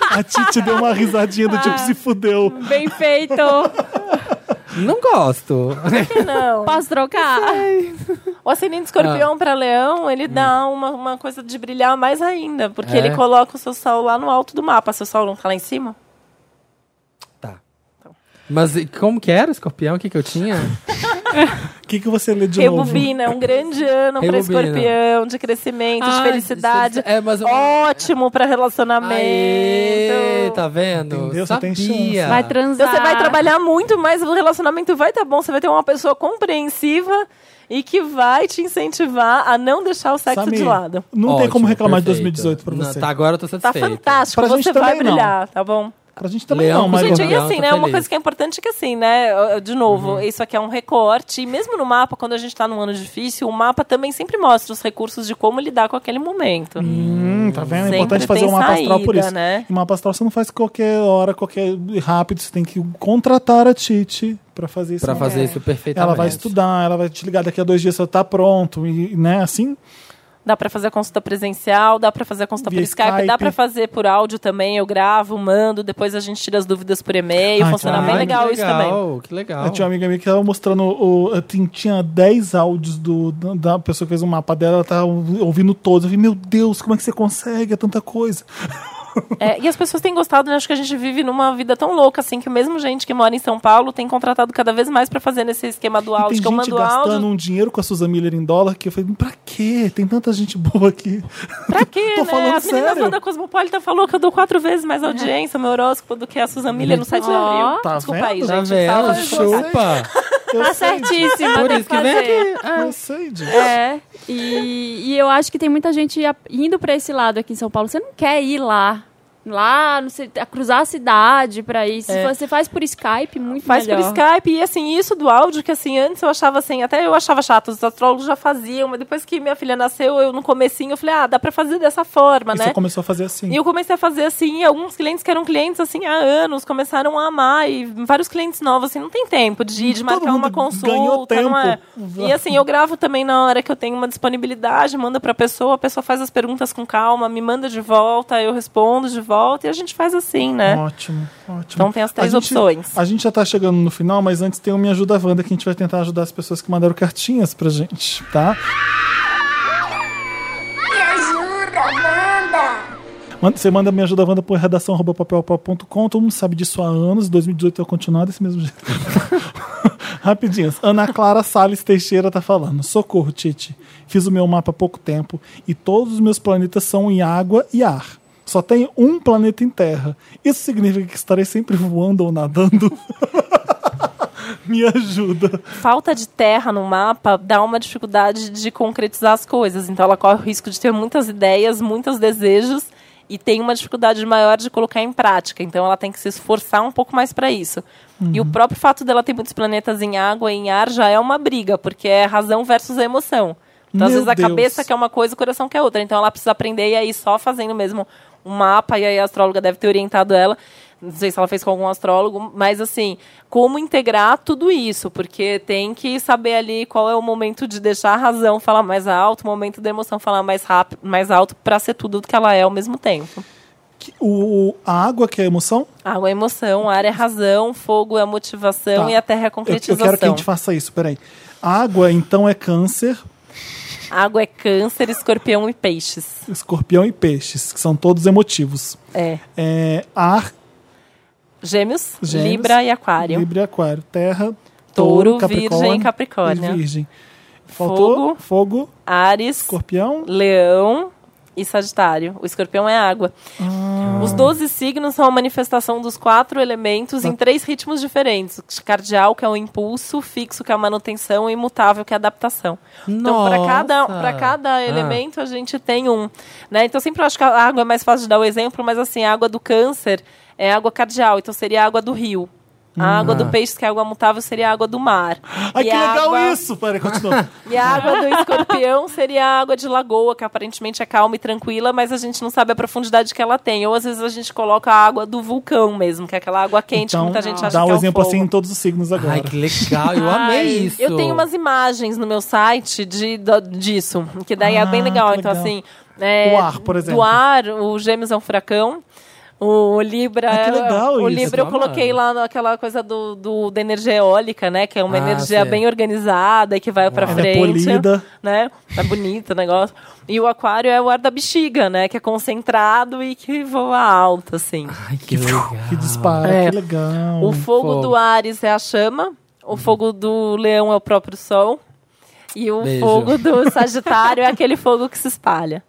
A Titi deu uma risadinha
Ah.
do tipo, se fudeu.
bem feito.
Não
*laughs*
gosto.
Não.
Posso trocar?
O ascendente escorpião pra leão, ele dá uma, uma coisa de brilhar mais ainda, porque
É.
ele coloca o seu sol lá no alto do mapa. Seu sol não tá lá em cima?
tá. Mas e como que era o escorpião? O que, que eu tinha?
O que, que você lê de novo?
Rebobina, é um grande ano pra
Rebobina.
escorpião, de crescimento, de
Ah,
felicidade.
É, mas eu...
Ótimo pra relacionamento.
Aê, tá vendo?
Entendeu? Você tem
Sabia.
chance.
Vai transar.
Então você vai trabalhar muito, mas o relacionamento vai estar bom. Você vai ter uma pessoa compreensiva e que vai te incentivar a não deixar o sexo
Samir,
tá de lado.
Não tem
Ótimo,
como reclamar
perfeito.
de 2018 pra
Não,
você.
tá, agora eu tô
Tá
satisfeito.
fantástico,
Pra
você
gente
vai
também não.
brilhar, tá bom?
Pra gente também
Leão
não,
com
mas tá
Gente, e
Legal,
assim,
tô
né? Uma
feliz.
coisa que é importante é que assim, né? eu- De novo,
Uhum.
isso aqui é um recorte. E mesmo no mapa, quando a gente tá num ano difícil, o mapa também sempre mostra os recursos de como lidar com aquele momento.
Hum, tá vendo? É
Sempre
importante fazer
tem
um mapa astral
saída,
por isso.
né?
E um mapa astral você não faz qualquer hora, qualquer rápido. Você tem que contratar a Titi pra fazer isso.
Pra
É.
fazer isso perfeitamente.
Ela vai estudar, ela vai te ligar daqui a dois dias, você tá pronto. E, né, assim,
Dá pra fazer a consulta presencial, dá pra fazer a consulta
Via
por Skype,
Skype.
dá pra fazer por áudio também. Eu gravo, mando, depois a gente tira as dúvidas por e-mail.
Ah,
funciona
que
bem
legal,
legal, isso também.
Que legal.
eu tinha uma amiga minha que tava mostrando, o, tinha- tinha 10 áudios do, da- da pessoa que fez o mapa dela, ela tava ouvindo todos. Eu falei, meu Deus, como é que você consegue? É tanta coisa.
É, e as pessoas têm gostado, né? Acho que a gente vive numa vida tão louca, assim, que mesmo gente que mora em São Paulo tem contratado cada vez mais pra fazer nesse esquema do
tem
áudio, que eu
gente
mando
gastando
áudio.
um dinheiro com a Susan Miller em dólar que eu falei, pra quê? Tem tanta gente boa
*laughs*
aqui.
Pra quê,
Tô
né?
falando
As meninas
sério.
lá da Cosmopolita falou que eu dou quatro vezes mais audiência, meu horóscopo, do que a Suzan Miller no site
Ó.
da Abril.
Tá
Desculpa
vendo?
aí, gente.
Tá
eu
vendo?
tava-
Chupa!
Eu
Tá
sei,
certíssima,
Por
tem
isso que
que
vem
fazer.
aqui.
Ah.
Eu sei disso.
É, e, e eu acho que tem muita gente a- indo pra esse lado aqui em São Paulo. Você não quer ir lá, lá, não sei, a cruzar a cidade pra ir. Se você faz por Skype, muito
Faz
melhor.
por Skype, e assim, isso do áudio, que assim, antes eu achava assim, até eu achava chato, os astrólogos já faziam, mas depois que minha filha nasceu, eu no comecinho, eu falei, ah, dá pra fazer dessa forma,
E
né?
você começou a fazer assim.
E eu comecei a fazer assim, e alguns clientes que eram clientes assim há anos começaram a amar e vários clientes novos assim, não tem tempo de, de
Todo
marcar uma
mundo ganhou
consulta,
tempo.
não é? E assim, eu gravo também na hora que eu tenho uma disponibilidade, mando pra pessoa, a pessoa faz as perguntas com calma, me manda de volta, eu respondo de volta e a gente faz assim, né?
Ótimo, ótimo.
Então tem as
A
três
gente-
opções.
A gente já tá chegando no final, mas antes tem o Me Ajuda Wanda, que a gente vai tentar ajudar as pessoas que mandaram cartinhas pra gente, tá?
Me ajuda, Wanda!
Manda- Você manda Me Ajuda Wanda por redação.papelpop.com, todo mundo sabe disso há anos, 2018 eu continuar desse é mesmo jeito. *laughs* Rapidinhas. Ana Clara Salles Teixeira tá falando. Socorro, Titi. Fiz o meu mapa há pouco tempo e todos os meus planetas são em água e ar. Só tenho um planeta em terra. Isso significa que estarei sempre voando ou nadando? *laughs* Me ajuda.
falta de terra no mapa dá uma dificuldade de concretizar as coisas. Então ela corre o risco de ter muitas ideias, muitos desejos e tem uma dificuldade maior de colocar em prática. Então ela tem que se esforçar um pouco mais para isso. E
Uhum.
o próprio fato dela ter muitos planetas em água e em ar já é uma briga, porque é razão versus a emoção. Então, às
Meu
vezes a
Deus.
cabeça quer uma coisa, o coração quer outra. Então ela precisa aprender e aí só fazendo mesmo um mapa, e aí a astróloga deve ter orientado ela. Não sei se ela fez com algum astrólogo, mas assim, como integrar tudo isso? Porque tem que saber ali qual é o momento de deixar a razão falar mais alto, o momento da emoção falar mais rápido, mais alto, para ser tudo que ela é ao mesmo tempo.
Que- O, o- a água que é a emoção?
Água é emoção, ar é razão, fogo é motivação
Tá.
e a terra é
Eu,
a
eu
concretização.
quero que a gente faça isso, peraí. A água, então, é câncer,
Água é câncer, escorpião e peixes.
escorpião e peixes, que são todos emotivos.
É.
É, ar,
Gêmeos,
Gêmeos,
Libra e Aquário.
Libra e Aquário. Terra,
Touro,
touro, Capricórnio,
Virgem e Capricórnio.
e Virgem. Faltou
Fogo.
fogo,
Ares,
escorpião.
Leão e Sagitário. O escorpião é água.
Ah.
Os 12 signos são a manifestação dos quatro elementos
Ah.
em três ritmos diferentes. O Cardial, que é o impulso, fixo, que é a manutenção, e imutável, que é a adaptação. Então, para cada,
Nossa!
pra cada
Ah.
elemento, a gente tem um. Né? Então, eu sempre acho que a água é mais fácil de dar o exemplo, mas assim, a água do câncer é água cardial, então seria a água do rio. A água do peixe, que é água mutável, seria a água do mar.
Ah. Ai,
E
que
a
legal
água-
isso! Peraí, continua.
e a água do escorpião seria a água de lagoa, que aparentemente é calma e tranquila, mas a gente não sabe a profundidade que ela tem. Ou às vezes a gente coloca a água do vulcão mesmo, que é aquela água *laughs* quente
então,
que muita gente acha
dá
que
um
é o
exemplo
fogo.
assim em todos os signos agora.
Ai, que legal, eu amei
Ai,
isso.
Eu tenho umas imagens no meu site de, do- disso, que daí é bem
Ah,
legal.
que
Então,
legal.
assim. é,
O ar, por exemplo.
Do ar, o Gêmeos é um furacão. O Libra. é,
Ah, que legal
o
isso.
Libra eu
Tô
coloquei
amando.
lá naquela coisa do, do- da energia eólica, né? Que é uma
Ah,
energia
sei.
bem organizada e que vai pra
Ela é
frente.
polida.
Né? Tá bonito o negócio. E o aquário é o ar da bexiga, né? Que é concentrado e que voa alto, assim.
Ai, que legal.
Que dispara,
É.
que legal.
O fogo,
Fogo.
do Ares é a chama, o fogo do leão é o próprio sol. E o
Beijo.
fogo do Sagitário é aquele fogo que se espalha.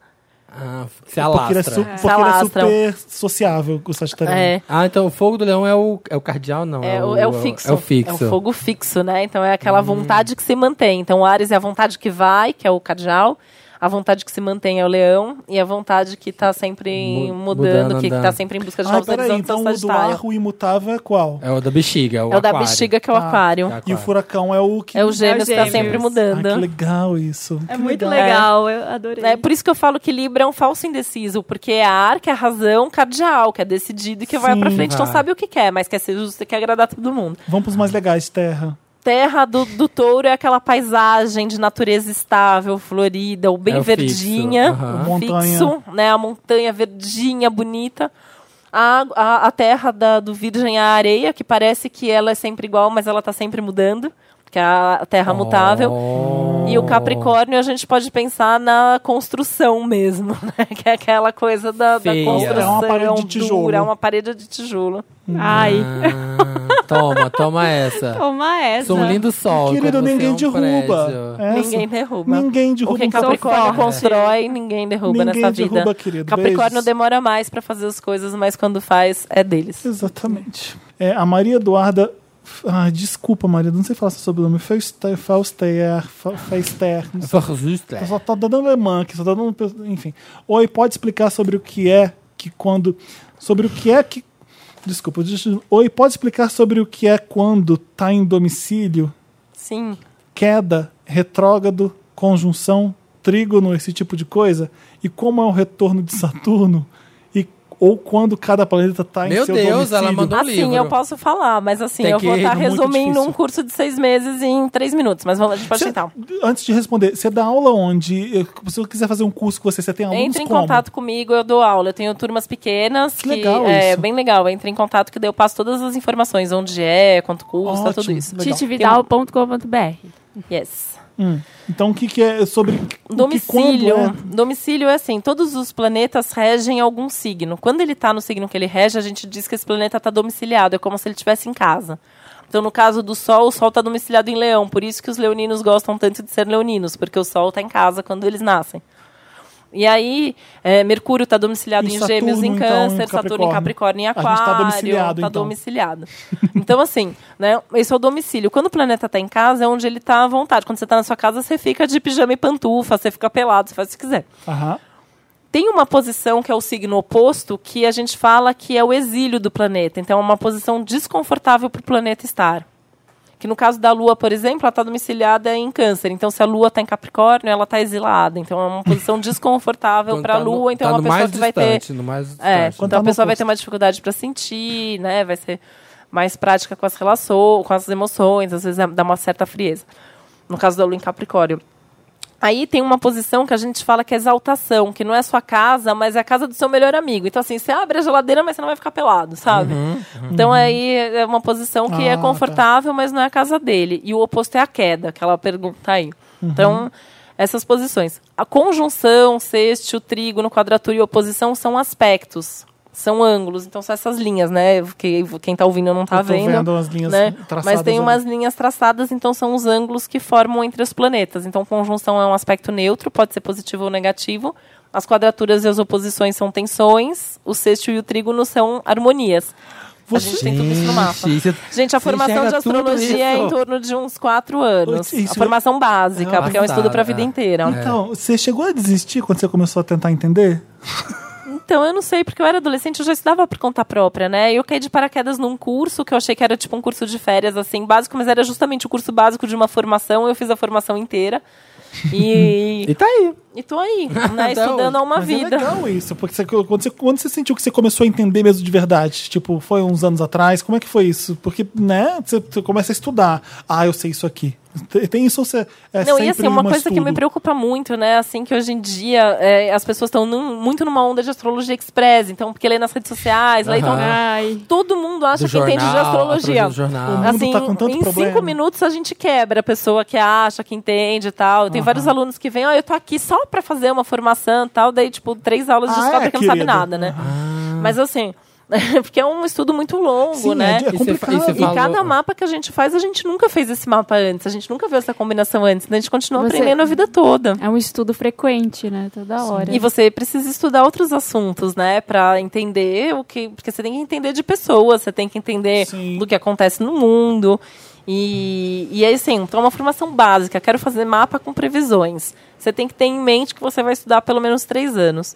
Ah, que se
Porque ele é, su- porque
alastra.
ele é
Salastram.
super sociável, o Sagitário.
É.
Ah, então o fogo do leão é o, é o cardeal, não.
É o, é o fixo.
É o fixo.
É o fogo fixo, né? Então é aquela vontade que se mantém. Então o Ares é a vontade que vai, que é o cardeal. A vontade que se mantém é o leão. E a vontade que tá sempre em-
Mu-
mudando,
mudando,
que, que tá
andando.
sempre em busca de
Ah,
novos
peraí,
horizontes é
então
o
o do
Sagitário.
ar, o imutável é qual?
É o da bexiga, é o
É o da
aquário.
bexiga, que é o
Tá.
aquário.
Tá.
E o furacão é o que...
É o gêmeo que tá
gêmeos.
sempre
Ah, que
mudando.
legal isso.
É
Que
muito
legal.
legal, eu adorei.
É por isso que eu falo que Libra é um falso indeciso, porque é ar, que é razão, cardeal, que é decidido e que vai
Sim,
pra frente, não
vai.
sabe o que quer, mas quer ser justo e quer agradar todo mundo.
Vamos pros mais legais, Terra.
Terra do, do touro é aquela paisagem de natureza estável, florida, ou bem
É o fixo,
verdinha,
aham.
o fixo, né? A montanha verdinha, bonita. A, a, a terra da- do virgem é a areia, que parece que ela é sempre igual, mas ela tá sempre mudando. que é a terra mutável.
Oh.
E o Capricórnio a gente pode pensar na construção mesmo, *laughs* né? Que é aquela coisa da, da
Feia.
construção.
É uma parede de tijolo.
Dura, é uma parede de tijolo.
Ai,
Ah, toma, toma
*laughs*
essa.
toma essa.
Sou um lindo sol.
Querido,
quando você é
ninguém
um
derruba. É.
prédio.
Essa.
Ninguém derruba.
Ninguém
O
derruba
que
um
Capricórnio
Capricórnio.
constrói, ninguém derruba
Ninguém
nessa vida.
derruba, querido.
Capricórnio
Beijos.
demora mais pra fazer as coisas, mas quando faz, é deles.
Exatamente. É, a Maria Eduarda. Ah, desculpa, Maria, não sei falar seu sobrenome. Feuster, Fauster, Fa- Feister. não sei.
Verjusta.
Eu só tô dando alemã aqui, só tô dando. um Enfim. Oi, pode explicar sobre o que é que quando. Sobre o que é que. Desculpa, deixa eu- Oi, pode explicar sobre o que é quando tá em domicílio?
Sim.
Queda, retrógrado, conjunção, trígono, esse tipo de coisa? E como é o retorno de Saturno? E, ou quando cada planeta tá em
Meu
seu
Deus,
domicílio?
ela mandou- Um
assim,
livro.
eu posso falar, mas assim,
Tem
eu
que
vou estar
ir no muito
resumindo
difícil.
um curso de seis meses em três minutos. Mas vamos, a gente pode
Cê-
tentar.
Antes de responder, você dá aula onde? Eu- Se eu quiser fazer um curso com você, você tem alunos
Entre em
como?
contato comigo, eu dou aula. Eu tenho turmas pequenas, que,
legal
é
isso.
bem legal. Entre em contato que daí eu passo todas as informações, onde é, quanto custa,
Ótimo.
tudo isso.
Titevidal.com.br.
Yes.
Hum. Então, o que, que é sobre. o que quando
Domicílio.
é?
Domicílio é assim, todos os planetas regem algum signo. Quando ele está no signo que ele rege, a gente diz que esse planeta está domiciliado, é como se ele estivesse em casa. Então, no caso do Sol, o Sol está domiciliado em Leão, por isso que os leoninos gostam tanto de ser leoninos, porque o Sol está em casa quando eles nascem. E aí, é, Mercúrio está domiciliado
E
em
Saturno,
Gêmeos, em
então, em
Câncer, Saturno em
Capricórnio.
Capricórnio, em
A gente
Aquário.
tá domiciliado,
tá
então. *laughs*
domiciliado. Então, assim, né, esse é o domicílio. Quando o planeta está em casa, é onde ele está à vontade. Quando você está na sua casa, você fica de pijama e pantufa, você fica pelado, você faz o que quiser.
Aham.
Tem uma posição que é o signo oposto, que a gente fala que é o exílio do planeta. Então, é uma posição desconfortável para o planeta estar. Que no caso da Lua, por exemplo, ela está domiciliada em Câncer. Então, se a Lua está em Capricórnio, ela está exilada. Então, é uma posição *laughs* desconfortável
Quando
para a
tá no-
Lua. Então,
tá
é uma
no
pessoa
mais
que vai ter.
distante, No mais distante.
É,
Quando
então
tá
a
no
pessoa vai ter
oposto.
uma dificuldade para sentir, né? Vai ser mais prática com as relações, com as emoções, às vezes dá uma certa frieza. No caso da Lua em Capricórnio. Aí tem uma posição que a gente fala que é exaltação, que não é sua casa, mas é a casa do seu melhor amigo. Então, assim, você abre a geladeira, mas você não vai ficar pelado, sabe? Então, aí é uma posição que
Uhum, Ah,
é
tá.
confortável, mas não é a casa dele. E o oposto é a queda, que ela pergunta aí.
Uhum.
Então, essas posições. A conjunção, sexto, trígono, quadratura e oposição são aspectos, são ângulos. Então, são essas linhas, né? Que, quem tá ouvindo não tá
Eu tô
vendo.
vendo as linhas
né?
traçadas
Mas tem
ali.
umas linhas traçadas, então são os ângulos que formam entre os planetas. Então, conjunção é um aspecto neutro, pode ser positivo ou negativo. As quadraturas e as oposições são tensões, o sexto e o trígono são harmonias.
Você-
A gente tem tudo isso no mapa.
Gente, é você-
Gente, a
você
formação
enxerga
de
tudo
astrologia é em
isso.
torno de uns quatro anos.
Isso-
a formação básica,
É
porque é um estudo para a vida
é.
inteira.
Então, você chegou a desistir quando você começou a tentar entender?
Então, eu não sei, porque eu era adolescente, eu já estudava por conta própria, né? Eu caí de paraquedas num curso que eu achei que era tipo um curso de férias, assim, básico, mas era justamente o curso básico de uma formação, eu fiz a formação inteira. E,
*laughs* E tá aí.
e tô aí, né,
*laughs* Até hoje.
estudando há uma
Mas
vida.
é legal isso, porque você- quando, você, quando você sentiu que você começou a entender mesmo de verdade? Tipo, foi uns anos atrás? Como é que foi isso? Porque, né, você, você começa a estudar. Ah, eu sei isso aqui. Tem- Tem isso ou você é
Não,
sempre
e assim, uma
um
coisa que
estudo?
me preocupa muito, né? Assim, que hoje em dia é, as pessoas estão num- muito numa onda de astrologia express, então, porque lê nas redes sociais, lá, então,
Aham.
Ai.
todo mundo acha
Do
que entende de
jornal, astrologia
astrologia.
do jornal.
O mundo
Assim,
tá com tanto
em
problema.
cinco minutos a gente quebra a pessoa que acha, que entende e tal.
Uhum.
Tem vários alunos que vêm, ó, eu tô aqui só pra fazer uma formação e tal. Daí, tipo, três aulas
Ah,
descobre
é,
que não sabe
querida?
nada, né? Mas assim, *laughs* porque é um estudo muito longo,
Sim,
né?
é, é
E você fa- e
complicado.
você
E
Falou.
cada mapa que a gente faz, a gente nunca fez esse mapa antes. A gente nunca viu essa combinação antes. Né? A gente continua
Você-
aprendendo a vida toda.
É um estudo frequente, né? Toda hora.
E você precisa estudar outros assuntos, né? Pra entender o que. Porque você tem que entender de pessoas, você tem que entender
Sim.
do que acontece no mundo. E, e aí, assim, então é uma formação básica. Quero fazer mapa com previsões. Você tem que ter em mente que você vai estudar pelo menos três anos.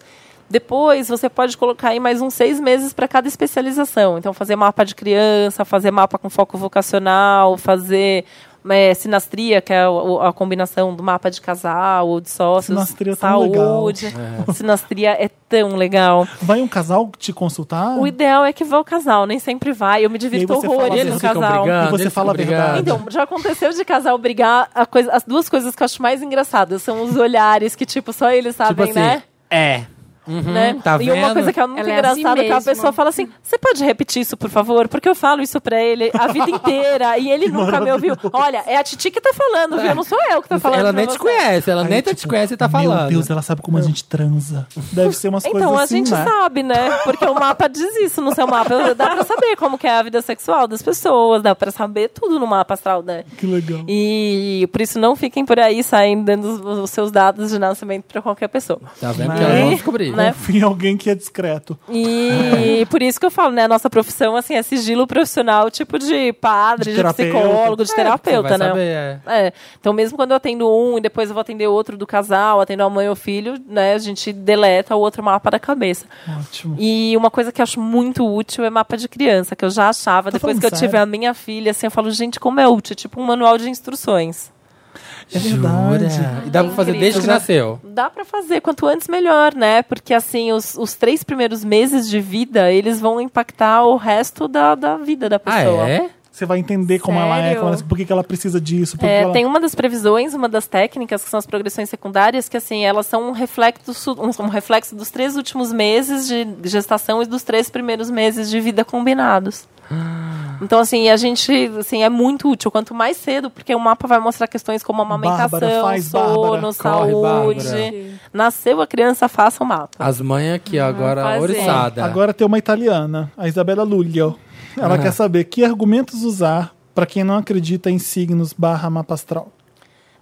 Depois, você pode colocar aí mais uns seis meses para cada especialização. Então, fazer mapa de criança, fazer mapa com foco vocacional, fazer né, sinastria, que é o- a combinação do mapa de casal ou de sócios.
Sinastria é tão
saúde.
legal.
Sinastria é tão legal.
Vai um casal te consultar?
O ideal é que vá o casal, nem sempre vai. Eu me
E
divirto
aí você fala-
horrores
E
eles
no
um
ficam
casal.
brigando.
E você
eles
fala a
ficam
verdade.
brigando.
Então, já aconteceu de casal brigar. a coisa- as duas coisas que eu acho mais engraçadas são os olhares que, tipo, só eles sabem,
Tipo assim,
né?
é.
né?
tá
e uma
vendo?
coisa que é muito
Ela é assim
engraçada é que a
mesma.
pessoa fala assim: você pode repetir isso, por favor? Porque eu falo isso pra ele a vida inteira e ele nunca me ouviu. Olha, é a Titi que tá falando, viu? Não sou eu que tá falando.
ela
pra
nem te
você.
conhece, ela
Aí,
nem
tipo,
te conhece e tá
Meu
falando.
Deus, ela sabe como a gente transa. Deve ser umas
*laughs* Então,
coisas
a
assim,
gente
né?
sabe, né? Porque o mapa diz isso no seu mapa. Então, Dá pra saber como que é a vida sexual das pessoas, dá pra saber tudo no mapa astral, né?
Que legal.
E por isso não fiquem por aí saindo dando os, os seus dados de nascimento pra qualquer pessoa.
Tá vendo?
Mas-
Que elas vão
*laughs*
descobrir.
Né?
Confia em alguém que é discreto. *laughs*
E por isso que eu falo, né? A nossa profissão, assim, é sigilo profissional, tipo de padre,
De
de,
terapeuta.
psicólogo, de
Você vai
terapeuta, né?
saber, é.
É. Então, mesmo quando eu atendo um e depois eu vou atender outro do casal, atendo a mãe ou o filho, né? A gente deleta o outro mapa da cabeça.
Ótimo.
E uma coisa que eu acho muito útil é mapa de criança, que eu já achava.
Tá
depois
falando
que eu tive
sério?
a minha filha, assim, eu falo, gente, como é útil. É Tipo um manual de instruções.
É verdade.
Jura? E dá pra fazer
Incrível.
desde que
Já-
nasceu.
Dá pra fazer, quanto antes melhor, né? Porque assim, os, os três primeiros meses de vida, eles vão impactar o resto da, da vida da
Ah,
pessoa.
é?
Você vai entender como ela é,
Sério?
como ela, por que que ela precisa disso. Por que
É,
ela...
tem uma das previsões, uma das técnicas, que são as progressões secundárias, que assim, elas são um reflexo, su- um, um reflexo dos três últimos meses de gestação e dos três primeiros meses de
*gasps*
vida combinados. Então, assim, a gente assim, é muito útil, quanto mais cedo, porque o mapa vai mostrar questões como amamentação,
Bárbara, faz, Bárbara.
sono,
Corre,
saúde.
Bárbara.
Nasceu a criança, faça o mapa.
As mães aqui, ó, agora
fazer.
oriçada.
Agora tem uma italiana, a Isabela Luglio. Ela
Ah.
quer saber que argumentos usar pra quem não acredita em signos barra mapa astral.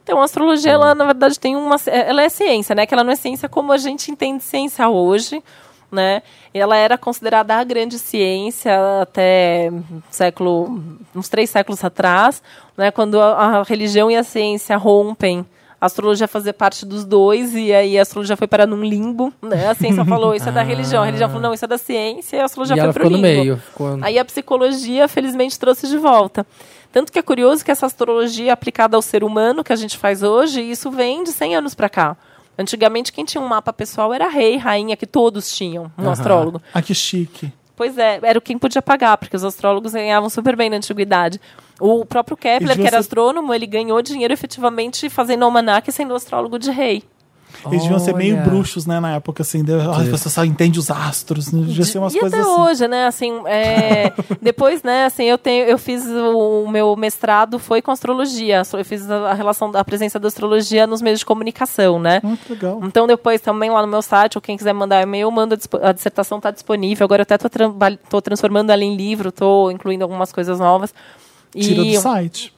Então, a
Tá
astrologia, ela, na verdade, tem uma. Ela é ciência, né? Que ela não é ciência como a gente entende ciência hoje, né? Ela era considerada a grande ciência até século. uns três séculos atrás, né? Quando a, a religião e a ciência rompem. A astrologia fazia parte dos dois, e aí a astrologia foi parar num limbo, né? A ciência falou, isso
*laughs*
é da religião. A religião falou, não, isso é da ciência, e a astrologia
e
foi
ela
pro
ficou no
limbo.
meio. Ficou...
Aí a psicologia, felizmente, trouxe de volta. Tanto que é curioso que essa astrologia aplicada ao ser humano que a gente faz hoje, isso vem de 100 anos para cá. Antigamente, quem tinha um mapa pessoal era rei, rainha, que todos tinham, um
Aham.
astrólogo.
Ah, que chique.
Pois é, era quem podia pagar, porque os astrólogos ganhavam super bem na antiguidade. O próprio
E
Kepler,
de
que era
você-
astrônomo, ele ganhou dinheiro efetivamente fazendo almanac e sendo astrólogo de rei.
Eles deviam ser meio
Olha.
bruxos, né, na época, assim. De... Ai,
Sim.
você só entende os astros. Né? Devia ser umas
e
coisas
até
assim.
hoje, né? Assim,
*laughs*
é, depois, né? Assim, eu tenho, eu fiz o, o meu mestrado foi com astrologia. Eu fiz a, a relação, a presença da astrologia nos meios de comunicação, né?
Ah, que legal.
Então depois também lá no meu site, ou quem quiser mandar e-mail, manda a dispo- a dissertação está disponível. Agora eu até tô, traba- tô transformando ela em livro, tô incluindo algumas coisas novas. E-
Tira do site.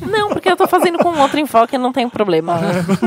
não, porque eu tô fazendo com outro enfoque, não
*laughs*
tem problema.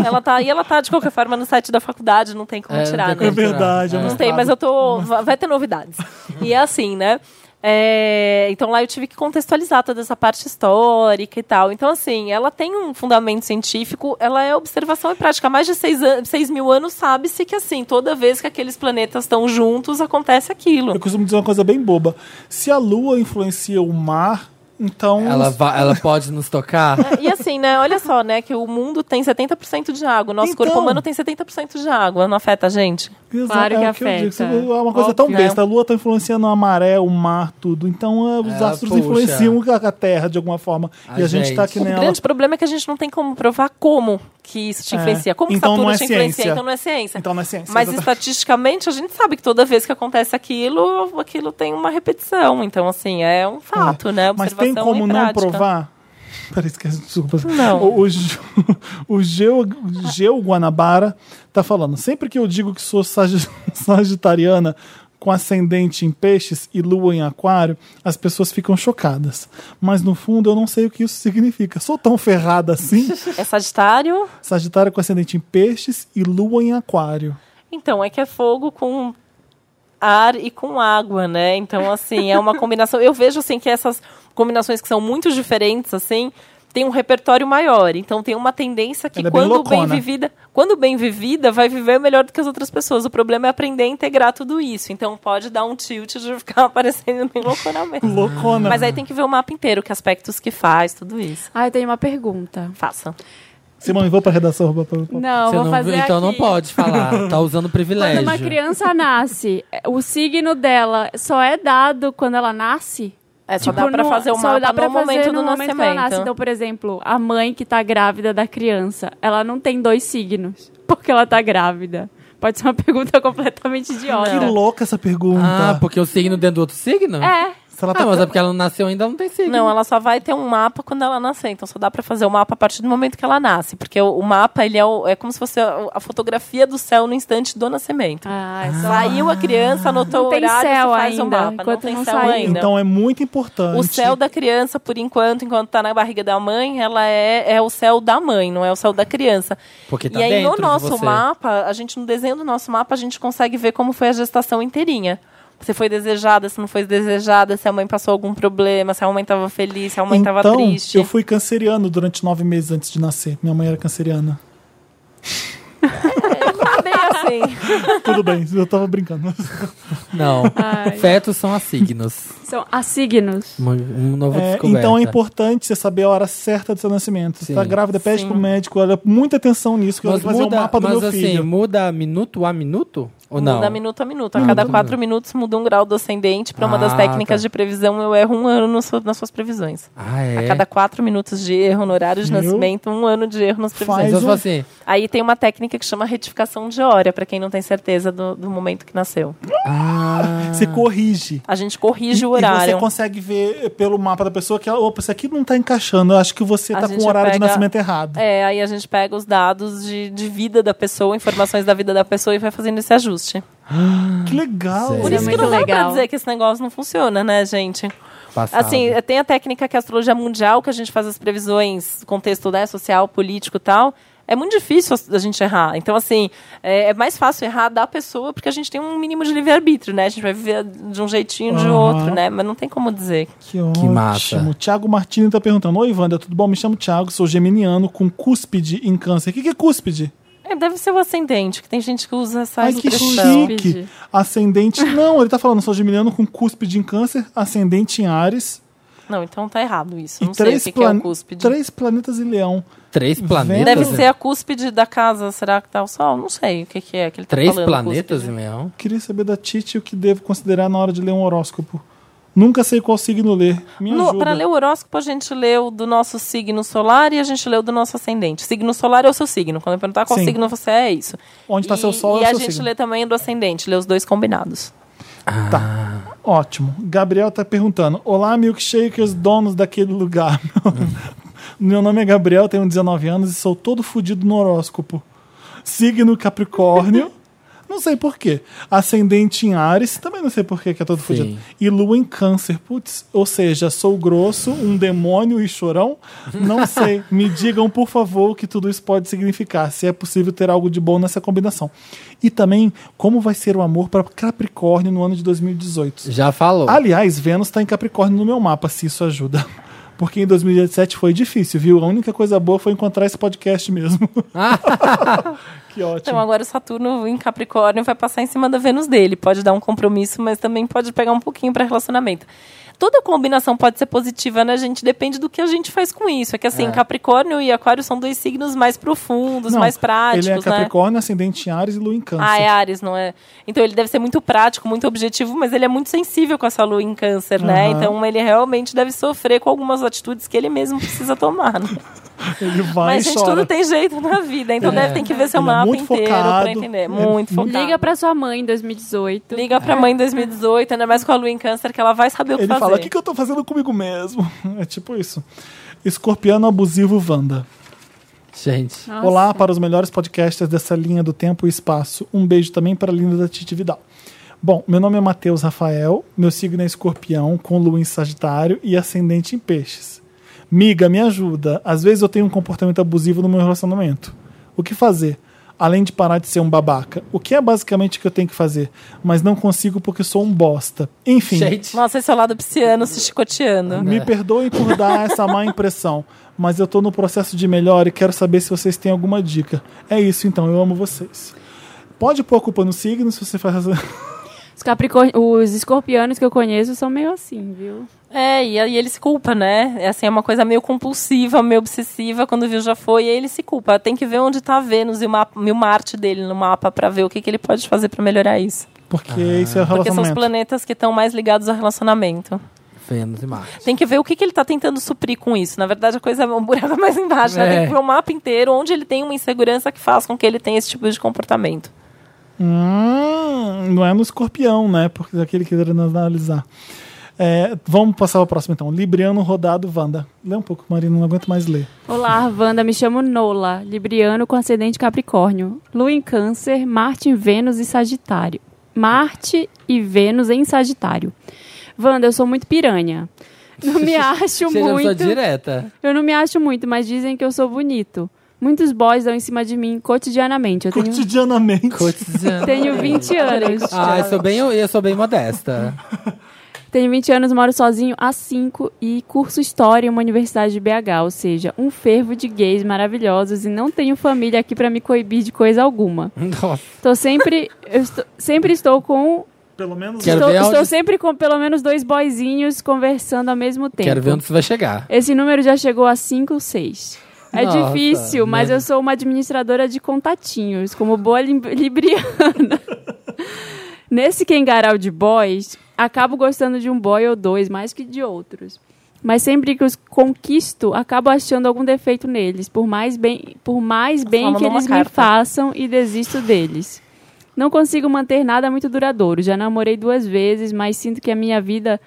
É.
Ela tá, e ela tá de qualquer forma no site da faculdade, não tem como
É, não
tirar,
tem
né?
É verdade.
É.
eu
Não tem, mas eu tô. va- Vai ter novidades. E é assim, né? É, então lá eu tive que contextualizar toda essa parte histórica e tal. Então, assim, ela tem um fundamento científico, ela é observação e prática. Há mais de seis, an- seis mil anos sabe-se que, assim, toda vez que aqueles planetas estão juntos, acontece
Eu
aquilo.
costumo dizer uma coisa bem boba. Se a lua influencia o mar, então.
Ela, va- ela pode nos tocar?
E assim, né? Olha só, né? Que o mundo tem 70% de água. O nosso
Então.
corpo humano tem 70% de águe. Não afeta a gente?
Exato,
Claro
é
que
o eu digo,
afeta.
isso É uma coisa tão
Óbvio, né?
besta. A lua tá influenciando a maré, o mar, tudo. Então é, os
Ela
astros
puxa.
influenciam a a terra de alguma forma.
A
e a gente,
gente.
tá aqui
O
nela.
grande problema é que a gente não tem como provar como que isso te
É.
influencia. Como que
Então
Saturno
não é
te influencia?
ciência.
Então não é ciência.
Então não é ciência.
Mas
exatamente.
estatisticamente a gente sabe que toda vez que acontece aquilo, aquilo tem uma repetição. Então, assim, é um fato, né?
Mas
Observação
tem como
e
não
prática.
provar? *laughs* Peraí, esquece, desculpa.
Não.
O, o, Gil- *laughs* o Geu, Geu Guanabara tá falando. Sempre que eu digo que sou sagi- *laughs* sagitariana com ascendente em peixes e lua em aquário, as pessoas ficam chocadas. Mas no fundo eu não sei o que isso significa. Sou tão ferrada assim?
É Sagitário?
Sagitário com ascendente em peixes e lua em aquário.
Então, é que é fogo com ar e com água, né? Então, assim, é uma combinação. Eu vejo, assim, que essas combinações que são muito diferentes, assim, tem um repertório maior. Então, tem uma tendência que,
Ela é bem
quando bem,
loucona.
vivida, quando bem vivida, vai viver melhor do que as outras pessoas. O problema é aprender a integrar tudo isso. Então, pode dar um tilt de ficar *laughs* aparecendo bem loucona mesmo.
Loucona.
Mas aí tem que ver o mapa inteiro, que aspectos que faz, tudo isso.
Ah, eu tenho uma pergunta.
Faça.
Simone, vou pra redação. Vou pra...
Não,
Você
vou
não-
fazer
então não
aqui.
pode falar. Tá usando
Quando
privilégio.
uma criança nasce, o signo dela só é dado quando ela nasce?
É, só dá
Tipo,
pra
no-
fazer o
só
mapa
dá pra
no momento
fazer
do
no momento que ela nasce.
nascimento.
Então, por exemplo, a mãe que tá grávida da criança, ela não tem dois signos, porque ela tá grávida. Pode ser uma *laughs* pergunta
Que
completamente idiota.
louca essa pergunta.
Ah, porque o signo dentro do outro signo?
É.
Se ela tá
Ah, mas é porque ela não nasceu ainda, ela não tem signo.
Não, ela só vai ter um mapa quando ela nascer. Então só dá pra fazer o mapa a partir do momento que ela nasce. Porque o, o mapa, ele é, o- é como se fosse a, a fotografia do céu no instante do nascimento.
Ah, essa-
Saiu a criança, anotou
Não
o
tem
horário,
céu
você faz o
ainda,
mapa. Não
enquanto
tem
não
céu
saiu.
ainda.
Então é muito importante.
O céu da criança, por enquanto, enquanto tá na barriga da mãe, ela é, é o céu da mãe, não é o céu da criança.
Porque tá
e aí,
dentro
no
de
nosso
você.
mapa, a gente, no desenho do nosso mapa, a gente consegue ver como foi a gestação inteirinha. Se foi desejada, se não foi desejada, se a mãe passou algum problema, se a mãe tava feliz, se a mãe tava
então,
triste.
eu fui canceriano durante nove meses antes de nascer. Minha mãe era canceriana.
É, Bem assim.
Tudo bem, *laughs* eu tava brincando.
Não.
Ai.
Fetos são assignos.
São assignos.
Uma, um novo
É,
descoberta.
então é importante você saber a hora certa do seu nascimento. Se
Sim.
tá grávida, pede pro médico. Olha, muita atenção nisso, que eu
Mas
vou fazer o
muda,
mapa do
mas
meu
assim,
filho.
muda minuto a minuto? Ou *laughs* não?
Muda minuto a minuto. A cada quatro minutos muda um grau do ascendente. Pra uma das
Ah, tá.
técnicas de previsão, eu erro um ano nas suas- nas suas previsões.
Ah, é?
A cada quatro minutos de erro no horário de
Viu?
nascimento, um ano de erro nas previsões.
Faz
Então,
um-
tipo assim,
Aí tem uma técnica que chama retificação de hora, pra quem não tem certeza do, do momento que nasceu.
ah,
Você corrige.
A gente corrige
E- E
o horário.
você consegue ver pelo mapa da pessoa que ela, opa, isso aqui não tá encaixando. Eu acho que você
A
tá com
gente
o horário de
pega-
nascimento errado.
É, aí a gente pega os dados de, de vida da pessoa, informações da vida da pessoa e vai fazendo esse ajuste.
Que É legal.
Sério?
Por
Isso
isso
é
que
muito
não dá pra
legal.
dizer que esse negócio não funciona, né, gente?
*laughs* passado.
Assim, tem a técnica que é a astrologia mundial, que a gente faz as previsões, contexto né, social, político e tal. É muito difícil a- a gente errar. Então, assim, é é mais fácil errar da pessoa, porque a gente tem um mínimo de livre-arbítrio, né? A gente vai viver de um jeitinho ou de
Aham.
outro, né? Mas não tem como dizer.
Que ótimo.
massa.
Tiago Martini tá perguntando: Oi, Wanda, tudo bom? Me chamo Tiago, sou geminiano com cúspide em câncer. O que, que é cúspide?
É, deve ser o ascendente, que tem gente que usa essa
Ai, que
expressão.
chique.
*laughs*
Ascendente. Não, ele tá falando: sou geminiano com cúspide em câncer, ascendente em Ares
Não, então tá errado isso.
e
Não sei o
três,
que, que é
plan-
o cúspide.
três planetas em leão.
Três planetas?
Deve
né?
ser a cúspide da casa, será que tá o sol? Não sei o que, que é que ele tá
Três
falando.
planetas,
cúspide.
Simeão?
Queria saber da Titi o que devo considerar na hora de ler um horóscopo. Nunca sei qual signo ler. Me
No-
ajuda.
Pra ler o horóscopo, a gente leu do nosso signo solar e a gente leu do nosso ascendente. Signo solar é o seu signo. Quando eu perguntar qual
Sim.
signo você é, é isso.
Onde tá
e,
seu sol é
E
o
a
seu
gente
signo.
lê também do ascendente, lê os dois combinados.
Ótimo. Gabriel tá perguntando: Olá, milkshakers, donos daquele lugar. *laughs* Meu nome é Gabriel, tenho 19 anos e sou todo fudido no horóscopo. Signo Capricórnio. Não sei porquê. Ascendente em Ares, também não sei porquê que é todo fudido. E Lua em Câncer, putz. Ou seja, sou grosso, um demônio e chorão? Não sei. Me digam, por favor, o que tudo isso pode significar. Se é possível ter algo de bom nessa combinação. E também, como vai ser o amor para Capricórnio no ano de 2018?
Já falou.
Aliás, Vênus está em Capricórnio no meu mapa, se isso ajuda. *laughs* Porque em 2017 foi difícil, viu? A única coisa boa foi encontrar esse podcast
*laughs*
mesmo. que ótimo.
Então agora o Saturno em Capricórnio vai passar em cima da Vênus dele. Pode dar um compromisso, mas também pode pegar um pouquinho para relacionamento. Toda combinação pode ser positiva, né, gente? Depende do que a gente faz com isso. É que assim, Capricórnio e Aquário são dois signos mais profundos,
Não,
mais práticos,
Ele é
né?
Capricórnio, ascendente em Ares e Lua em Câncer.
Ah, é Ares, não é? Então ele deve ser muito prático, muito objetivo, mas ele é muito sensível com essa lua em câncer, né?
Aham.
Então ele realmente deve sofrer com algumas atitudes que ele mesmo precisa tomar. Né?
Ele vai
mas,
e
gente,
chora.
tudo tem jeito na vida, então deve ter que ver seu
Ele é
mapa
muito
inteiro
focado, é
pra entender. Muito focado.
Liga pra sua mãe em 2018.
Então tá. Liga pra mãe em 2018, ainda mais com a lua em câncer, que ela vai saber o que
Ele
fazer.
fala, o que, que eu tô fazendo comigo mesmo? *laughs* É tipo isso. Escorpiano abusivo Wanda.
Gente.
Nossa.
Olá para os melhores podcasters dessa linha do tempo e espaço. Um beijo também para a linda da Titi Vidal. Bom, meu nome é Matheus Rafael, meu signo é escorpião, com lua em sagitário e ascendente em peixes. Miga, me ajuda. Às vezes eu tenho um comportamento abusivo no meu relacionamento. O que fazer? Além de parar de ser um babaca. O que é basicamente o que eu tenho que fazer? Mas não consigo porque sou um bosta. Enfim.
Gente.
Nossa, esse é o lado pisciano se chicoteando.
Me perdoem por dar essa má impressão, mas eu tô no processo de melhora e quero saber se vocês têm alguma dica. É isso então, eu amo vocês. Pode pôr a culpa no signo se você faz.
Os, capricor... os escorpianos que eu conheço são meio assim, viu?
É, e aí ele se culpa, né? É assim, é uma coisa meio compulsiva, meio obsessiva, quando viu já foi, e aí ele se culpa. Tem que ver onde tá Vênus e o, mapa, e o Marte dele no mapa pra ver o que, que ele pode fazer pra melhorar isso.
*laughs* Porque isso é
Ah. Porque são os
relacionamento.
planetas que estão mais ligados ao relacionamento.
Vênus e Marte.
Tem que ver o que, que ele tá tentando suprir com isso. Na verdade, a coisa é um buraco *laughs* mais embaixo, né?
É.
Tem que ver o mapa inteiro, onde ele tem uma insegurança que faz com que ele tenha esse tipo de comportamento.
Hum, não é no escorpião, né? Porque é aquele que querendo analisar. É, vamos passar ao próximo então. Libriano rodado Wanda. Lê um pouco, Marina, não aguento mais ler.
Olá, Wanda, me chamo Nola, libriano com ascendente Capricórnio. Lua em Câncer, Marte em Vênus e Sagitário. Marte e Vênus em Sagitário. Wanda, eu sou muito piranha. Não me acho
Você já sou
muito.
*laughs*
direta.
Eu não me acho muito, mas dizem que eu sou bonito. Muitos boys dão em cima de mim cotidianamente. Eu tenho,
Cotidianamente.
Cotidiano.
tenho 20 anos.
Ah, eu sou bem, eu sou bem modesta.
Tenho 20 anos, moro sozinho há 5 e curso História em uma universidade de BH, ou seja, um fervo de gays maravilhosos e não tenho família aqui pra me coibir de coisa alguma.
Nossa.
Tô sempre, eu estou, sempre estou com,
Pelo menos.
Quero
estou,
ver onde-
estou sempre com pelo menos dois boyzinhos conversando ao mesmo tempo.
Quero ver um onde isso vai chegar.
Esse número já chegou a 5 ou 6. É
Tá. Nossa,
difícil, mas
né?
eu sou uma administradora de contatinhos, como boa lim- libriana. *laughs* Nesse quengaral de boys, acabo gostando de um boy ou dois, mais que de outros. Mas sempre que os conquisto, acabo achando algum defeito neles, por mais bem, por mais bem
mandou
que
uma
eles me
carta.
façam e desisto deles. Não consigo manter nada muito duradouro. Já namorei duas vezes, mas sinto que a minha vida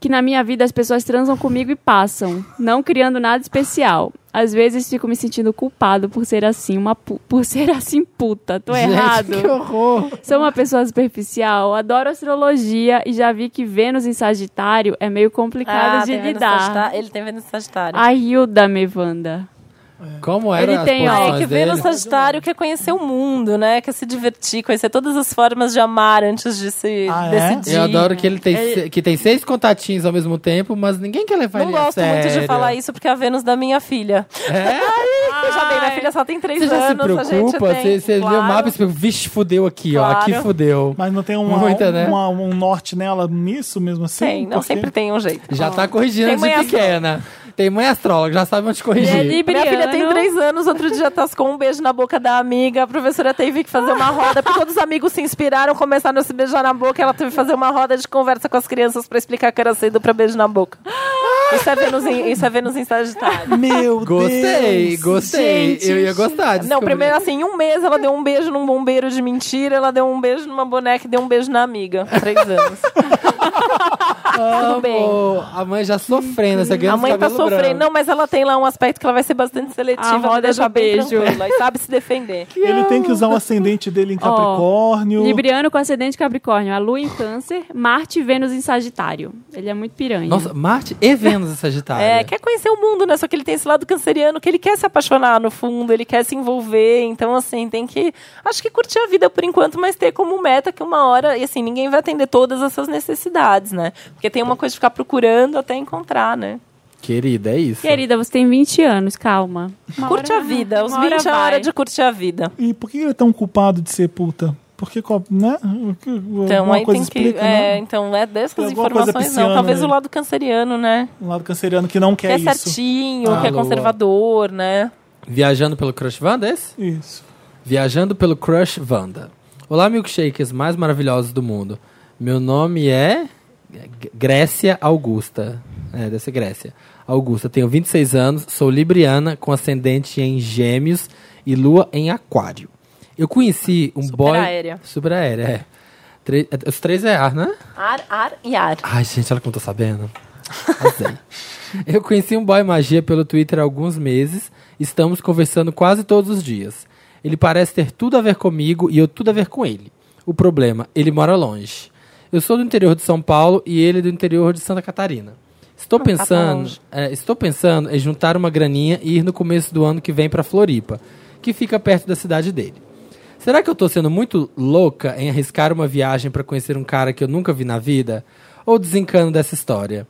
que na minha vida as pessoas transam comigo e passam, não criando nada especial. Às vezes fico me sentindo culpado por ser assim, uma pu- por *laughs* ser assim puta. Tô
Gente,
errado.
Que horror.
Sou uma pessoa superficial, adoro astrologia e já vi que Vênus em Sagitário é meio complicado
Ah,
de
tem Vênus
lidar.
Sagitário- Ele tem Vênus Sagitário.
Ajuda-me, Wanda.
Como era
Ele
as
tem,
Ah,
ó,
é
posições
que
dele?
Vênus Sagitário quer conhecer o mundo, né? Quer se divertir, conhecer todas as formas de amar antes de se
Ah, é?
decidir.
Eu adoro que ele tem, se- que tem seis contatinhos ao mesmo tempo, mas ninguém quer levar
Não
ele a
gosto muito de
sério.
falar isso porque é a Vênus da minha filha.
É?
Eu já bem, minha filha só tem três
Você já se
anos. a gente
preocupa?
tem,
Você, você lê o
claro.
mapa e se preocupa. Vixe, fudeu aqui, ó. Aqui
Claro.
fudeu.
Mas não tem uma,
Muita, né?
uma- um norte nela nisso mesmo assim?
Tem, não,
Porque-
sempre tem um jeito.
Já tá corrigindo
Tem
de
mãe astróloga.
pequena. Tem mãe astróloga, já sabe onde
Ele é
corrigir.
Minha
libriano.
filha tem três anos, outro dia tascou um beijo na boca da amiga. A professora teve que fazer uma roda, porque todos os amigos se inspiraram, começaram a se beijar na boca. Ela teve que fazer uma roda de conversa com as crianças pra explicar que era cedo pra beijo na boca. Isso é Vênus em, isso é Vênus em Sagitário.
Meu
Gostei,
Deus.
gostei.
Gente,
eu ia gostar disso.
Não, primeiro assim, em um mês ela deu um beijo num bombeiro de mentira, ela deu um beijo numa boneca e deu um beijo na amiga. Três anos. tá tudo bem.
A mãe já sofrendo, essa criança
A mãe tá
cabelo
sofrendo.
branco.
Não, mas ela tem lá um aspecto que ela vai ser bastante
A
seletiva,
roda
vai deixar
do
bem
beijo.
tranquila e sabe se defender.
Ele tem que usar o ascendente dele em Capricórnio.
Libriano com ascendente Capricórnio, a Lua em Câncer, Marte e Vênus em Sagitário. Ele é muito piranha.
Nossa, Marte e Vênus em
Ah,
Sagitário.
É, quer conhecer o mundo, né? Só que ele tem esse lado canceriano que ele quer se apaixonar no fundo, ele quer se envolver. Então, assim, tem que. Acho que curtir a vida por enquanto, mas ter como meta que uma hora, e assim, ninguém vai atender todas essas necessidades, né? Porque tem uma coisa de ficar procurando até encontrar, né?
Querida, é isso.
Querida, você tem 20 anos, calma. Uma
Curte a
hora-
vida. Os
uma
20 é a
vai.
hora de curtir a vida.
E por que ele é tão culpado de ser puta? Porque, co- né?
Então,
Alguma
aí
coisa
tem que.
explica,
é,
né?
então, é
Tem
dessas
alguma coisa
informações,
pisciana
não. Talvez o
nele.
lado canceriano, né?
Um lado canceriano que não
Que
quer
é
isso.
certinho,
Ah,
que é
Lua.
conservador, né?
Viajando pelo Crush Wanda, é esse?
Isso. *laughs*
Viajando pelo Crush Wanda. Olá, milkshakers mais maravilhosos do mundo. Meu nome é G- Grécia Augusta. É, deve ser Grécia. Augusta, tenho 26 anos, sou libriana, com ascendente em gêmeos e lua em aquário. Eu conheci um boy...
aérea.
Super aérea, é. Tre- é, Os três é ar, né?
Ar, ar e ar.
Ai, gente, olha como eu tô sabendo. Arrasei. *laughs* eu conheci um boy magia pelo Twitter há alguns meses. Estamos conversando quase todos os dias. Ele parece ter tudo a ver comigo e eu tudo a ver com ele. O problema, ele mora longe. Eu sou do interior de São Paulo e ele do interior de Santa Catarina. Estou pensando,
longe.
é, estou pensando em juntar uma graninha e ir no começo do ano que vem para Floripa, que fica perto da cidade dele. Será que eu tô sendo muito louca em arriscar uma viagem pra conhecer um cara que eu nunca vi na vida? Ou desencano dessa história?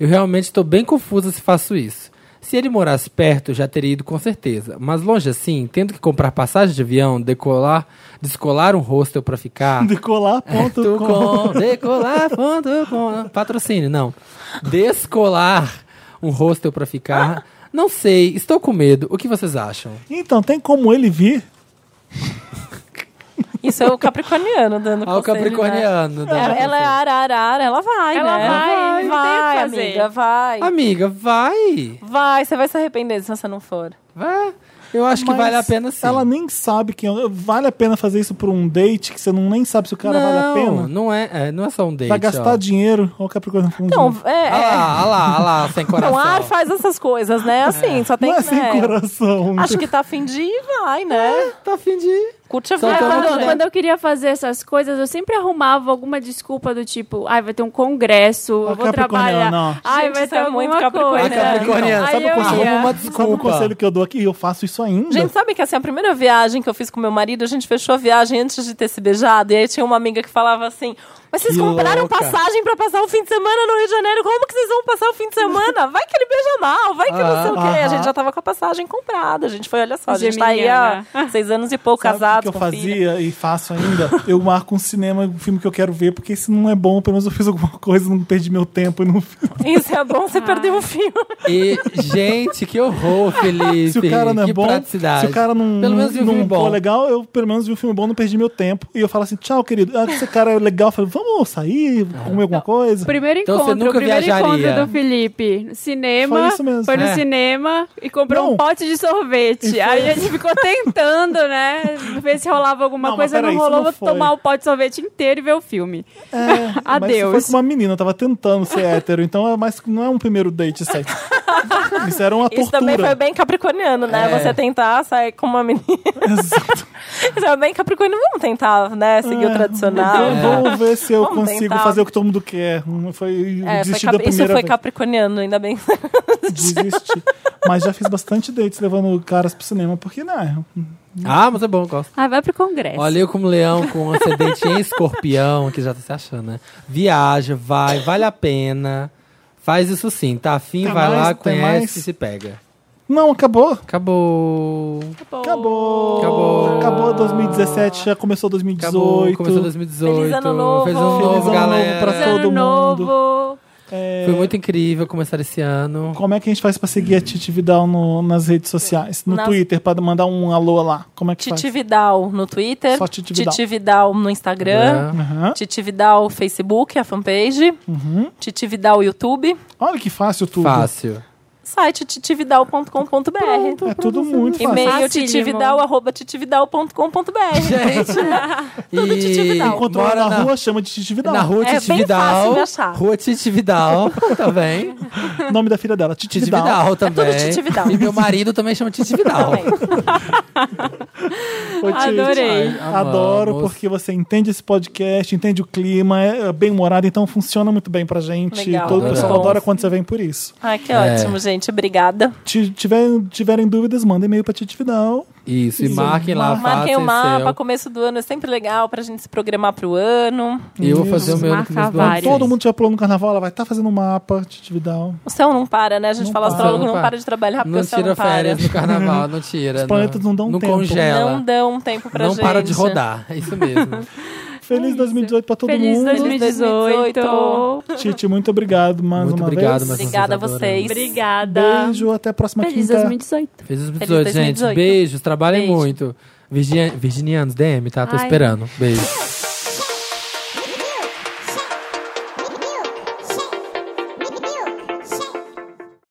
Eu realmente tô bem confusa se faço isso. Se ele morasse perto, eu já teria ido com certeza. Mas longe assim, tendo que comprar passagem de avião, decolar, descolar um hostel pra ficar. Tu
Decolar.com.
com, decolar, ponto com. Patrocínio, não. Descolar um hostel pra ficar. Não sei, estou com medo. O que vocês acham?
Então, tem como ele vir?
Isso é o capricorniano dando
Ah, o
conselho, né?
capricorniano. né? dando
É, ela é ar, ar, ar, ela vai,
Ela
né?
vai, não tem o que
vai,
fazer.
amiga, vai.
Amiga, vai!
Vai, você vai se arrepender se você não for.
Vai! Eu acho que
Mas
vale a pena sim.
Ela nem sabe quem. é. Vale a pena fazer isso por um date que você não nem sabe se o cara
não,
vale a pena?
Não é, é, não é só um date.
Pra gastar
ó.
dinheiro, olha o Capricórnio falando.
Então,
de novo.
é.
Ah lá, ah lá, ah lá, sem coração.
Não, ai, faz essas coisas, né? Assim, só tem
não é
que.
sem
né?
coração.
Acho que tá afim de ir, vai, né?
Tá afim de ir.
Curte a
Só
vida.
tô
quando,
mandando.
né?
quando eu queria fazer essas coisas, eu sempre arrumava alguma desculpa do tipo, ai, vai ter um congresso, eu vou
Capricorniano,
trabalhar.
Ah, não. Ah,
Ai,
Gente,
vai
isso
ter
é muito
alguma
capricorniano. Pois
coisa.
é.
a Capricorniana,
Aí
sabe
eu
o conselho?
ia.
Arruma uma
Sabe o
desculpa.
conselho que eu dou aqui? Eu faço isso ainda.
Gente, sabe que assim, a primeira viagem que eu fiz com meu marido, a gente fechou a viagem antes de ter se beijado, e aí tinha uma amiga que falava assim: Mas vocês
Que
compraram
louca.
passagem pra passar o fim de semana no Rio de Janeiro, como que vocês vão passar o fim de semana? Vai que ele beija mal, vai que não sei o quê. A gente já tava com a passagem comprada, a gente foi, olha só, a gente tá aí há seis anos e pouco
Sabe o
casados,
que eu
com
fazia
filho.
e faço ainda? eu marco um cinema, um filme que eu quero ver, porque se não é bom, pelo menos eu fiz alguma coisa, não perdi meu tempo e não fiz.
*laughs* Isso é bom, você perdeu um filme.
E, gente, que horror,
*laughs*
Felipe.
Se o cara não é
que
bom,
praticidade.
se o cara não,
Pelo menos vi um
não
filme bom.
for legal, eu pelo menos vi um filme bom, não perdi meu tempo. E eu falo assim, tchau, querido. Ah, esse cara é legal. Eu falo, vamos
É.
sair, comer alguma coisa.
Primeiro
Então você
encontro,
nunca
o primeiro
viajaria.
encontro do Felipe. Cinema.
Foi isso mesmo.
foi no
É.
cinema e comprou
Não.
um pote de sorvete.
E foi-
Aí a gente ficou tentando, né? Ver se rolava alguma
Não, mas
coisa.
peraí,
não
isso
rolou
não
vou
foi.
tomar o pote de sorvete inteiro e ver o filme.
É, Mas isso
Adeus.
foi com uma menina, eu tava tentando ser hétero, então é mais, não é um primeiro date
*laughs*
sexo. Isso era uma
Isso
tortura.
também foi bem capricorniano, né?
É.
Você tentar sair com uma menina. *laughs*
Exato.
Isso é bem capricorniano, vamos tentar, né? Seguir o
É,
tradicional.
Vou, vou ver se eu
Vamos
consigo
tentar.
fazer o que todo mundo quer. Hum, Foi
É, foi
desistir
cap-
da
Isso
primeira
foi
vez.
capricorniano, ainda bem.
Desisti. Mas já fiz bastante dates levando caras pro cinema, porque, né?
Ah, mas é bom, eu gosto.
Ah, vai pro
É
congresso.
Olha eu como leão com um ascendente em escorpião, que já tá se achando, né? Viaja, vai, vale a pena. Faz isso sim, tá afim,
Tem
vai
mais?
lá,
Tem
conhece
mais?
e se pega.
Não, acabou.
Acabou.
Acabou.
Acabou.
Acabou 2017, já começou 2018.
Acabou, começou 2018.
Feliz ano novo.
Feliz ano
Feliz
novo,
ano novo
galera.
pra
Feliz ano
todo mundo.
novo.
É,
Foi muito incrível começar esse ano.
Como é que a gente faz pra seguir a Titi Vidal no- nas redes sociais? No
Nas-
Twitter, pra mandar um alô lá. Como é que
Titi
faz?
Vidal no Twitter.
Só Titi Vidal. É.
Vidal no Instagram.
Né?
Aham.
Titi Vidal Facebook, a fanpage. Titi Vidal YouTube.
Olha que fácil tudo.
Fácil.
Site titividal.com.br.
É tudo muito fácil.
E-mail
Facílimo.
titividal, arroba titividal.com.br.
Gente,
Tudo Titi
e
Vidal.
Encontrou
bora
ela na
na,
rua, chama de Titi Vidal.
na rua
É
Titi
bem
Vidal.
fácil de achar.
Rua Titi Vidal,
*laughs*
tá bem?
O nome da filha dela, Titi,
Titi
Vidal.
Vidal também.
Titi Vidal.
E meu marido também chama Titi Vidal.
Também.
Ô, Titi,
Adorei.
Ai,
Adoro,
amamos.
porque você entende esse podcast, entende o clima, é bem humorado, então funciona muito bem pra gente.
Legal.
Todo o
Legal.
pessoal adora quando você vem por isso.
Ai, que
É.
ótimo, gente. Obrigada.
Ti- tiver- tiverem dúvidas, mandem e-mail pra Titi Vidal.
Isso, e
Isso.
marquem lá, façam
Marquem o um mapa,
Tá seu.
começo do ano é sempre legal pra gente se programar pro ano.
E eu vou fazer o meu no
Marca
começo do ano.
vários.
Todo mundo já pulou no carnaval, ela vai estar fazendo um mapa, Titi Vidal.
O céu não para, né? A gente
Não
fala
para.
astrólogo
Não
não
para.
para de trabalhar porque
Não
o céu não
tira
para.
férias no
*laughs*
carnaval, não tira.
Os planetas não dão
Não
tempo.
congela.
Não dão tempo pra
Não
gente.
para de rodar. É isso mesmo.
*laughs*
Feliz 2018 pra todo
É Feliz
mundo.
2018.
2018.
Titi, muito obrigado mais
Muito
uma
obrigado
vez.
mais uma
Obrigada a
Vocês
vocês.
Obrigada.
Beijo, até a próxima
Feliz
quinta.
2018.
Feliz 2018,
Feliz
gente.
2018.
Beijos, trabalhem
Beijo.
muito. Virginia- virginianos, DM, tá? Tô
Ai.
esperando. Beijo.